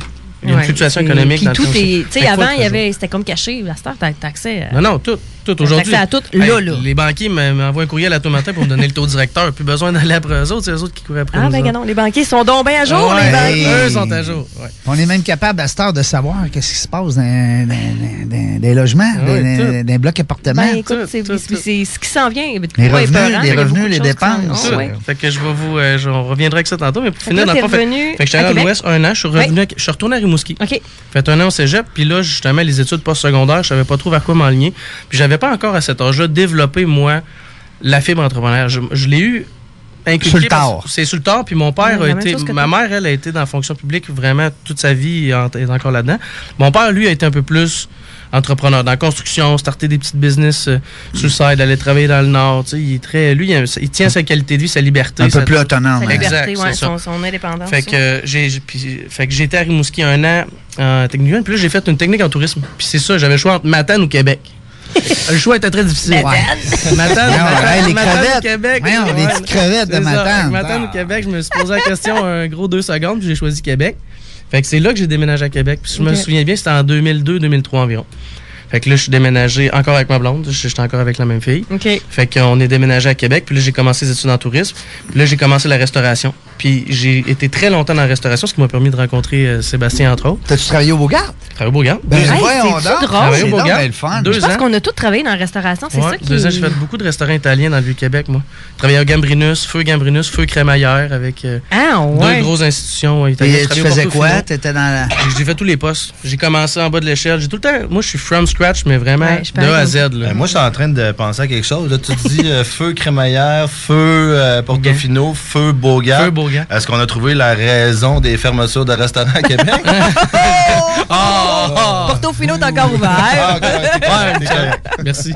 S: Il y a une
E: Ouais,
S: fluctuation
E: c'est-
S: économique
E: puis
S: dans
E: tout
S: le temps.
E: est-
S: aussi.
E: Tu sais,
S: Fait que faut
E: avant,
S: être
E: il y avait, c'était comme caché. La star, t'as t'as accès. à-
S: Non, non, tout. Tout
E: T'as
S: aujourd'hui.
E: accès à tout, là, là.
S: Les banquiers me- m'envoient un courriel à tout matin pour me donner le taux directeur. Plus besoin d'aller après eux autres, c'est eux autres qui courent après
E: Ah,
S: nous
E: ben,
S: autres.
E: non, les banquiers sont donc bien à jour,
S: Ouais,
E: les banquiers.
S: Eux sont à jour. ouais.
D: Ah, On est même capable à cette heure de savoir qu'est-ce qui se passe dans, dans- dans- dans les logements,
E: Ah oui,
D: dans,
E: tout.
D: dans- dans les blocs appartements.
E: Ben, écoute, c'est c'est- c'est ce qui s'en vient.
D: Les
E: Pourquoi
D: revenus,
E: épeurant,
D: les
S: Hein?
E: il y a
D: revenus,
E: beaucoup de
D: les
E: choses qui s'en-
D: dépenses.
S: Ça,
E: Ouais.
S: Fait que je vais vous. euh, je- on reviendra avec ça tantôt, mais pour
E: Fait
S: finir,
E: que là,
S: dans le fond,
E: t'es
S: fait,
E: revenu
S: fait que j'étais
E: à
S: allé à
E: Québec.
S: l'Ouest un an, je suis revenu, à- je suis retourné à Rimouski.
E: OK.
S: Fait un an au cégep, puis là, justement, les études postsecondaires, je savais pas trop vers quoi m'enligner. Puis j'avais pas encore à cet âge-là développé, moi, la fibre entrepreneur. Je, je l'ai eu inculqué.
D: Sur le
S: parce-
D: tard.
S: C'est sur le tard, puis mon père
D: Ouais,
S: a
D: la même
S: été.
D: chose que
S: Ma mère, elle, a été dans la fonction publique vraiment toute sa vie et en- est encore là-dedans. Mon père, lui, a été un peu plus entrepreneur dans la construction, starter des petites business euh, sur le side, aller travailler dans le nord. tu sais, Il est très, lui, il, a- il tient sa qualité de vie, sa liberté.
D: Un peu
S: sa-
D: plus autonome,
E: Sa
D: hein.
E: liberté,
S: Exact,
E: ouais,
S: c'est ça.
E: son, son indépendance.
S: Fait que, euh, j'ai, j'ai- puis- fait que j'ai été à Rimouski un an en technique humaine, puis là j'ai fait une technique en tourisme. Puis c'est ça, j'avais le choix entre Matane ou Québec. le choix était très difficile. Matane, Matane,
D: Non, hey, les
S: Matane
D: crevettes.
S: ou Québec.
D: Voyons, les petites crevettes de
S: C'est ça.
D: Matane.
S: Fait que Matane ou Québec, je me suis posé la question un gros deux secondes, puis j'ai choisi Québec. Fait que c'est là que j'ai déménagé à Québec. Puis si je me
E: Ok.
S: souviens bien, c'était en 2002-2003 environ. Fait que là, je suis déménagé encore avec ma blonde. J'étais encore avec la même fille.
E: OK.
S: Fait qu'on est déménagé à Québec, puis là j'ai commencé les études en tourisme, puis là j'ai commencé la restauration. Puis j'ai été très longtemps dans la restauration, ce qui m'a permis de rencontrer euh, Sébastien entre autres.
D: T'as-tu travaillé au Beaugarde?
S: Travaillé au Beaugarde.
D: Ben,
S: Deux ans.
D: voyons Hey, c'est-tu donc. drôle?
S: Travaillé au
D: C'est donc
S: Beaugarde.
D: bien le fun.
S: Deux
E: je pense
S: ans.
E: qu'on a tous travaillé dans la restauration, c'est
S: Ouais,
E: ça qui
S: Deux ans, j'ai fait beaucoup de restaurants italiens dans le Vieux-Québec, moi. Travaillé au Gambrinus, Feu Gambrinus, Feu Crémaillère, avec euh,
E: Ah, ouais.
S: deux grosses institutions euh, italiennes.
D: Et tu
S: Travaillé au
D: faisais
S: Portofino.
D: quoi? T'étais dans la.
S: J'ai- J'ai fait tous les postes. J'ai commencé en bas de l'échelle. J'ai tout le temps. Moi, je suis from scratch, mais vraiment de A à Z.
K: Euh, moi, je suis en train de penser à quelque chose. Là, tu te dis euh, feu crémaillère, feu euh, Portofino, feu Beaugard.
S: Feu Beaugard.
K: Est-ce qu'on a trouvé la raison des fermetures de restaurants à Québec?
S: Ah!
E: Portofino est encore ouvert.
S: Merci.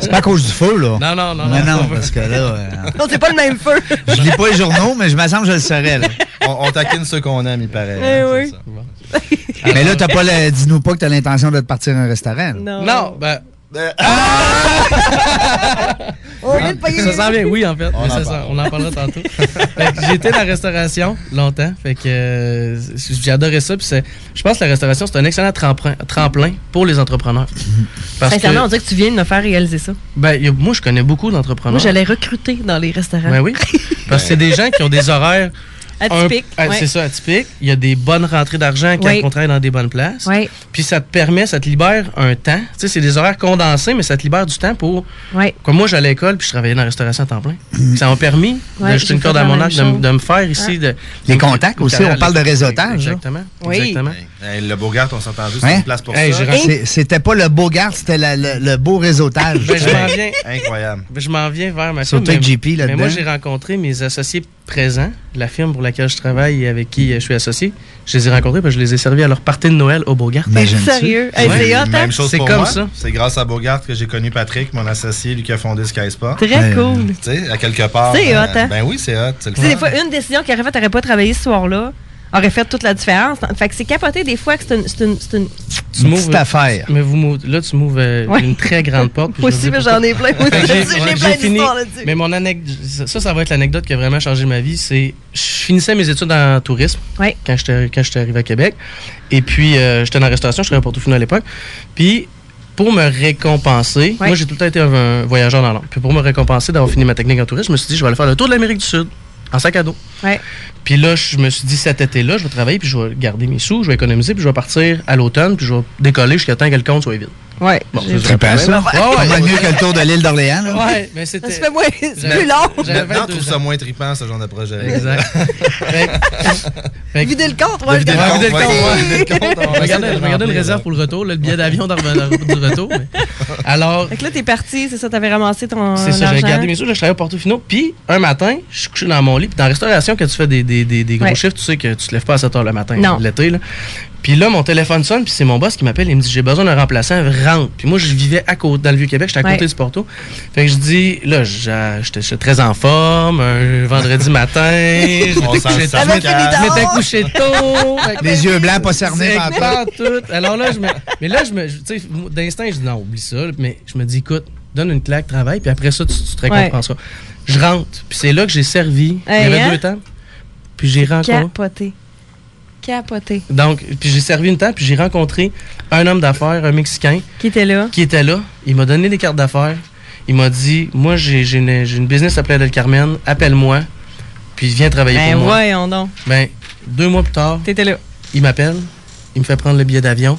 D: C'est pas à cause du feu, là.
S: Non, non, non.
D: Non, non, parce que là, euh,
E: Non, c'est pas le même feu.
D: je lis pas les journaux, mais je me sens que je le serais, là.
K: on, on taquine ceux qu'on aime, il paraît.
E: Eh oui.
D: Mais là, t'as pas le. Dis-nous pas que t'as l'intention de te partir à un restaurant. là.
S: Non. Non, ben.
K: Euh,
S: Ah!
K: ah!
S: ça sent bien, oui, en fait.
D: On
S: mais
D: en parle.
S: c'est ça, on en parlera tantôt. Fait que j'ai été dans la restauration longtemps. Fait que euh, j'ai adoré ça. Puis c'est- je pense que la restauration, c'est un excellent tremplin, tremplin pour les entrepreneurs. Parce que-
E: Sincèrement, on dirait que tu viens de me faire réaliser ça.
S: ben, y a- moi, je connais beaucoup d'entrepreneurs.
E: Moi, j'allais recruter dans les
D: Hein?
E: restaurants.
S: Ben oui. Parce que c'est des gens qui ont des horaires. un-
E: Atypiques,
S: ah,
E: ouais.
S: C'est ça, atypiques. Il y a des bonnes rentrées d'argent quand
E: Oui.
S: on travaille dans des bonnes places.
E: Ouais.
S: Puis ça te permet, ça te libère un temps. Tu sais, c'est des horaires condensés, mais ça te libère du temps pour. Comme moi, j'allais à l'école puis je travaillais dans la restauration à temps plein.
D: Mm.
S: Ça m'a permis
D: Ouais,
S: de jeter
D: j'ai
S: une corde
D: fait
S: à
D: la
S: mon
D: même
S: arc, de, m-
D: chose.
S: de me faire ici.
D: Ouais.
S: De,
D: Les contacts
S: de-
D: aussi, on parle de
S: les-
D: réseautage, là.
S: Exactement.
D: Oui.
S: exactement.
K: le Bogart, on s'entend juste,
D: Hein?
K: c'est une place pour
D: Hey,
K: ça.
D: j'ai raconté- C'est- C'était pas le beau garde, c'était la- le, le beau réseautage. Euh,
S: Ben, je m'en viens. Ben,
K: Incroyable.
S: Je m'en viens vers ma
D: Surtout
S: firme,
D: avec
S: mais-
D: JP
S: Mais
D: là-dedans.
S: moi, j'ai rencontré mes associés présents, de la firme pour laquelle je travaille et avec qui euh, je suis associé. Je les ai rencontrés parce que je les ai servis à leur partie de Noël au Beaugard.
K: Ouais,
S: Ouais.
E: hein?
K: Même chose
S: C'est
K: pour
S: comme
K: moi.
S: ça.
K: C'est grâce à Bogart que j'ai connu Patrick, mon associé, lui qui a fondé Sky Sport. Euh,
E: Très Ouais. cool.
K: Tu sais, à quelque part.
E: C'est
K: euh,
E: hot, hein?
K: Ben oui, c'est hot. C'est le
E: Tu sais, des
K: fun.
E: fois, une décision qui aurait fait, t'aurais pas travaillé ce soir-là, aurait fait toute la différence. Fait que c'est capoté des fois que c'est une. C'est une, c'est une-
S: Tu m'ouvres- Mais vous m'ouvrez- là, tu m'ouvres euh,
E: Ouais.
S: une très grande porte. puis
E: Moi
S: je
E: aussi,
S: vais
E: mais
S: dire
E: j'en ai plein.
S: Fait
E: Moi
S: que
E: aussi,
S: j'ai-
E: j'ai
S: ouais,
E: plein
S: j'ai fini.
E: d'histoires là-dessus.
S: Mais mon anecdote, ça, ça va être l'anecdote qui a vraiment changé ma vie. C'est, je finissais mes études en tourisme quand j'étais quand j'étais arrivé à Québec. Et puis, euh, j'étais dans la restauration, je travaillais pour Toufino à l'époque. Puis, pour me récompenser, moi, j'ai tout le temps été un, un voyageur dans l'ombre. Puis, pour me récompenser d'avoir fini ma technique en tourisme, je me suis dit, je vais aller faire le tour de l'Amérique du Sud en sac à dos.
E: Ouais.
S: Puis là, je me suis dit, cet été-là, je vais travailler, puis je vais garder mes sous, je vais économiser, puis je vais partir à l'automne, puis je vais décoller jusqu'à temps que le compte soit vide.
E: Ouais.
S: Bon,
D: J'ai-
S: ça,
D: Trippant, ça.
S: Ouais, ouais.
D: Pas mal mieux que le tour de l'île d'Orléans. là.
S: Ouais, mais c'était.
E: Ça fait moins. C'est
K: J'avais-
E: plus long.
K: Maintenant, on trouve ça moins trippant, ce genre de projet.
S: Exact.
E: Vider le compte,
K: moi,
E: moi,
K: je
E: je
K: Vider le
S: Ah,
K: garde-
S: vider le
K: Ouais,
S: compte, ouais.
K: vider le compte, on va
S: Je me gardais-
K: essayer
S: je
K: de
S: me gardais une
K: remplir,
S: réserve pour le retour, là, le billet d'avion dans le- du retour. mais- Alors,
E: Fait que là, t'es parti, c'est ça, t'avais ramassé ton.
S: c'est ça, j'ai
E: argent.
S: gardé mes sous, là, je travaillais au Portofino. Puis, un matin, je suis couché dans mon lit. Puis, dans la restauration, quand tu fais des, des, des, des gros
E: Ouais.
S: chiffres, tu sais que tu te lèves pas à 7 h le matin,
E: Non.
S: l'été. Là. Puis là, mon téléphone sonne, puis c'est mon boss qui m'appelle. Il me dit J'ai besoin d'un remplaçant, rentre. Puis moi, je vivais à côté, dans le Vieux-Québec, j'étais à côté
E: Ouais.
S: du Porto. Fait que je dis Là, j'a- j'étais j'étais très en forme, un vendredi matin. je
K: On
S: m'étais
K: s'en
S: couché-
K: sort.
S: je
K: Avec
S: m'étais- je
K: les
S: m'étais
K: dents.
S: couché tôt. Fait que-
D: Les yeux blancs pas cernés
S: Exact,
D: par
S: pas en tout. Alors là, je me. Mais là, je me. je- Tu sais, moi, d'instinct, je dis non, oublie ça. là. Mais je me dis, écoute, donne une claque, travaille, puis après ça, tu, tu te
E: Ouais.
S: récompenseras. Je rentre, puis c'est là que j'ai servi. Il y
E: Hey,
S: avait
E: hein?
S: deux temps. Puis j'ai rencontré.
E: Capoté. Capoté.
S: Donc, puis j'ai servi une temps, puis j'ai rencontré un homme d'affaires, un Mexicain,
E: Qui était là?
S: qui était là. Il m'a donné des cartes d'affaires. Il m'a dit, moi, j'ai j'ai une, j'ai une business à Playa del Carmen, appelle-moi, puis viens travailler
E: Ben,
S: pour moi.
E: voyons donc.
S: Ben, deux mois plus tard,
E: T'étais là.
S: il m'appelle, il me fait prendre le billet d'avion,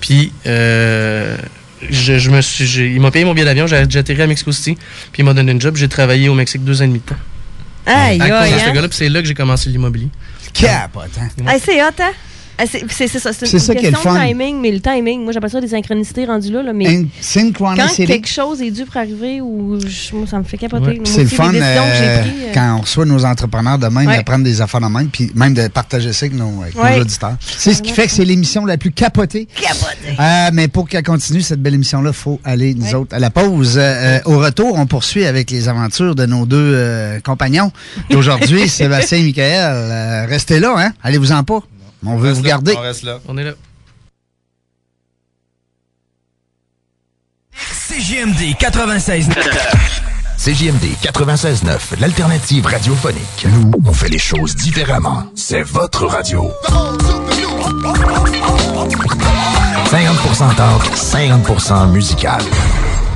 S: puis euh, je, je me suis, j'ai- il m'a payé mon billet d'avion, j'ai j'ai atterri à Mexico City, puis il m'a donné une job, j'ai travaillé au Mexique deux ans et demi de temps.
E: Aïe,
S: à cause
E: aïe,
S: de ce
E: hein?
S: gars-là, puis c'est là que j'ai commencé l'immobilier.
D: Capotant.
E: Hey, c'est hot, hein? Hey, c'est- C'est c'est ça, c'est
S: C'est
E: une
S: ça qui est le
E: question de
S: fun.
E: timing, mais le timing, moi j'appelle ça des synchronicités rendues là, là, mais
D: Une
E: quand
D: synchronicity.
E: quelque chose est dû pour arriver, ou je- moi ça me fait capoter.
D: Ouais.
E: Moi
D: Puis C'est le
E: aussi, les
D: fun
E: décisions que j'ai
D: euh,
E: prises, euh,
D: quand on reçoit nos entrepreneurs de même,
E: Ouais.
D: de prendre des affaires de même, puis même de partager ça avec nos, avec nos
E: Ouais.
D: auditeurs. C'est ce qui fait que c'est l'émission la plus capotée. Capotée! mais pour qu'elle continue cette belle émission-là, faut aller, nous autres, à la pause. Euh, euh, au retour, on poursuit avec les aventures de nos deux euh, compagnons d'aujourd'hui, Sébastien et Michael. Euh, restez là, hein? Allez-vous en pas. On veut vous garder.
K: On reste là.
S: On est là.
A: CJMD 96.
C: CJMD 96.9, l'alternative radiophonique. Nous, on fait les choses différemment. C'est votre radio. 50% talk, 50% musical.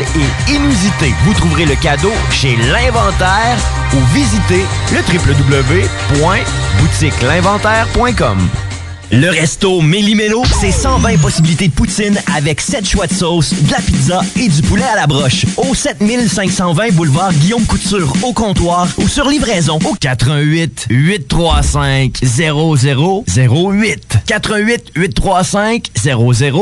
F: et inusitées. Vous trouverez le cadeau chez L'Inventaire ou visitez le www.boutiquelinventaire.com.
P: Le resto Méli-Mélo, c'est 120 possibilités de poutine avec 7 choix de sauce, de la pizza et du poulet à la broche. Au 7520 boulevard Guillaume Couture au comptoir ou sur livraison au 88 835 0008. 88 835 0008.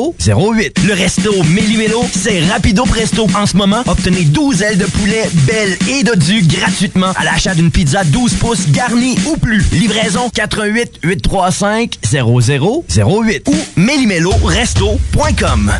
P: Le resto Méli-Mélo, c'est rapido presto. En ce moment, obtenez 12 ailes de poulet belles et dodues gratuitement à l'achat d'une pizza 12 pouces garnie ou plus. Livraison 88 835 0008 ou melimeloresto.com.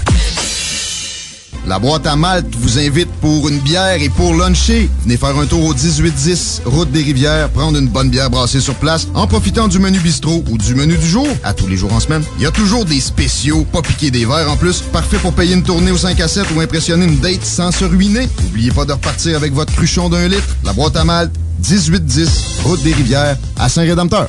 L: La boîte à Malte vous invite pour une bière et pour luncher. Venez faire un tour au 1810 Route des Rivières, prendre une bonne bière brassée sur place en profitant du menu bistrot ou du menu du jour à tous les jours en semaine. Il y a toujours des spéciaux, pas piquer des verres en plus, parfait pour payer une tournée au 5 à 7 ou impressionner une date sans se ruiner. N'oubliez pas de repartir avec votre cruchon d'un litre. La boîte à Malte, 1810 Route des Rivières à Saint-Rédempteur.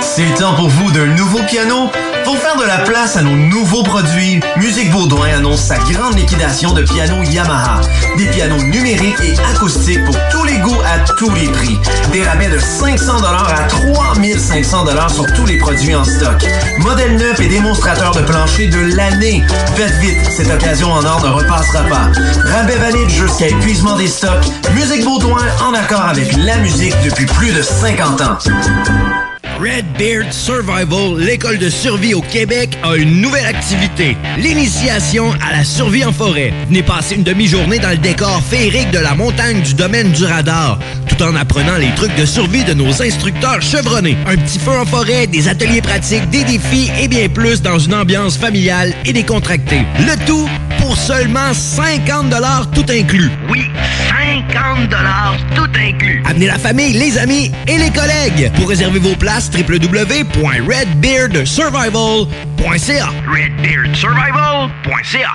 Y: C'est le temps pour vous d'un nouveau piano? Pour faire de la place à nos nouveaux produits, Musique Baudouin annonce sa grande liquidation de pianos Yamaha. Des pianos numériques et acoustiques pour tous les goûts à tous les prix. Des rabais de 500 à 3500 sur tous les produits en stock. Modèle neuf et démonstrateur de plancher de l'année. Faites vite, cette occasion en or ne repassera pas. Rabais valide jusqu'à épuisement des stocks. Musique Baudouin en accord avec la musique depuis plus de 50 ans.
F: Red Beard Survival, l'école de survie au Québec, a une nouvelle activité. L'initiation à la survie en forêt. Venez passer une demi-journée dans le décor féerique de la montagne du domaine du radar, tout en apprenant les trucs de survie de nos instructeurs chevronnés. Un petit feu en forêt, des ateliers pratiques, des défis et bien plus dans une ambiance familiale et décontractée. Le tout pour seulement 50 tout inclus.
Z: Oui, 50 tout inclus.
F: Amenez la famille, les amis et les collègues. Pour réserver vos places, www.redbeardsurvival.ca.
Z: RedBeardSurvival.ca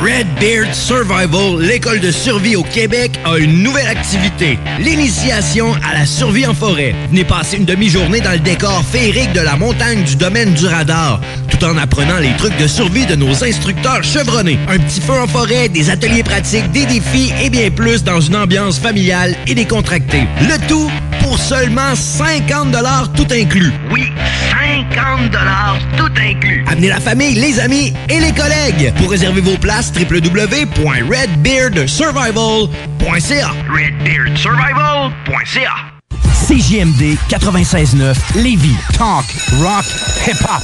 F: Red Beard Survival, l'école de survie au Québec, a une nouvelle activité. L'initiation à la survie en forêt. Venez passer une demi-journée dans le décor féerique de la montagne du domaine du radar, tout en apprenant les trucs de survie de nos instructeurs chevronnés. Un petit feu en forêt, des ateliers pratiques, des défis et bien plus dans une ambiance familiale et décontractée. Le tout pour seulement 50 tout inclus.
Z: Oui, 50 tout inclus.
F: Amenez la famille, les amis et les collègues. Pour réserver vos places, www.redbeardsurvival.ca.
Z: RedBeardSurvival.ca
F: CJMD 96.9 Lévis. Talk, rock, hip-hop.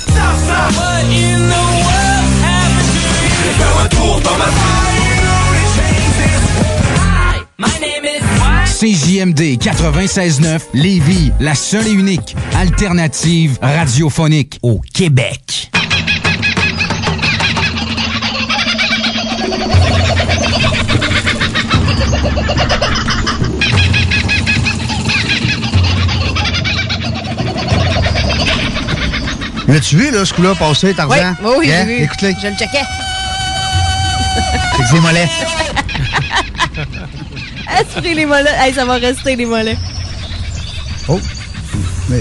B: CJMD 96.9 Lévis, la seule et unique alternative radiophonique au Québec.
D: L'as-tu vu, là, ce coup-là, passer, t'as
E: Oui,
D: revu, hein?
E: oui, oui,
D: Hein?
E: j'ai vu.
D: Écoute-le,
E: Je le checkais.
D: avec ses mollets.
E: Assurez les mollets. Hey, ça va rester les mollets.
D: Oh! Là,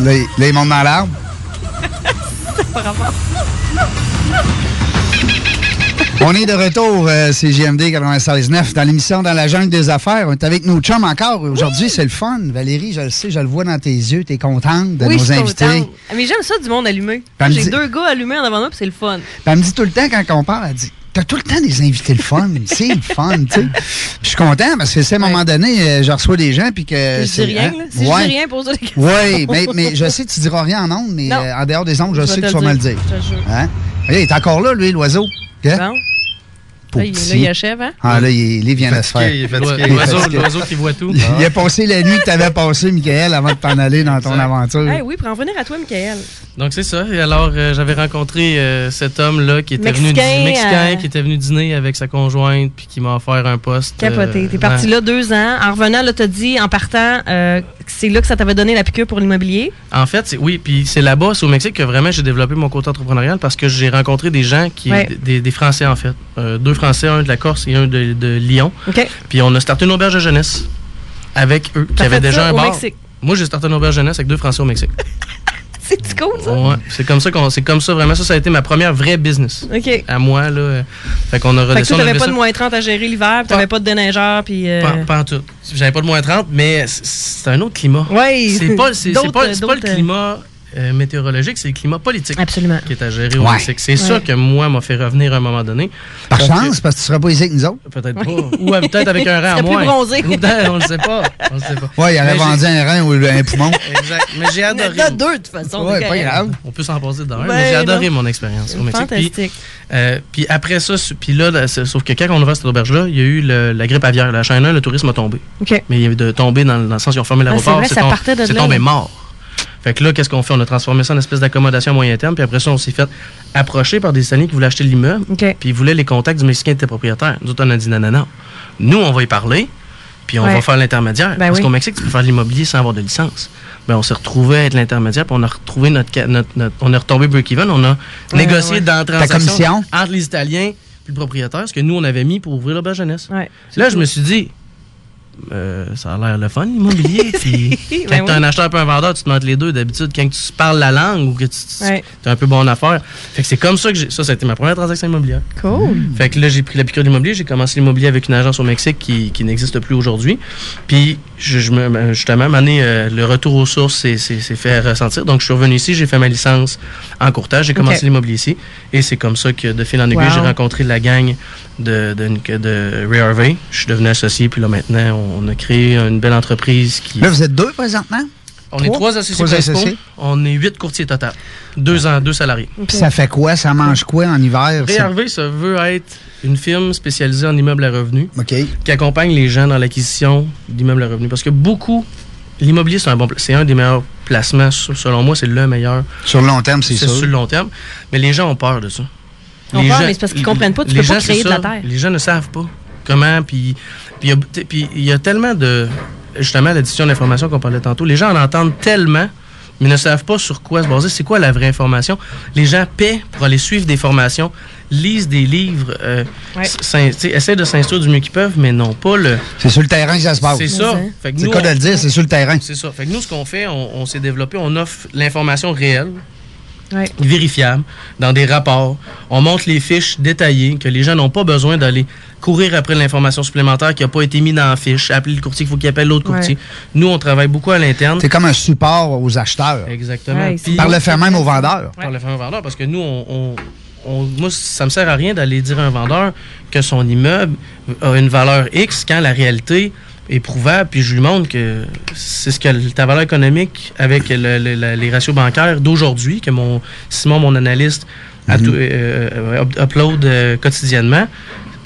D: là, il- là, il monte dans l'arbre.
E: Par rapport.
D: On est de retour, euh, c'est JMD 96.9, dans l'émission Dans la jungle des affaires. On est avec nos chums encore. Aujourd'hui, c'est le fun. Valérie, je le sais, je le vois dans tes yeux. T'es contente de
E: oui, je
D: nos
E: suis
D: invités.
E: contente. Mais j'aime ça du monde allumé.
D: Ben,
E: J'ai
D: dis- Euh,
E: deux gars allumés en avant de moi, puis c'est le fun.
D: Puis elle me dit tout le temps, quand on parle, elle dit T'as tout le temps des invités le fun. C'est le fun, tu sais. Je suis content parce que c'est à un moment donné, euh, je reçois des gens. Puis que.
E: Je
D: c'est-
E: dis rien,
D: hein?
E: là. Si
D: Ouais.
E: je dis rien, pose la question.
D: Oui, mais, mais je sais que tu diras rien en ondes, mais
E: Non.
D: euh, en dehors des ondes, je,
E: Je
D: sais
E: vais
D: que tu
E: te
D: vas me
E: le
D: le
E: dire,
D: dire.
E: je te jure.
D: Hein? Il est encore là, lui, l'oiseau. Hein? Pauvre
G: Là, il, là,
D: petit.
G: il achève, hein?
D: Ah, là, il, il Ah. vient de se faire.
S: Fatigué, il est fatigué. Ouais, l'oiseau- l'oiseau qui voit tout. Ah.
D: Il a passé la nuit que tu avais passée, Michael, avant de t'en aller dans ton aventure.
E: Eh oui, pour en venir à toi, Michael.
S: Donc c'est ça. Et alors euh, j'avais rencontré euh, cet homme là qui était venu
E: Mexicain,
S: dîner, mexicain
E: euh,
S: qui était venu dîner avec sa conjointe puis qui m'a offert un poste.
E: Capoté.
S: euh,
E: T'es parti
S: dans-
E: là deux ans. En revenant, là, t'as dit, en partant, euh, que c'est là que ça t'avait donné la piqûre pour l'immobilier.
S: En fait, c'est- oui, puis c'est là-bas, c'est au Mexique que vraiment j'ai développé mon côté entrepreneurial parce que j'ai rencontré des gens qui,
E: Ouais.
S: des, des Français en fait, Euh, deux Français, un de la Corse et un de, de Lyon.
E: OK.
S: Puis on a starté une auberge de jeunesse avec eux, qui
E: T'as
S: avaient
E: fait
S: déjà
E: ça
S: un
E: au
S: bar.
E: Mexique.
S: Moi, j'ai starté une auberge de jeunesse avec deux Français au Mexique.
E: C'est-tu cool, ça?
S: Ouais, c'est comme ça qu'on, c'est comme ça vraiment ça, ça a été ma première vraie business.
E: OK.
S: À moi là, euh, fait qu'on a
E: Fait que toi,
S: redescendu.
E: t'avais pas de moins 30 à gérer l'hiver, puis t'avais pas de déneigeur, puis... euh,
S: Pas, pas en tout. J'avais pas de moins 30, mais c- c'est un autre climat.
E: Ouais.
S: C'est pas, c'est- c'est
E: D'autres-
S: pas, c'est pas le
E: d'autres, euh,
S: climat euh, météorologique, c'est le climat politique.
E: Absolument.
S: Qui est à gérer au
D: Ouais.
S: Mexique. C'est
D: Ouais.
S: ça que moi m'a fait revenir à un moment donné.
D: Par
S: Parce
D: chance, parce que tu seras pas ici avec nous autres.
S: que- Peut-être pas. Ou euh, peut-être avec un rein
D: Tu serais
S: à
D: plus
S: moins.
D: bronzé.
S: Ou peut-être, on le sait pas. On le sait pas.
D: Ouais, il aurait
S: Mais
D: vendu
S: j'ai-
D: un rein ou un poumon.
S: Exact. Mais j'ai adoré.
E: Il y en a deux, de toute façon, Ouais, des pas carrières. grave.
S: On peut s'en passer d'un,
E: Ben
S: mais j'ai adoré
E: non.
S: mon expérience au Mexique. Puis,
E: Fantastique.
S: euh, puis après ça, su- puis là, là, c'est- sauf que quand on a ouvert cette auberge-là, il y a eu le- la grippe aviaire. La chaîne 1, le tourisme a tombé.
E: OK.
S: Mais il y a eu de tomber dans, dans le sens où ils ont fermé
E: Ah, c'est
S: l'aéroport.
E: vrai, ça
S: tom-
E: partait de
S: c'est
E: là.
S: tombé mort. Fait que là, qu'est-ce qu'on fait? On a transformé ça en espèce d'accommodation à moyen terme. Puis après ça, on s'est fait approcher par des Italiens qui voulaient acheter l'immeuble. Puis ils voulaient les contacts du Mexicain qui était propriétaire. Nous autres, on a dit non, non, non. Nous, on va y parler. Puis on
E: Ouais.
S: va faire l'intermédiaire.
E: Ben
S: parce
E: oui.
S: qu'au Mexique, tu peux faire de l'immobilier sans avoir de licence. Ben, on s'est retrouvé à être l'intermédiaire. Puis on a retrouvé notre, ca- notre, notre- On est retombé break-even. On a
D: Ouais,
S: négocié
D: ouais.
S: dans la
D: Ta
S: transaction
D: commission?
S: entre les Italiens puis le propriétaire, ce que nous, on avait mis pour ouvrir l'auberge jeunesse. là, je me suis dit, euh, ça a l'air le fun, l'immobilier. puis quand
E: Ben
S: t'as
E: oui.
S: un acheteur et un vendeur, tu te montres les deux. D'habitude, quand tu parles la langue ou que tu, tu-
E: Ouais.
S: t'es un peu bon en affaires. Fait que c'est comme ça que j'ai. Ça, ça a été ma première transaction immobilière.
E: Cool.
S: Fait que là, j'ai pris la piqûre de l'immobilier. J'ai commencé l'immobilier avec une agence au Mexique qui, qui n'existe plus aujourd'hui. Puis, je, je me- ben, justement, à un moment donné, euh, le retour aux sources s'est- s'est s'est fait ressentir. Donc, je suis revenu ici, j'ai fait ma licence en courtage, j'ai commencé
E: Ok.
S: l'immobilier ici. Et c'est comme ça que, de fil en aiguille,
E: Wow.
S: j'ai rencontré la gang de, de, de, RearV. Je suis devenu associé. Puis là, maintenant, on, on a créé une belle entreprise qui.
D: Là, vous êtes deux présentement?
S: on est trois associés principaux. On est huit courtiers total. Deux, ans, deux salariés.
D: Puis ça fait quoi? Ça mange quoi en hiver? ça?
S: BRV, ça veut être une firme spécialisée en immeubles à revenus qui accompagne les gens dans l'acquisition d'immeubles à revenus. Parce que beaucoup, l'immobilier, c'est un, bon, pla- c'est un des meilleurs placements. sur- Selon moi, c'est le meilleur.
D: Sur le long terme, c'est sûr.
S: sur le long terme. Mais les gens ont peur de ça.
E: Ils ont peur, mais c'est parce qu'ils comprennent pas, tu
S: les
E: peux pas
S: gens, c'est
E: créer de la
S: ça,
E: terre.
S: Les gens ne savent pas comment. Puis puis il y a- t- puis il y, a tellement de. Justement, la discussion d'information qu'on parlait tantôt, les gens en entendent tellement. Mais ne savent pas sur quoi se baser. C'est quoi la vraie information? Les gens paient pour aller suivre des formations, lisent des livres, euh,
E: Ouais.
S: s- s'in- tu sais, essaient de s'instruire du mieux qu'ils peuvent, mais n'ont pas le,
D: C'est sur le terrain que ça se passe.
S: c'est ça. Fait que
D: C'est le
S: nous,
D: cas de
S: on-
D: le dire, c'est sur le terrain.
S: C'est ça. Fait que nous, ce qu'on fait, on, on s'est développé, on offre l'information réelle,
E: Ouais.
S: vérifiable, dans des rapports. On montre les fiches détaillées, que les gens n'ont pas besoin d'aller courir après l'information supplémentaire qui n'a pas été mise dans la fiche, appeler le courtier, il faut qu'il appelle l'autre courtier. Nous, on travaille beaucoup à l'interne.
D: C'est comme un support aux acheteurs.
S: Mhm. Exactement. Puis-
D: Par le fait même aux vendeurs.
S: Par le fait même aux vendeurs, parce que nous, on, on- on- moi, ça me sert à rien d'aller dire à un vendeur que son immeuble a une valeur X quand la réalité est prouvable, puis je lui montre que c'est ce que le- ta valeur économique avec le- le- la- les ratios bancaires d'aujourd'hui, que mon Simon, mon analyste,
D: Mhm.
S: a tout- euh, euh, up- upload euh, quotidiennement,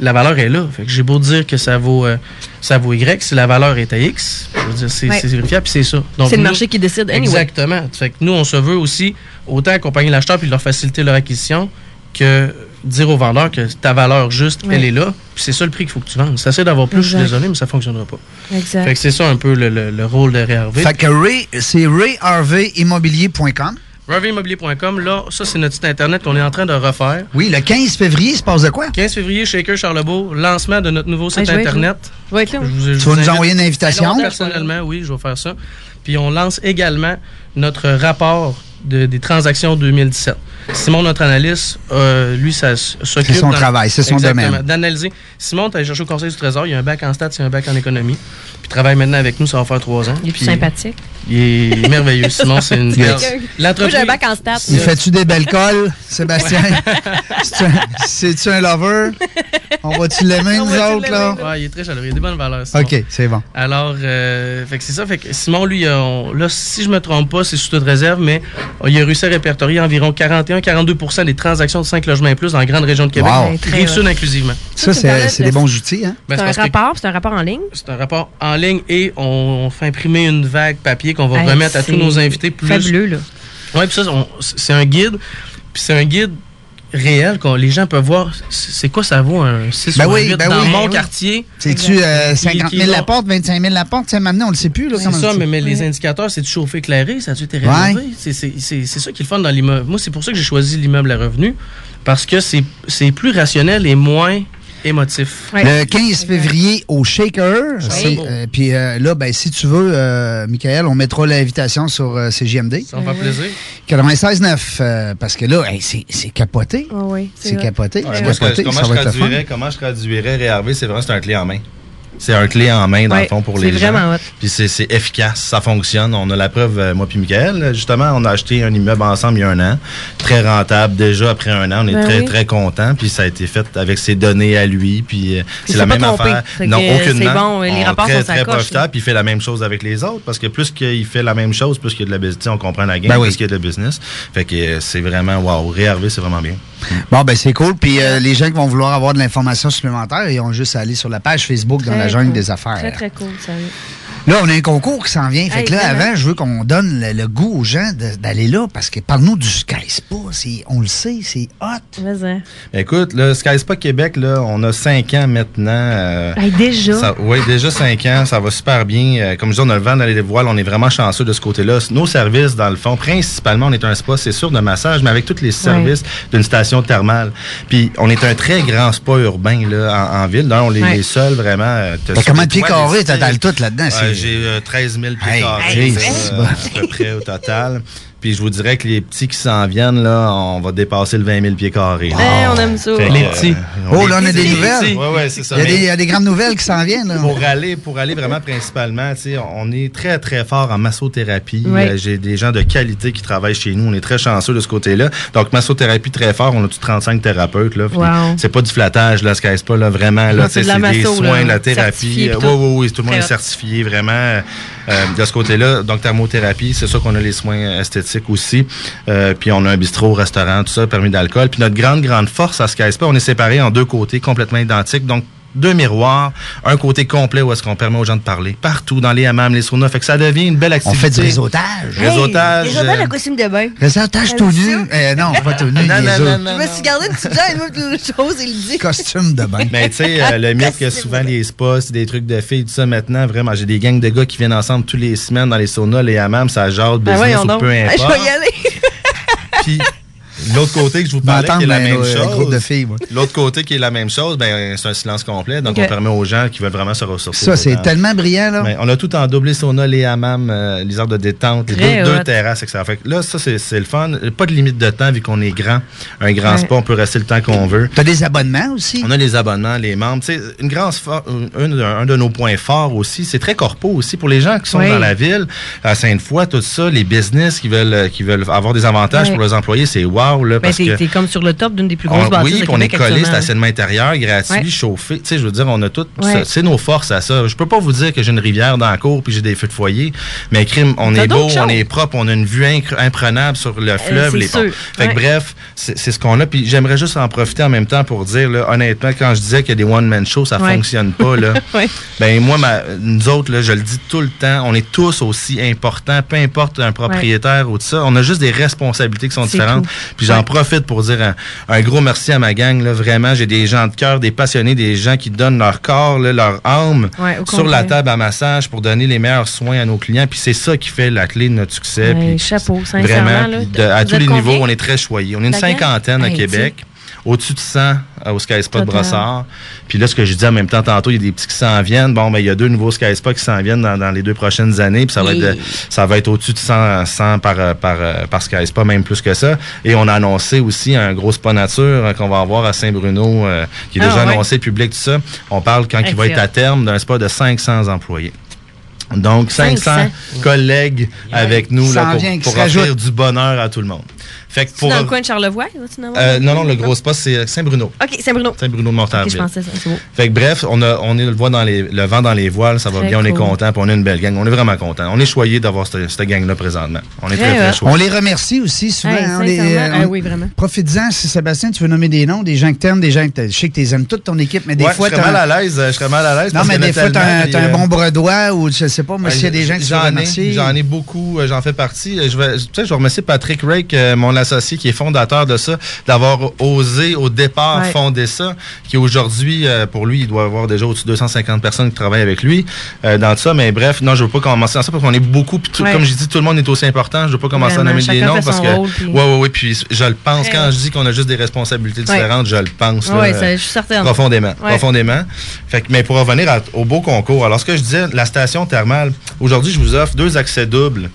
S: la valeur est là. Fait que j'ai beau dire que ça vaut, euh, ça vaut Y, si la valeur est à X, je veux dire, c'est
E: Ouais.
S: c'est vérifiable, puis c'est ça. Donc,
E: C'est le
S: nous-
E: marché qui décide. anyway.
S: Exactement. Fait que nous, on se veut aussi autant accompagner l'acheteur puis leur faciliter leur acquisition que dire au vendeur que ta valeur juste,
E: Ouais.
S: elle est là, puis c'est ça le prix qu'il faut que tu vendes. Ça sert d'avoir plus, je suis
E: Exact.
S: désolé, mais ça fonctionnera pas.
E: Exact.
S: Fait que c'est ça un peu le, le- le rôle de RRV.
D: Fait que Ray, c'est rayharveyimmobilier.com.
S: RRVimmobilier.com, là, ça, c'est notre site Internet qu'on est en train de refaire.
D: Oui, le 15 février, il se passe de quoi?
S: 15 février, Shaker Charlebourg, lancement de notre nouveau
D: Ouais,
S: site
D: je vais être
S: Internet.
D: là.
E: Ah, Je vais être là.
S: Je
D: tu
S: vous
D: vas nous
S: invite-
D: envoyer une invitation.
S: Non, Personnellement, oui, je vais faire ça. Puis on lance également notre rapport de- des transactions 2017. Simon, notre analyste, euh, lui, ça s- s'occupe.
D: C'est son
S: dans-
D: travail, c'est son
S: Exactement,
D: domaine.
S: D'analyser. Simon, tu allé chercher au Conseil du Trésor, il y a un bac en stats et un bac en économie. Puis il travaille maintenant avec nous, ça va faire trois ans.
E: Il est
S: Puis,
E: plus sympathique.
S: Il est merveilleux. Simon, c'est une
D: Yes.
S: perle.
E: Moi, j'ai
S: L'entreprise.
E: un bac en stats.
D: Il fait-tu des belles colles, Sébastien? C'est-tu un- C'est-tu un lover? On va-tu l'aimer, nous autres, là?
S: Ouais, il est très chaleureux, il a des bonnes valeurs. Simon.
D: OK, c'est bon.
S: Alors, euh, fait que c'est ça. Fait que Simon, lui, euh, on- là, si je me trompe pas, c'est sous toute réserve, mais euh, il a réussi à répertorier environ 41 41-42 des transactions de 5 logements et plus dans la grande région de Québec,
D: Wow.
S: rive sud inclusivement.
D: Ça, c'est c'est des bons outils, hein?
S: Ben,
E: c'est
S: c'est
E: un
S: parce que-
E: rapport, c'est un rapport en ligne.
S: C'est un rapport en ligne et on, on fait imprimer une vague papier qu'on va
E: Hey,
S: remettre à
E: c'est
S: tous nos invités. Plus...
E: fabuleux, là.
S: Oui, puis ça, on- c'est un guide. Puis c'est un guide réel qu'on les gens peuvent voir c'est c'est quoi ça vaut un 6
D: Ben
S: ou un
D: oui,
S: 8
D: ben
S: dans
D: oui.
S: mon
D: Oui.
S: quartier.
D: C'est-tu euh,
S: Qui-
D: 50
S: qui
D: 000 la
S: vont-
D: porte, 25 000 la porte? Tu sais, maintenant, on le sait plus. là,
S: C'est
D: comment
S: ça,
D: on
S: mais,
D: dit.
S: mais les indicateurs, c'est du chauffé éclairé, ça a-tu été rénové? C'est- C'est c'est- c'est ça qui est le fun dans l'immeuble. Moi, c'est pour ça que j'ai choisi l'immeuble à revenus, parce que c'est c'est plus rationnel et moins émotif.
D: Le 15 février au Shaker. c'est, euh, puis euh, là, ben, si tu veux, euh, Michael, on mettra l'invitation sur euh, CJMD.
S: Ça me fait plaisir.
D: 96.9, euh, parce que là, hey, c'est c'est capoté. c'est capoté.
K: Ouais,
D: c'est
K: moi, ce Euh, que-
D: capoté.
K: comment,
D: ça
K: je
D: va être le fun.
K: traduirais, comment je traduirais réarver, c'est vraiment c'est un clé en main. C'est un clé en main, dans
D: Ouais,
K: le fond, pour
D: c'est
K: les gens.
D: vraiment hot.
K: Puis c'est- c'est efficace, ça fonctionne. On a la preuve, euh, moi puis Michael. là, Justement, on a acheté un immeuble ensemble il y a un an. Très rentable. Déjà, après un an, on est
G: Ben
K: très,
G: oui.
K: très contents. Puis ça a été fait avec ses données à lui. Puis euh,
G: Il
K: c'est la
G: s'est pas
K: même
G: trompé.
K: affaire.
G: Fait que,
K: non,
G: euh,
K: aucunement.
G: c'est bon, les
K: On-
G: rapports
K: très,
G: sont sa
K: très
G: coche,
K: profitable. Puis il fait la même chose avec les autres. Parce que plus qu'il fait la même chose, plus qu'il y a de la business. On comprend la game,
D: Ben oui.
K: plus qu'il y a de la business. Fait que euh, c'est vraiment, wow, réarver, c'est vraiment bien.
D: Bon, ben c'est cool. Puis euh, les gens qui vont vouloir avoir de l'information supplémentaire, ils ont juste à aller sur la page Facebook dans
E: Très
D: la jungle
E: cool.
D: des affaires.
E: Très, très cool, sérieux.
D: Là, on a un concours qui s'en vient. Fait que
E: Hey,
D: là,
E: vraiment.
D: avant, je veux qu'on donne le, le goût aux gens de- d'aller là parce que parle-nous du Sky Spa. c'est- On le sait, c'est hot. Ben,
E: Vas-y.
K: Écoute, le Sky Spa Québec, là, on a 5 ans maintenant. euh,
E: Hey, déjà?
K: ça- oui, déjà 5 ans, ça va super bien. Euh, comme je dis, on a le vent dans les voiles, on est vraiment chanceux de ce côté-là. Nos services, dans le fond, principalement, on est un spa, c'est sûr, de massage, mais avec tous les services d'une station thermale. Puis, on est un très grand spa urbain là, en, en ville. Là, on est
D: Ouais.
K: les seuls vraiment. euh, t'as
D: Mais
K: sur
D: comment
K: les
D: de pieds
K: toits, des
D: carrés, t'as dans le
K: styles.
D: tout là-dedans?
K: Ouais,
D: c'est-
K: j'ai euh, 13 000 pieds
D: Hey,
K: carrés,
D: hey,
K: euh,
D: c'est bon.
K: à peu près au total. Puis je vous dirais que les petits qui s'en viennent, là, on va dépasser le 20 000 pieds carrés. là.
E: Eh, on aime ça.
K: Fait que,
E: Les
K: euh,
E: petits.
D: Oh, là, on a
K: les
D: des
K: petits.
D: nouvelles.
K: Ouais, ouais, c'est ça.
D: Il y a des-
K: Mais-
D: il y a des grandes nouvelles qui s'en viennent. là.
K: pour aller, pour aller vraiment principalement, tu sais, on est très, très fort en massothérapie.
D: Ouais.
K: Euh, J'ai des gens de qualité qui travaillent chez nous. On est très chanceux de ce côté-là. Donc, massothérapie très fort. On a tous 35 thérapeutes, là. Puis
G: Wow.
K: C'est pas du flattage, là, ce qu'est-ce pas, là, vraiment,
G: Non,
K: là. tu
G: c'est
K: sais,
G: de la
K: C'est des
G: masso, là,
K: soins, de la
G: certifié
K: thérapie.
G: puis
K: Euh,
G: tout.
K: Oui, oui, oui. Tout le monde est
G: Très hot.
K: certifié, vraiment, euh, euh, de ce côté-là. Donc, thermothérapie, c'est sûr qu'on a les soins esthétiques aussi. Euh, puis, on a un bistrot, restaurant, tout ça, permis d'alcool. Puis, notre grande, grande force à ce qu'est-ce pas, on est séparés en deux côtés complètement identiques. Donc, deux miroirs, un côté complet où est-ce qu'on permet aux gens de parler partout dans les hammams, les saunas, fait que ça devient une belle activité.
D: fait du réseautage.
K: Réseautage.
H: Hey, Isabelle,
K: euh,
H: le costume de bain.
D: Réseautage tout nu. Eh, non, pas tout nu.
K: Non, non,
D: niaiseux.
K: non, non.
H: Je me suis gardé une petite jambe et une autre chose, il le dit.
D: Costume de bain.
K: Mais tu sais, euh, le mythe que souvent les spas, c'est des trucs de filles, tout ça maintenant, vraiment, j'ai des gangs de gars qui viennent ensemble tous les semaines dans les saunas, les hammams, ça jase,
H: Ben
K: business
H: voyons
K: ou
H: donc.
K: peu
H: Hey, Je
K: importe.
H: vais y aller.
K: L'autre côté que je vous parlais,
D: M'entendre,
K: qui est la
D: ben,
K: même
D: euh,
K: chose.
D: groupe de filles, moi.
K: L'autre côté qui est la même chose, ben, c'est un silence complet. Donc,
D: Ok.
K: on permet aux gens qui veulent vraiment se ressourcer.
D: Ça, c'est
K: dedans.
D: tellement brillant, là.
K: Mais on a tout en doublé sauna, les hammams, euh, les heures de détente, les
D: Très
K: deux, deux
D: hot.
K: terrasses, etc. Fait que là, ça, c'est c'est le fun. Pas de limite de temps, vu qu'on est grand. Un grand
D: Ouais.
K: spa, on peut rester le temps qu'on veut.
D: T'as des abonnements aussi?
K: On a les abonnements, les membres. Tu sais, une grande for- une- un, de nos points forts aussi, c'est très corpo aussi. Pour les gens qui sont
G: Oui.
K: dans la ville, à Sainte-Foy, tout ça, les business qui veulent, euh, qui veulent avoir des avantages
E: Ouais.
K: pour leurs employés, c'est wow, là,
E: Ben,
K: parce
E: t'es
K: que
E: t'es comme sur le top d'une des plus
D: Ah
E: grosses
K: on-
E: bâtisses
K: Ah Oui,
E: de
K: puis on est
E: Québec
K: collé,
E: actuellement.
K: stationnement intérieur, gratuit,
E: Ouais.
K: chauffé. Tu sais, je veux dire, on a tout.
E: Ouais.
K: ça- C'est nos forces à ça. Je peux pas vous dire que j'ai une rivière dans la cour puis j'ai des feux de foyer, mais crime, on
G: T'as
K: est beau,
G: d'autres
K: on
G: choses.
K: est propre, on a une vue incre- imprenable sur
E: Euh,
K: le fleuve,
G: c'est
K: les ponts.
G: sûr.
K: Fait que
G: Ouais.
K: bref, c'est c'est ce qu'on a. Puis j'aimerais juste en profiter en même temps pour dire, là, honnêtement, quand je disais que des one-man shows, ça
G: Ouais.
K: fonctionne pas, là.
G: Ouais.
K: Ben moi, ma- nous autres, là, je le dis tout le temps, on est tous aussi importants, peu importe un propriétaire ou tout ça. On a juste des responsabilités qui sont
G: C'est
K: différentes.
G: tout.
K: Puis j'en profite pour dire un, un gros merci à ma gang. Là, vraiment, j'ai des gens de cœur, des passionnés, des gens qui donnent leur corps, là, leur âme
G: Ouais, au
K: sur la
G: contraire.
K: table à massage pour donner les meilleurs soins à nos clients. Puis c'est ça qui fait la clé de notre succès.
E: Hey,
K: Puis
E: chapeau, sincèrement.
K: vraiment,
E: là.
K: puis de- à
E: Vous
K: tous
E: êtes
K: les
E: combien?
K: niveaux, on est très choyés. On est une
E: La gang?
K: cinquantaine à
E: Hey,
K: Québec. Au-dessus de 100 euh, au Sky Spot
E: Total.
K: Brossard. Puis là, ce que je dis en même temps, tantôt, il y a des petits qui s'en viennent. Bon, ben, il y a deux nouveaux Sky Spots qui s'en viennent dans, dans les deux prochaines années. Puis ça va, être, de-
G: Yeah.
K: ça va être au-dessus de 100, 100 par, euh, par, euh, par Sky Spa, même plus que ça. Et on a annoncé aussi un gros spa nature euh, qu'on va avoir à Saint-Bruno, euh, qui est
G: Ah,
K: déjà
G: ouais.
K: annoncé public, tout ça. On parle quand il va être
G: Excellent.
K: à terme d'un spa de 500 employés. Donc, 500,
G: 500.
K: collègues avec nous
G: Ça
K: là,
G: en
K: pour,
G: vient, qui
K: pour
G: se
K: offrir
G: rajoute.
K: du bonheur à tout le monde. Fait que
E: C'est
K: pour.
E: dans le coin de Charlevoix? vas-tu en avoir?
K: Euh, non, non, le gros spa, c'est Saint-Bruno.
E: OK, Saint-Bruno.
K: Saint-Bruno de
E: Ok, je
K: Montarville.
E: pensais ça, c'est beau.
K: Fait que bref, on, a, on est le, voit dans les, le vent dans les voiles, ça va
E: Très
K: bien, on est
E: cool.
K: content, puis on est une belle gang. On est vraiment content. On est choyé d'avoir cette, cette gang-là présentement. On est très,
E: euh,
H: euh,
K: très choyé.
D: On les remercie aussi souvent.
E: Hey,
D: hein, on les-
E: sincèrement,
D: on-
H: Ah
E: euh, oui, vraiment.
D: Profite-en, si Sébastien, tu veux nommer des noms, des gens que t'aimes, des gens que t'as- je sais que t'es aimes toute ton équipe, mais des
K: Ouais,
D: fois.
K: je serais
D: t'as-
K: mal à l'aise. euh, Je serais mal à l'aise.
D: Non,
K: parce
D: mais
K: qu'il y en
D: des
K: a
D: fois, t'as un,
K: tellement,
D: t'as un
K: puis, euh,
D: bon bredois ou je sais pas, moi, s'il y a des gens qui sont
K: Ben, J'en ai,
D: remercier.
K: j'en ai beaucoup, euh, j'en fais partie. Euh, Je vais, je- tu sais, je vais remercier Patrick Rake, euh, mon associé qui est fondateur de ça, d'avoir osé au départ
G: Ouais.
K: fonder ça, qui aujourd'hui, euh, pour lui, il doit avoir déjà au-dessus de 250 personnes qui travaillent avec lui euh, dans ça. Mais bref, non, je veux pas commencer dans ça parce qu'on est beaucoup, puis tout-
G: Ouais.
K: comme je dis, tout le monde est aussi important. Je veux pas commencer
G: Vraiment,
K: à nommer des
G: chacun
K: noms
G: fait
K: parce
G: son
K: que,
G: rôle, puis-
K: ouais, ouais, ouais, puis je le pense.
E: Ouais.
K: Quand je dis qu'on a juste des responsabilités
E: Ouais.
K: différentes, je le pense. là,
E: Ouais,
K: euh,
E: ça, je suis certaine.
K: Profondément,
E: Ouais.
K: profondément. Fait que, mais pour revenir à- au beau concours, alors ce que je disais, la station thermale, aujourd'hui, je vous offre deux accès doubles.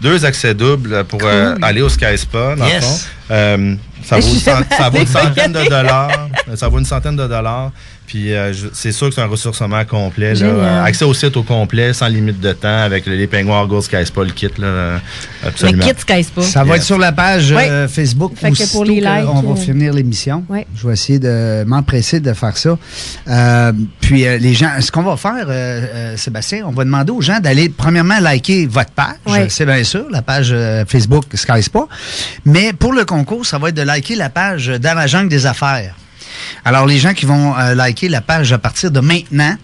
K: Deux accès doubles pour euh, aller au Sky Spa, dans le
G: Yes.
K: fond. Euh, ça, vaut,
G: J'ai
K: cent- ça vaut une
G: jamais
K: centaine de
G: regardé.
K: dollars. Ça vaut une centaine de dollars. Puis euh, je- c'est sûr que c'est un ressourcement complet. là.
G: Génial.
K: Euh, accès au site au complet, sans limite de temps, avec les pingouins Argos Sky Spa, le kit. Là, euh, absolument.
E: kit Sky Spa.
D: Ça va
K: Yes.
D: être sur la page
E: Oui.
D: euh, Facebook.
E: Fait que pour les
D: aussitôt que
E: likes,
D: On
E: euh,
D: va finir l'émission.
E: Ouais.
D: Je vais essayer de m'empresser de faire ça. Euh, puis euh, les gens, ce qu'on va faire, euh, euh, Sébastien, on va demander aux gens d'aller premièrement liker votre page.
E: Ouais.
D: C'est bien sûr la page euh, Facebook Sky Spa. Mais pour le concours, ça va être de liker la page euh, dans la jungle des affaires. Alors les gens qui vont euh, liker la page à partir de maintenant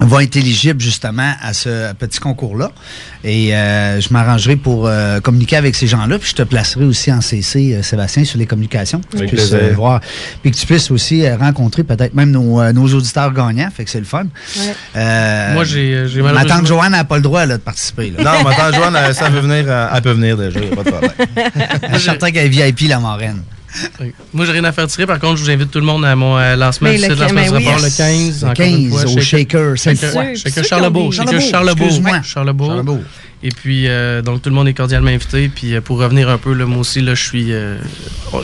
D: va être éligible justement à ce petit concours-là. Et euh, je m'arrangerai pour euh, communiquer avec ces gens-là. Puis je te placerai aussi en CC, euh, Sébastien, sur les communications. pour que
K: Avec
D: tu puisses,
K: plaisir.
D: euh, voir. Puis que tu puisses aussi euh, rencontrer peut-être même nos, euh, nos auditeurs gagnants. Fait que c'est le fun. Euh,
S: Moi, j'ai- euh, j'ai
D: Ma
S: malheureusement-
D: tante Joanne n'a pas le droit là, de participer. là.
K: Non, ma tante Joanne, elle, ça veut venir, euh, elle peut venir déjà, y a pas de problème.
D: Je suis certain qu'elle est VIP, la marraine.
S: Moi, j'ai rien à faire tirer. Par contre, je vous invite tout le monde à mon euh, lancement
D: Mais
S: du
D: le
S: site
D: quin-
S: lancement
D: mais
S: du
D: oui,
S: rapport le
D: yes.
S: 15.
D: Le
S: encore une
D: 15 au Shaker, c'est
S: Shaker,
D: le fun.
S: ouais,
D: Puis
S: Shaker
D: ceux qui ont
S: Charlebourg.
D: des-
S: Shaker
D: Charlebourg,
S: Charlebourg.
D: excuse-moi.
S: ouais, Charlebourg.
D: Charlebourg.
S: Et puis, euh, donc, tout le monde est cordialement invité. Puis, euh, pour revenir un peu, là, moi aussi, là, je suis. Euh,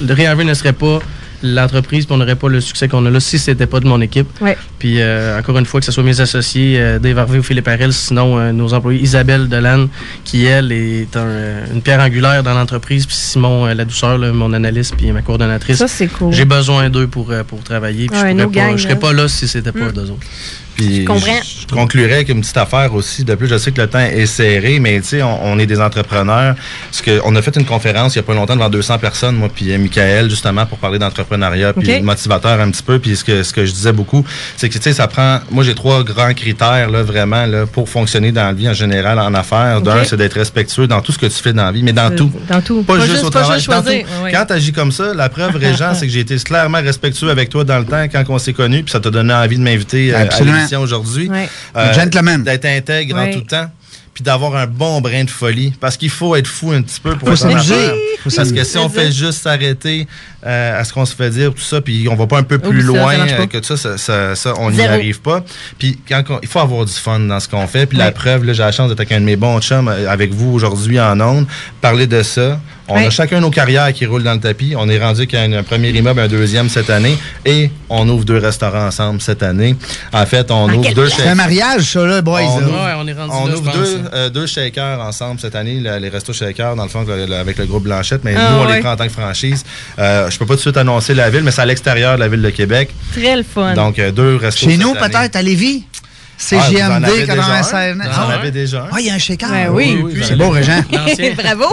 S: le Réinvent ne serait pas l'entreprise, puis on n'aurait pas le succès qu'on a là si c'était pas de mon équipe.
E: Ouais.
S: Puis euh, encore une fois, que ce soit mes associés, euh, Dave Harvey ou Philippe Harel, sinon euh, nos employés Isabelle Delanne, qui elle est un, euh, une pierre angulaire dans l'entreprise, puis Simon euh, La Douceur, là, mon analyste, puis ma coordonnatrice.
E: Ça, c'est cool.
S: J'ai besoin d'eux pour, euh, pour travailler, puis
E: Ouais,
S: je
E: nos
S: pourrais pas-
E: gangs,
S: je serais
E: là.
S: pas là si c'était pas
E: Mm.
S: d'eux autres.
K: Puis
E: Je comprends.
K: je- je conclurai avec une petite affaire aussi. De plus, je sais que le temps est serré, mais tu sais, on, on est des entrepreneurs. Parce que on a fait une conférence il n'y a pas longtemps devant 200 personnes, moi puis euh, Michael, justement, pour parler d'entrepreneuriat, puis
G: Ok.
K: de motivateur un petit peu. Puis ce que, ce que je disais beaucoup, c'est que tu sais, ça prend. Moi, j'ai trois grands critères là, vraiment là, pour fonctionner dans la vie en général, en affaires. D'un,
E: Ok.
K: c'est d'être respectueux dans tout ce que tu fais dans la vie, mais dans
E: Euh,
K: tout.
E: dans tout.
K: Pas,
E: Pas
K: juste,
E: juste-
K: au
E: pas
K: travail.
E: juste
K: dans
E: choisir.
K: tout.
E: Oui, oui.
K: Quand tu agis comme ça, la preuve, Régent, c'est que j'ai été clairement respectueux avec toi dans le temps quand on s'est connus, puis ça t'a donné envie de m'inviter euh, à
D: Absolument.
K: l'émission aujourd'hui. Euh,
D: Ouais. Un gentleman.
K: D'être intègre en
D: Ouais.
K: tout temps. Puis d'avoir un bon brin de folie. Parce qu'il faut être fou un petit peu pour
D: Faut
K: être en
D: s'amuser.
K: affaires.
D: Faut
K: Parce que
D: s'amuser.
K: si on fait juste s'arrêter euh, à ce qu'on se fait dire, tout ça, puis on va pas un peu plus
G: Oublie ça, ça
K: loin
G: marche
K: euh,
G: pas.
K: que ça, ça, ça- ça, on n'y
G: Zéro.
K: arrive pas. Puis quand qu'on- il faut avoir du fun dans ce qu'on fait. Puis la
G: Ouais.
K: preuve, là, j'ai la chance d'être avec un de mes bons chums euh, avec vous aujourd'hui en ondes, parler de ça. On a
G: Ouais.
K: chacun nos carrières qui roulent dans le tapis. On est rendu qu'à un, un premier immeuble, un deuxième cette année, et on ouvre deux restaurants ensemble cette année. En fait, on ouvre deux
D: C'est un mariage, ça, là, boys.
K: on
D: là.
K: ouvre, on
S: là,
K: ouvre
S: je pense,
K: deux, euh, deux shakers ensemble cette année, le- les restos shakers, dans le fond, le- le- avec le groupe Blanchette, mais
E: Ah,
K: nous, on
E: ouais.
K: les prend en tant que franchise. Euh, je peux pas tout de suite annoncer la ville, mais c'est à l'extérieur de la ville de Québec.
E: Très le fun.
K: Donc, euh, deux restos.
D: Chez
K: cette
D: nous,
K: année.
D: peut-être, à Lévis. C'est
K: Ah, vous en avez
D: JMD
K: déjà
D: 96.
K: un? Vous en
D: Ah,
K: avez déjà un?
D: Ah, il y a un shaker.
K: Ben oui. Oui, oui,
D: C'est
K: vous en
D: beau,
K: avez
D: Régent. Ah,
K: L'ancien.
H: Bravo.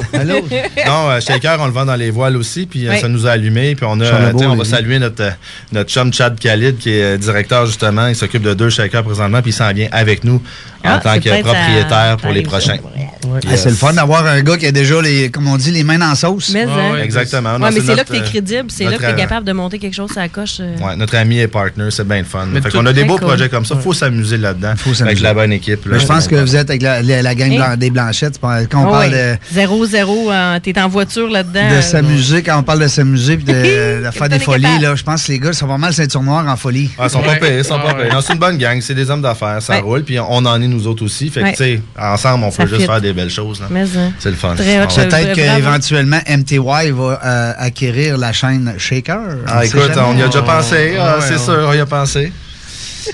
K: Non, euh, Shaker, on le vend dans les voiles aussi, puis euh,
H: Oui.
K: ça nous a allumé, puis on a,
G: Charlebourg,
K: euh, t'sais, on va
G: Lévis.
K: saluer notre, euh, notre chum Chad Khalid, qui est euh, directeur justement, il s'occupe de deux Shakers présentement, puis il s'en vient avec nous en
D: Ah,
K: tant
D: c'est
K: que
D: peut-être
K: propriétaire
D: à-
K: pour les prochains. euh,
D: Ah, c'est le fun d'avoir un gars qui a déjà, les, comme on dit, les mains dans la sauce.
E: Mais, hein. Ouais,
K: Exactement.
E: Ouais,
K: Non,
E: mais c'est là
K: notre,
E: que t'es
K: euh,
E: crédible, c'est là que
K: notre,
E: t'es
K: euh,
E: capable de monter quelque chose à la coche. euh.
K: Ouais, notre ami et partner, c'est bien le fun.
E: Mais
K: Fait
E: tout
K: qu'on a des
E: très
K: beaux
E: cool.
K: projets comme ça. Faut s'amuser là-dedans. Avec la bonne équipe. là,
D: Mais Ben, je pense
K: c'est
D: que
K: bien
D: vous êtes avec la, la- la gang
E: Hein?
D: blan- des Blanchettes. Quand on
E: Ah
D: parle
E: ouais.
D: de,
E: 0-0, euh, t'es en voiture là-dedans.
D: de
E: euh,
D: s'amuser, quand on parle de s'amuser puis de, de faire des
E: Capitaine
D: folies,
E: Capable.
D: là, je pense que les gars sont pas mal ceinture noire en folie.
K: Ah, ils sont pas payés, ils sont pas payés. Non, C'est une bonne gang, c'est des hommes d'affaires, ça
D: Ouais.
K: roule, puis on en est nous autres aussi. Fait que,
D: Ouais.
K: tu sais, ensemble, on
D: Ça
K: peut juste
D: fit.
K: faire des belles choses. là.
D: Mais, hein.
K: C'est le fun. Ah, ouais.
D: Peut-être qu'éventuellement, MTY va euh, acquérir la chaîne Shaker.
K: Ah,
D: sait
K: écoute,
D: jamais.
K: Ah, on y a déjà pensé, ah, c'est sûr, on y a pensé.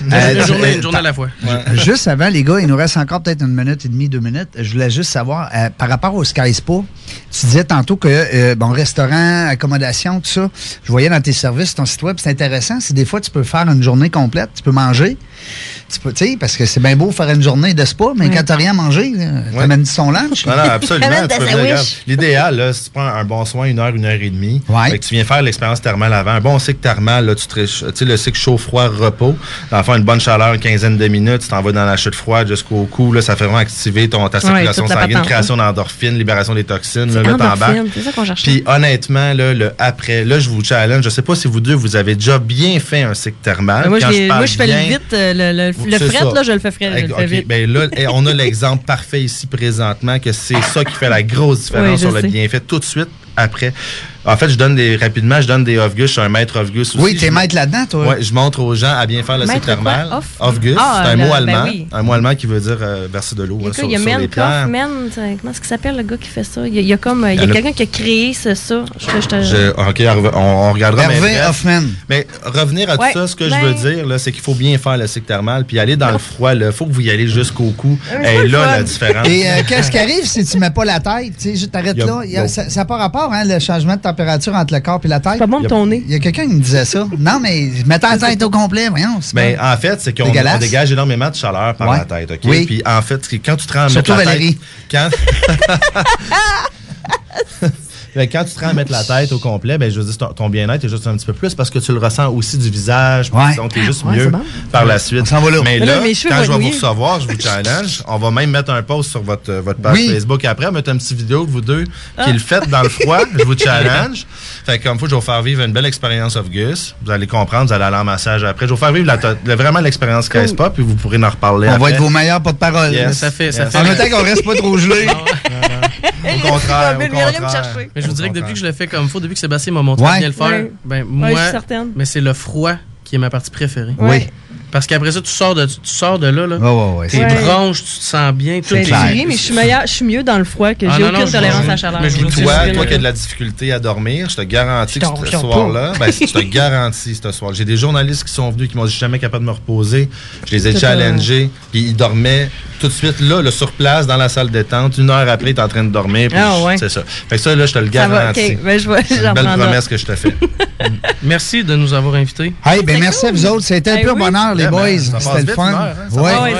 S: Une
D: Euh,
S: journée- une
D: euh,
S: journée à la fois.
D: ju- Juste avant, les gars, il nous reste encore peut-être une minute et demie, deux minutes. Je voulais juste savoir, euh, par rapport au Sky Spa, tu disais tantôt que, euh, bon, restaurant, accommodation, tout ça, je voyais dans tes services, ton site web, c'est intéressant. C'est des fois, tu peux faire une journée complète, tu peux manger. Tu peux, tu sais, parce que c'est bien beau faire une journée de spa, mais
K: Ouais.
D: quand t'as rien mangé, tu t'amènes son lunch.
K: Non, non, absolument. tu peux venir, regarde,
D: sandwich.
K: L'idéal, là, si tu prends un bon soin, une heure, une heure et demie, fait que tu viens faire l'expérience thermale avant. Un bon cycle thermal, là, tu te ré- tu sais, le cycle chaud-froid, repos. T'en fais une bonne chaleur, une quinzaine de minutes, tu t'en vas dans la chute froide jusqu'au cou, là, ça fait vraiment activer ton, ta
E: Ouais,
K: circulation
E: toute la
K: sanguine,
E: patente,
K: création d'endorphines, libération des toxines, là, là,
E: Endorphine,
K: t'embarques.
E: c'est ça qu'on cherche.
K: Puis honnêtement, là, le après, là, je vous challenge. Je sais pas si vous deux, vous avez déjà bien fait un cycle thermal.
E: Mais Ben, Moi, je,
K: Quand
E: l'ai-
K: parle
E: moi, je fais
K: bien-
E: le vite, euh, le, le, le
K: c'est
E: fret,
K: ça.
E: là, je le fais frais, je le
K: Ok,
E: fais vite.
K: ben là, eh, on a l'exemple parfait ici présentement que c'est ça qui fait la grosse différence
E: Oui, je
K: sur le
E: sais.
K: bienfait tout de suite après. En fait, je donne des rapidement, je donne des off-gus, je suis un maître off-gus aussi.
D: Oui, t'es
K: Je-
D: maître là-dedans, toi.
K: Ouais, je montre aux gens à bien faire le
D: Maître
K: cycle thermal.
D: quoi? Off?
K: Off-gus,
E: Ah,
K: c'est un
E: le-
K: mot
E: ben
K: allemand,
E: oui.
K: un mot allemand qui veut dire euh, verser de l'eau
E: Il y a
K: hein,
E: quoi,
K: sur,
E: il y a
K: sur les
E: Man
K: plans.
E: Coff, Man, euh, comment est-ce qu'il s'appelle le gars qui fait ça? Il y a, il y a comme, euh, il
K: Il
E: y a
K: y en a-
E: quelqu'un qui a créé ce, ça. Je, te- je te-
K: Je- ok, on rev- on, on regardera. mais
D: Hervé
K: bref.
D: Hoffman.
K: Mais revenir à
E: Ouais,
K: tout ça, ce que je
E: ben-
K: veux dire, là, c'est qu'il faut bien faire le cycle thermal, puis aller dans le froid. Il faut que vous y allez jusqu'au cou.
D: Ah, c'est pas
K: Et
D: le
K: là,
D: fun.
K: la différence.
D: Et euh, qu'est-ce qui arrive si tu mets pas la tête? Tu sais, je t'arrête
K: Y a-
D: là. Il y a-
K: y a-
D: ça n'a pas rapport, hein, le changement de température entre le corps et la tête.
E: pas bon pour Y a- ton nez.
D: Il y a quelqu'un qui me disait ça. Non, mais mets ta tête au complet, voyons. c'est
K: Ben,
D: pas-
K: en fait, c'est qu'on
D: Hein? Dégueulasse.
K: on dégage énormément de chaleur par
D: Ouais.
K: la tête, OK?
D: Oui.
K: Puis en fait, c'est- quand tu te rends à
D: Surtout
K: mettre la
D: Valérie.
K: tête... Quand... Ben, quand tu te rends à mettre la tête au complet, ben, je veux dire, ton, ton bien-être est juste un petit peu plus parce que tu le ressens aussi du visage. puis Donc, t'es juste
E: Ouais,
K: mieux
E: c'est bon.
K: par la suite. Mais
E: Mais là,
K: là,
E: mes cheveux
K: quand
E: vont
K: je vais vous
E: mouiller.
K: recevoir, je vous challenge. On va même mettre un post sur votre, euh, votre page
E: Oui.
K: Facebook après, mettre une petite vidéo que vous deux qui
E: Ah.
K: le faites dans le froid. je vous challenge. Fait que comme fois, je vais vous faire vivre une belle expérience of Gus. Vous allez comprendre, vous allez aller en massage après. Je vais vous faire vivre la to- la- vraiment l'expérience Sky Spa, puis vous pourrez en reparler
D: on
K: après.
D: va être vos meilleurs porte-parole.
K: Yes. Ça fait- ça Yes. fait-
D: En même temps qu'on reste pas trop gelé.
K: Au contraire, au contraire.
S: Mais je vous dirais que depuis que je le fais comme faut, depuis que Sébastien m'a montré
D: Ouais.
S: à bien le faire,
D: Ouais.
S: ben moi,
D: Ouais, je suis certaine.
S: mais c'est le froid qui est ma partie préférée.
D: Oui.
S: Parce qu'après ça, tu sors de, tu, tu sors de là, là.
D: Ouais, ouais, ouais,
S: tes
E: c'est vrai.
S: bronches, tu te sens bien, tout
E: Ben,
S: est
E: j'ai ri, mais je suis meilleure- je suis mieux dans le froid que
S: Ah,
E: j'ai
S: non, non,
E: aucune
S: je
E: tolérance à
S: vois.
E: la chaleur.
S: Mais je vous le
K: Puis
S: dis,
K: toi,
S: je
K: toi
S: viens
K: qui as
S: de-
K: de la difficulté à dormir, je te garantis
S: Je
K: que
S: dors-
K: ce
S: je dors
K: soir-là,
S: pas.
K: ben, je te garantis ce soir. J'ai des journalistes qui sont venus qui m'ont dit je suis jamais capable de me reposer. Je les ai
S: C'est
K: challengés, puis ils dormaient tout de suite là, le sur place, dans la salle détente. Une heure après, t'es en train de dormir, puis
E: Ah,
K: je-
E: ouais.
K: c'est ça. Fait que ça, là, je te le
E: Ça va, ok.
K: garantis.
E: Ben, je vois-
K: C'est
E: j'en
K: une belle
E: prends note.
K: promesse que je te fais.
S: Merci de nous avoir invités.
D: Hey, ben merci à vous autres. C'était un
S: Eh
D: pur
S: oui.
D: bonheur, les
S: Vraiment, ça
D: boys.
S: passe
D: C'était le
S: vite, une
D: fun.
S: heure, hein, ça
D: Ouais.
S: passe-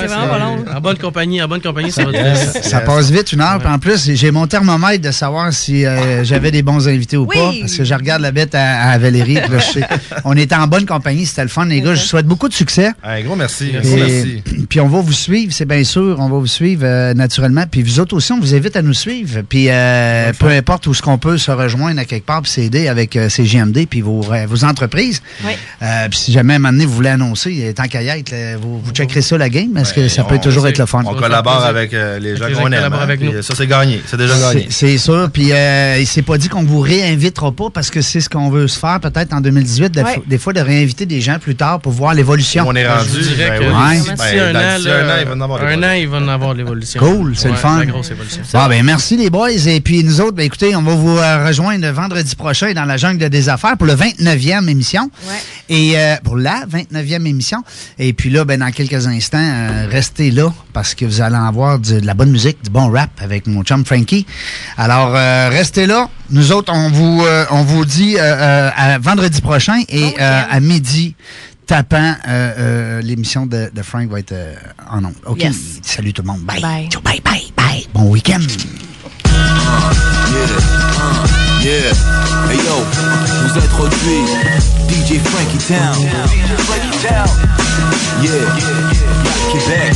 S: ouais, En bonne compagnie, en bonne compagnie, ça va
D: Yes.
S: très-
D: Ça passe vite une heure. puis En plus, j'ai mon thermomètre de savoir si euh, j'avais des bons invités ou pas. Parce que je regarde la bête à, à Valérie. puis là, je sais. on était en bonne compagnie. C'était le fun, les gars. Je vous souhaite beaucoup de succès.
K: Un gros merci.
D: Et-
K: Merci. merci.
D: Puis on va vous suivre, c'est bien sûr. On va vous suivre euh, naturellement. Puis vous autres aussi, on vous invite à nous suivre. Puis euh, peu importe où ce qu'on peut se rejoindre à quelque part, puis s'aider avec euh, ces JMD puis vos, euh, vos entreprises.
E: Oui.
D: Euh, puis si jamais à un moment donné, vous voulez annoncer, euh, tant qu'à y être, là, vous, vous checkerez ça la game, parce que ça peut toujours être le fun.
K: Ben, On collabore avec euh, les gens
S: les gens
K: qu'on
S: qui
K: aime.
S: collaborent
K: hein,
S: avec
K: puis,
S: nous.
K: euh, Ça, c'est gagné. C'est déjà gagné.
D: C'est- C'est sûr. Puis euh, il s'est pas dit qu'on vous réinvitera pas parce que c'est ce qu'on veut se faire peut-être en 2018, de-
S: Ouais.
D: des fois de réinviter des gens plus tard pour voir l'évolution.
K: On est rendu.
S: Je vous dirais
K: Ben
S: que
K: oui.
S: d'ici
K: Ben,
S: un,
K: dans-
S: an,
K: d'ici
S: là,
K: un an, il va en avoir
S: un an, il va en avoir l'évolution.
D: Cool, c'est le
S: Ouais,
D: fun.
S: La grosse évolution.
D: Bon, ben, merci les boys. Et puis nous autres, ben, écoutez, on va vous euh, rejoindre vendredi prochain dans la jungle des affaires pour le 29e émission. Et euh, pour la 29e émission. Et puis là, ben, dans quelques instants, euh, restez là parce que vous allez en avoir du- de la bonne musique, du bon rap avec mon chum Frankie. Alors, euh, restez là. Nous autres, on vous, euh, on vous dit euh, euh, à vendredi prochain et euh, à midi. Tapant, euh, euh, l'émission de, de Frank va être euh, en ondes. OK.
E: Yes.
D: Salut tout le monde. Bye.
E: Bye.
D: Ciao, bye, bye, bye. Bon week-end.
G: Uh, Yeah, hey yo, vous êtes produit DJ Frankie Town. Frankie Town. Yeah, Rap Québec.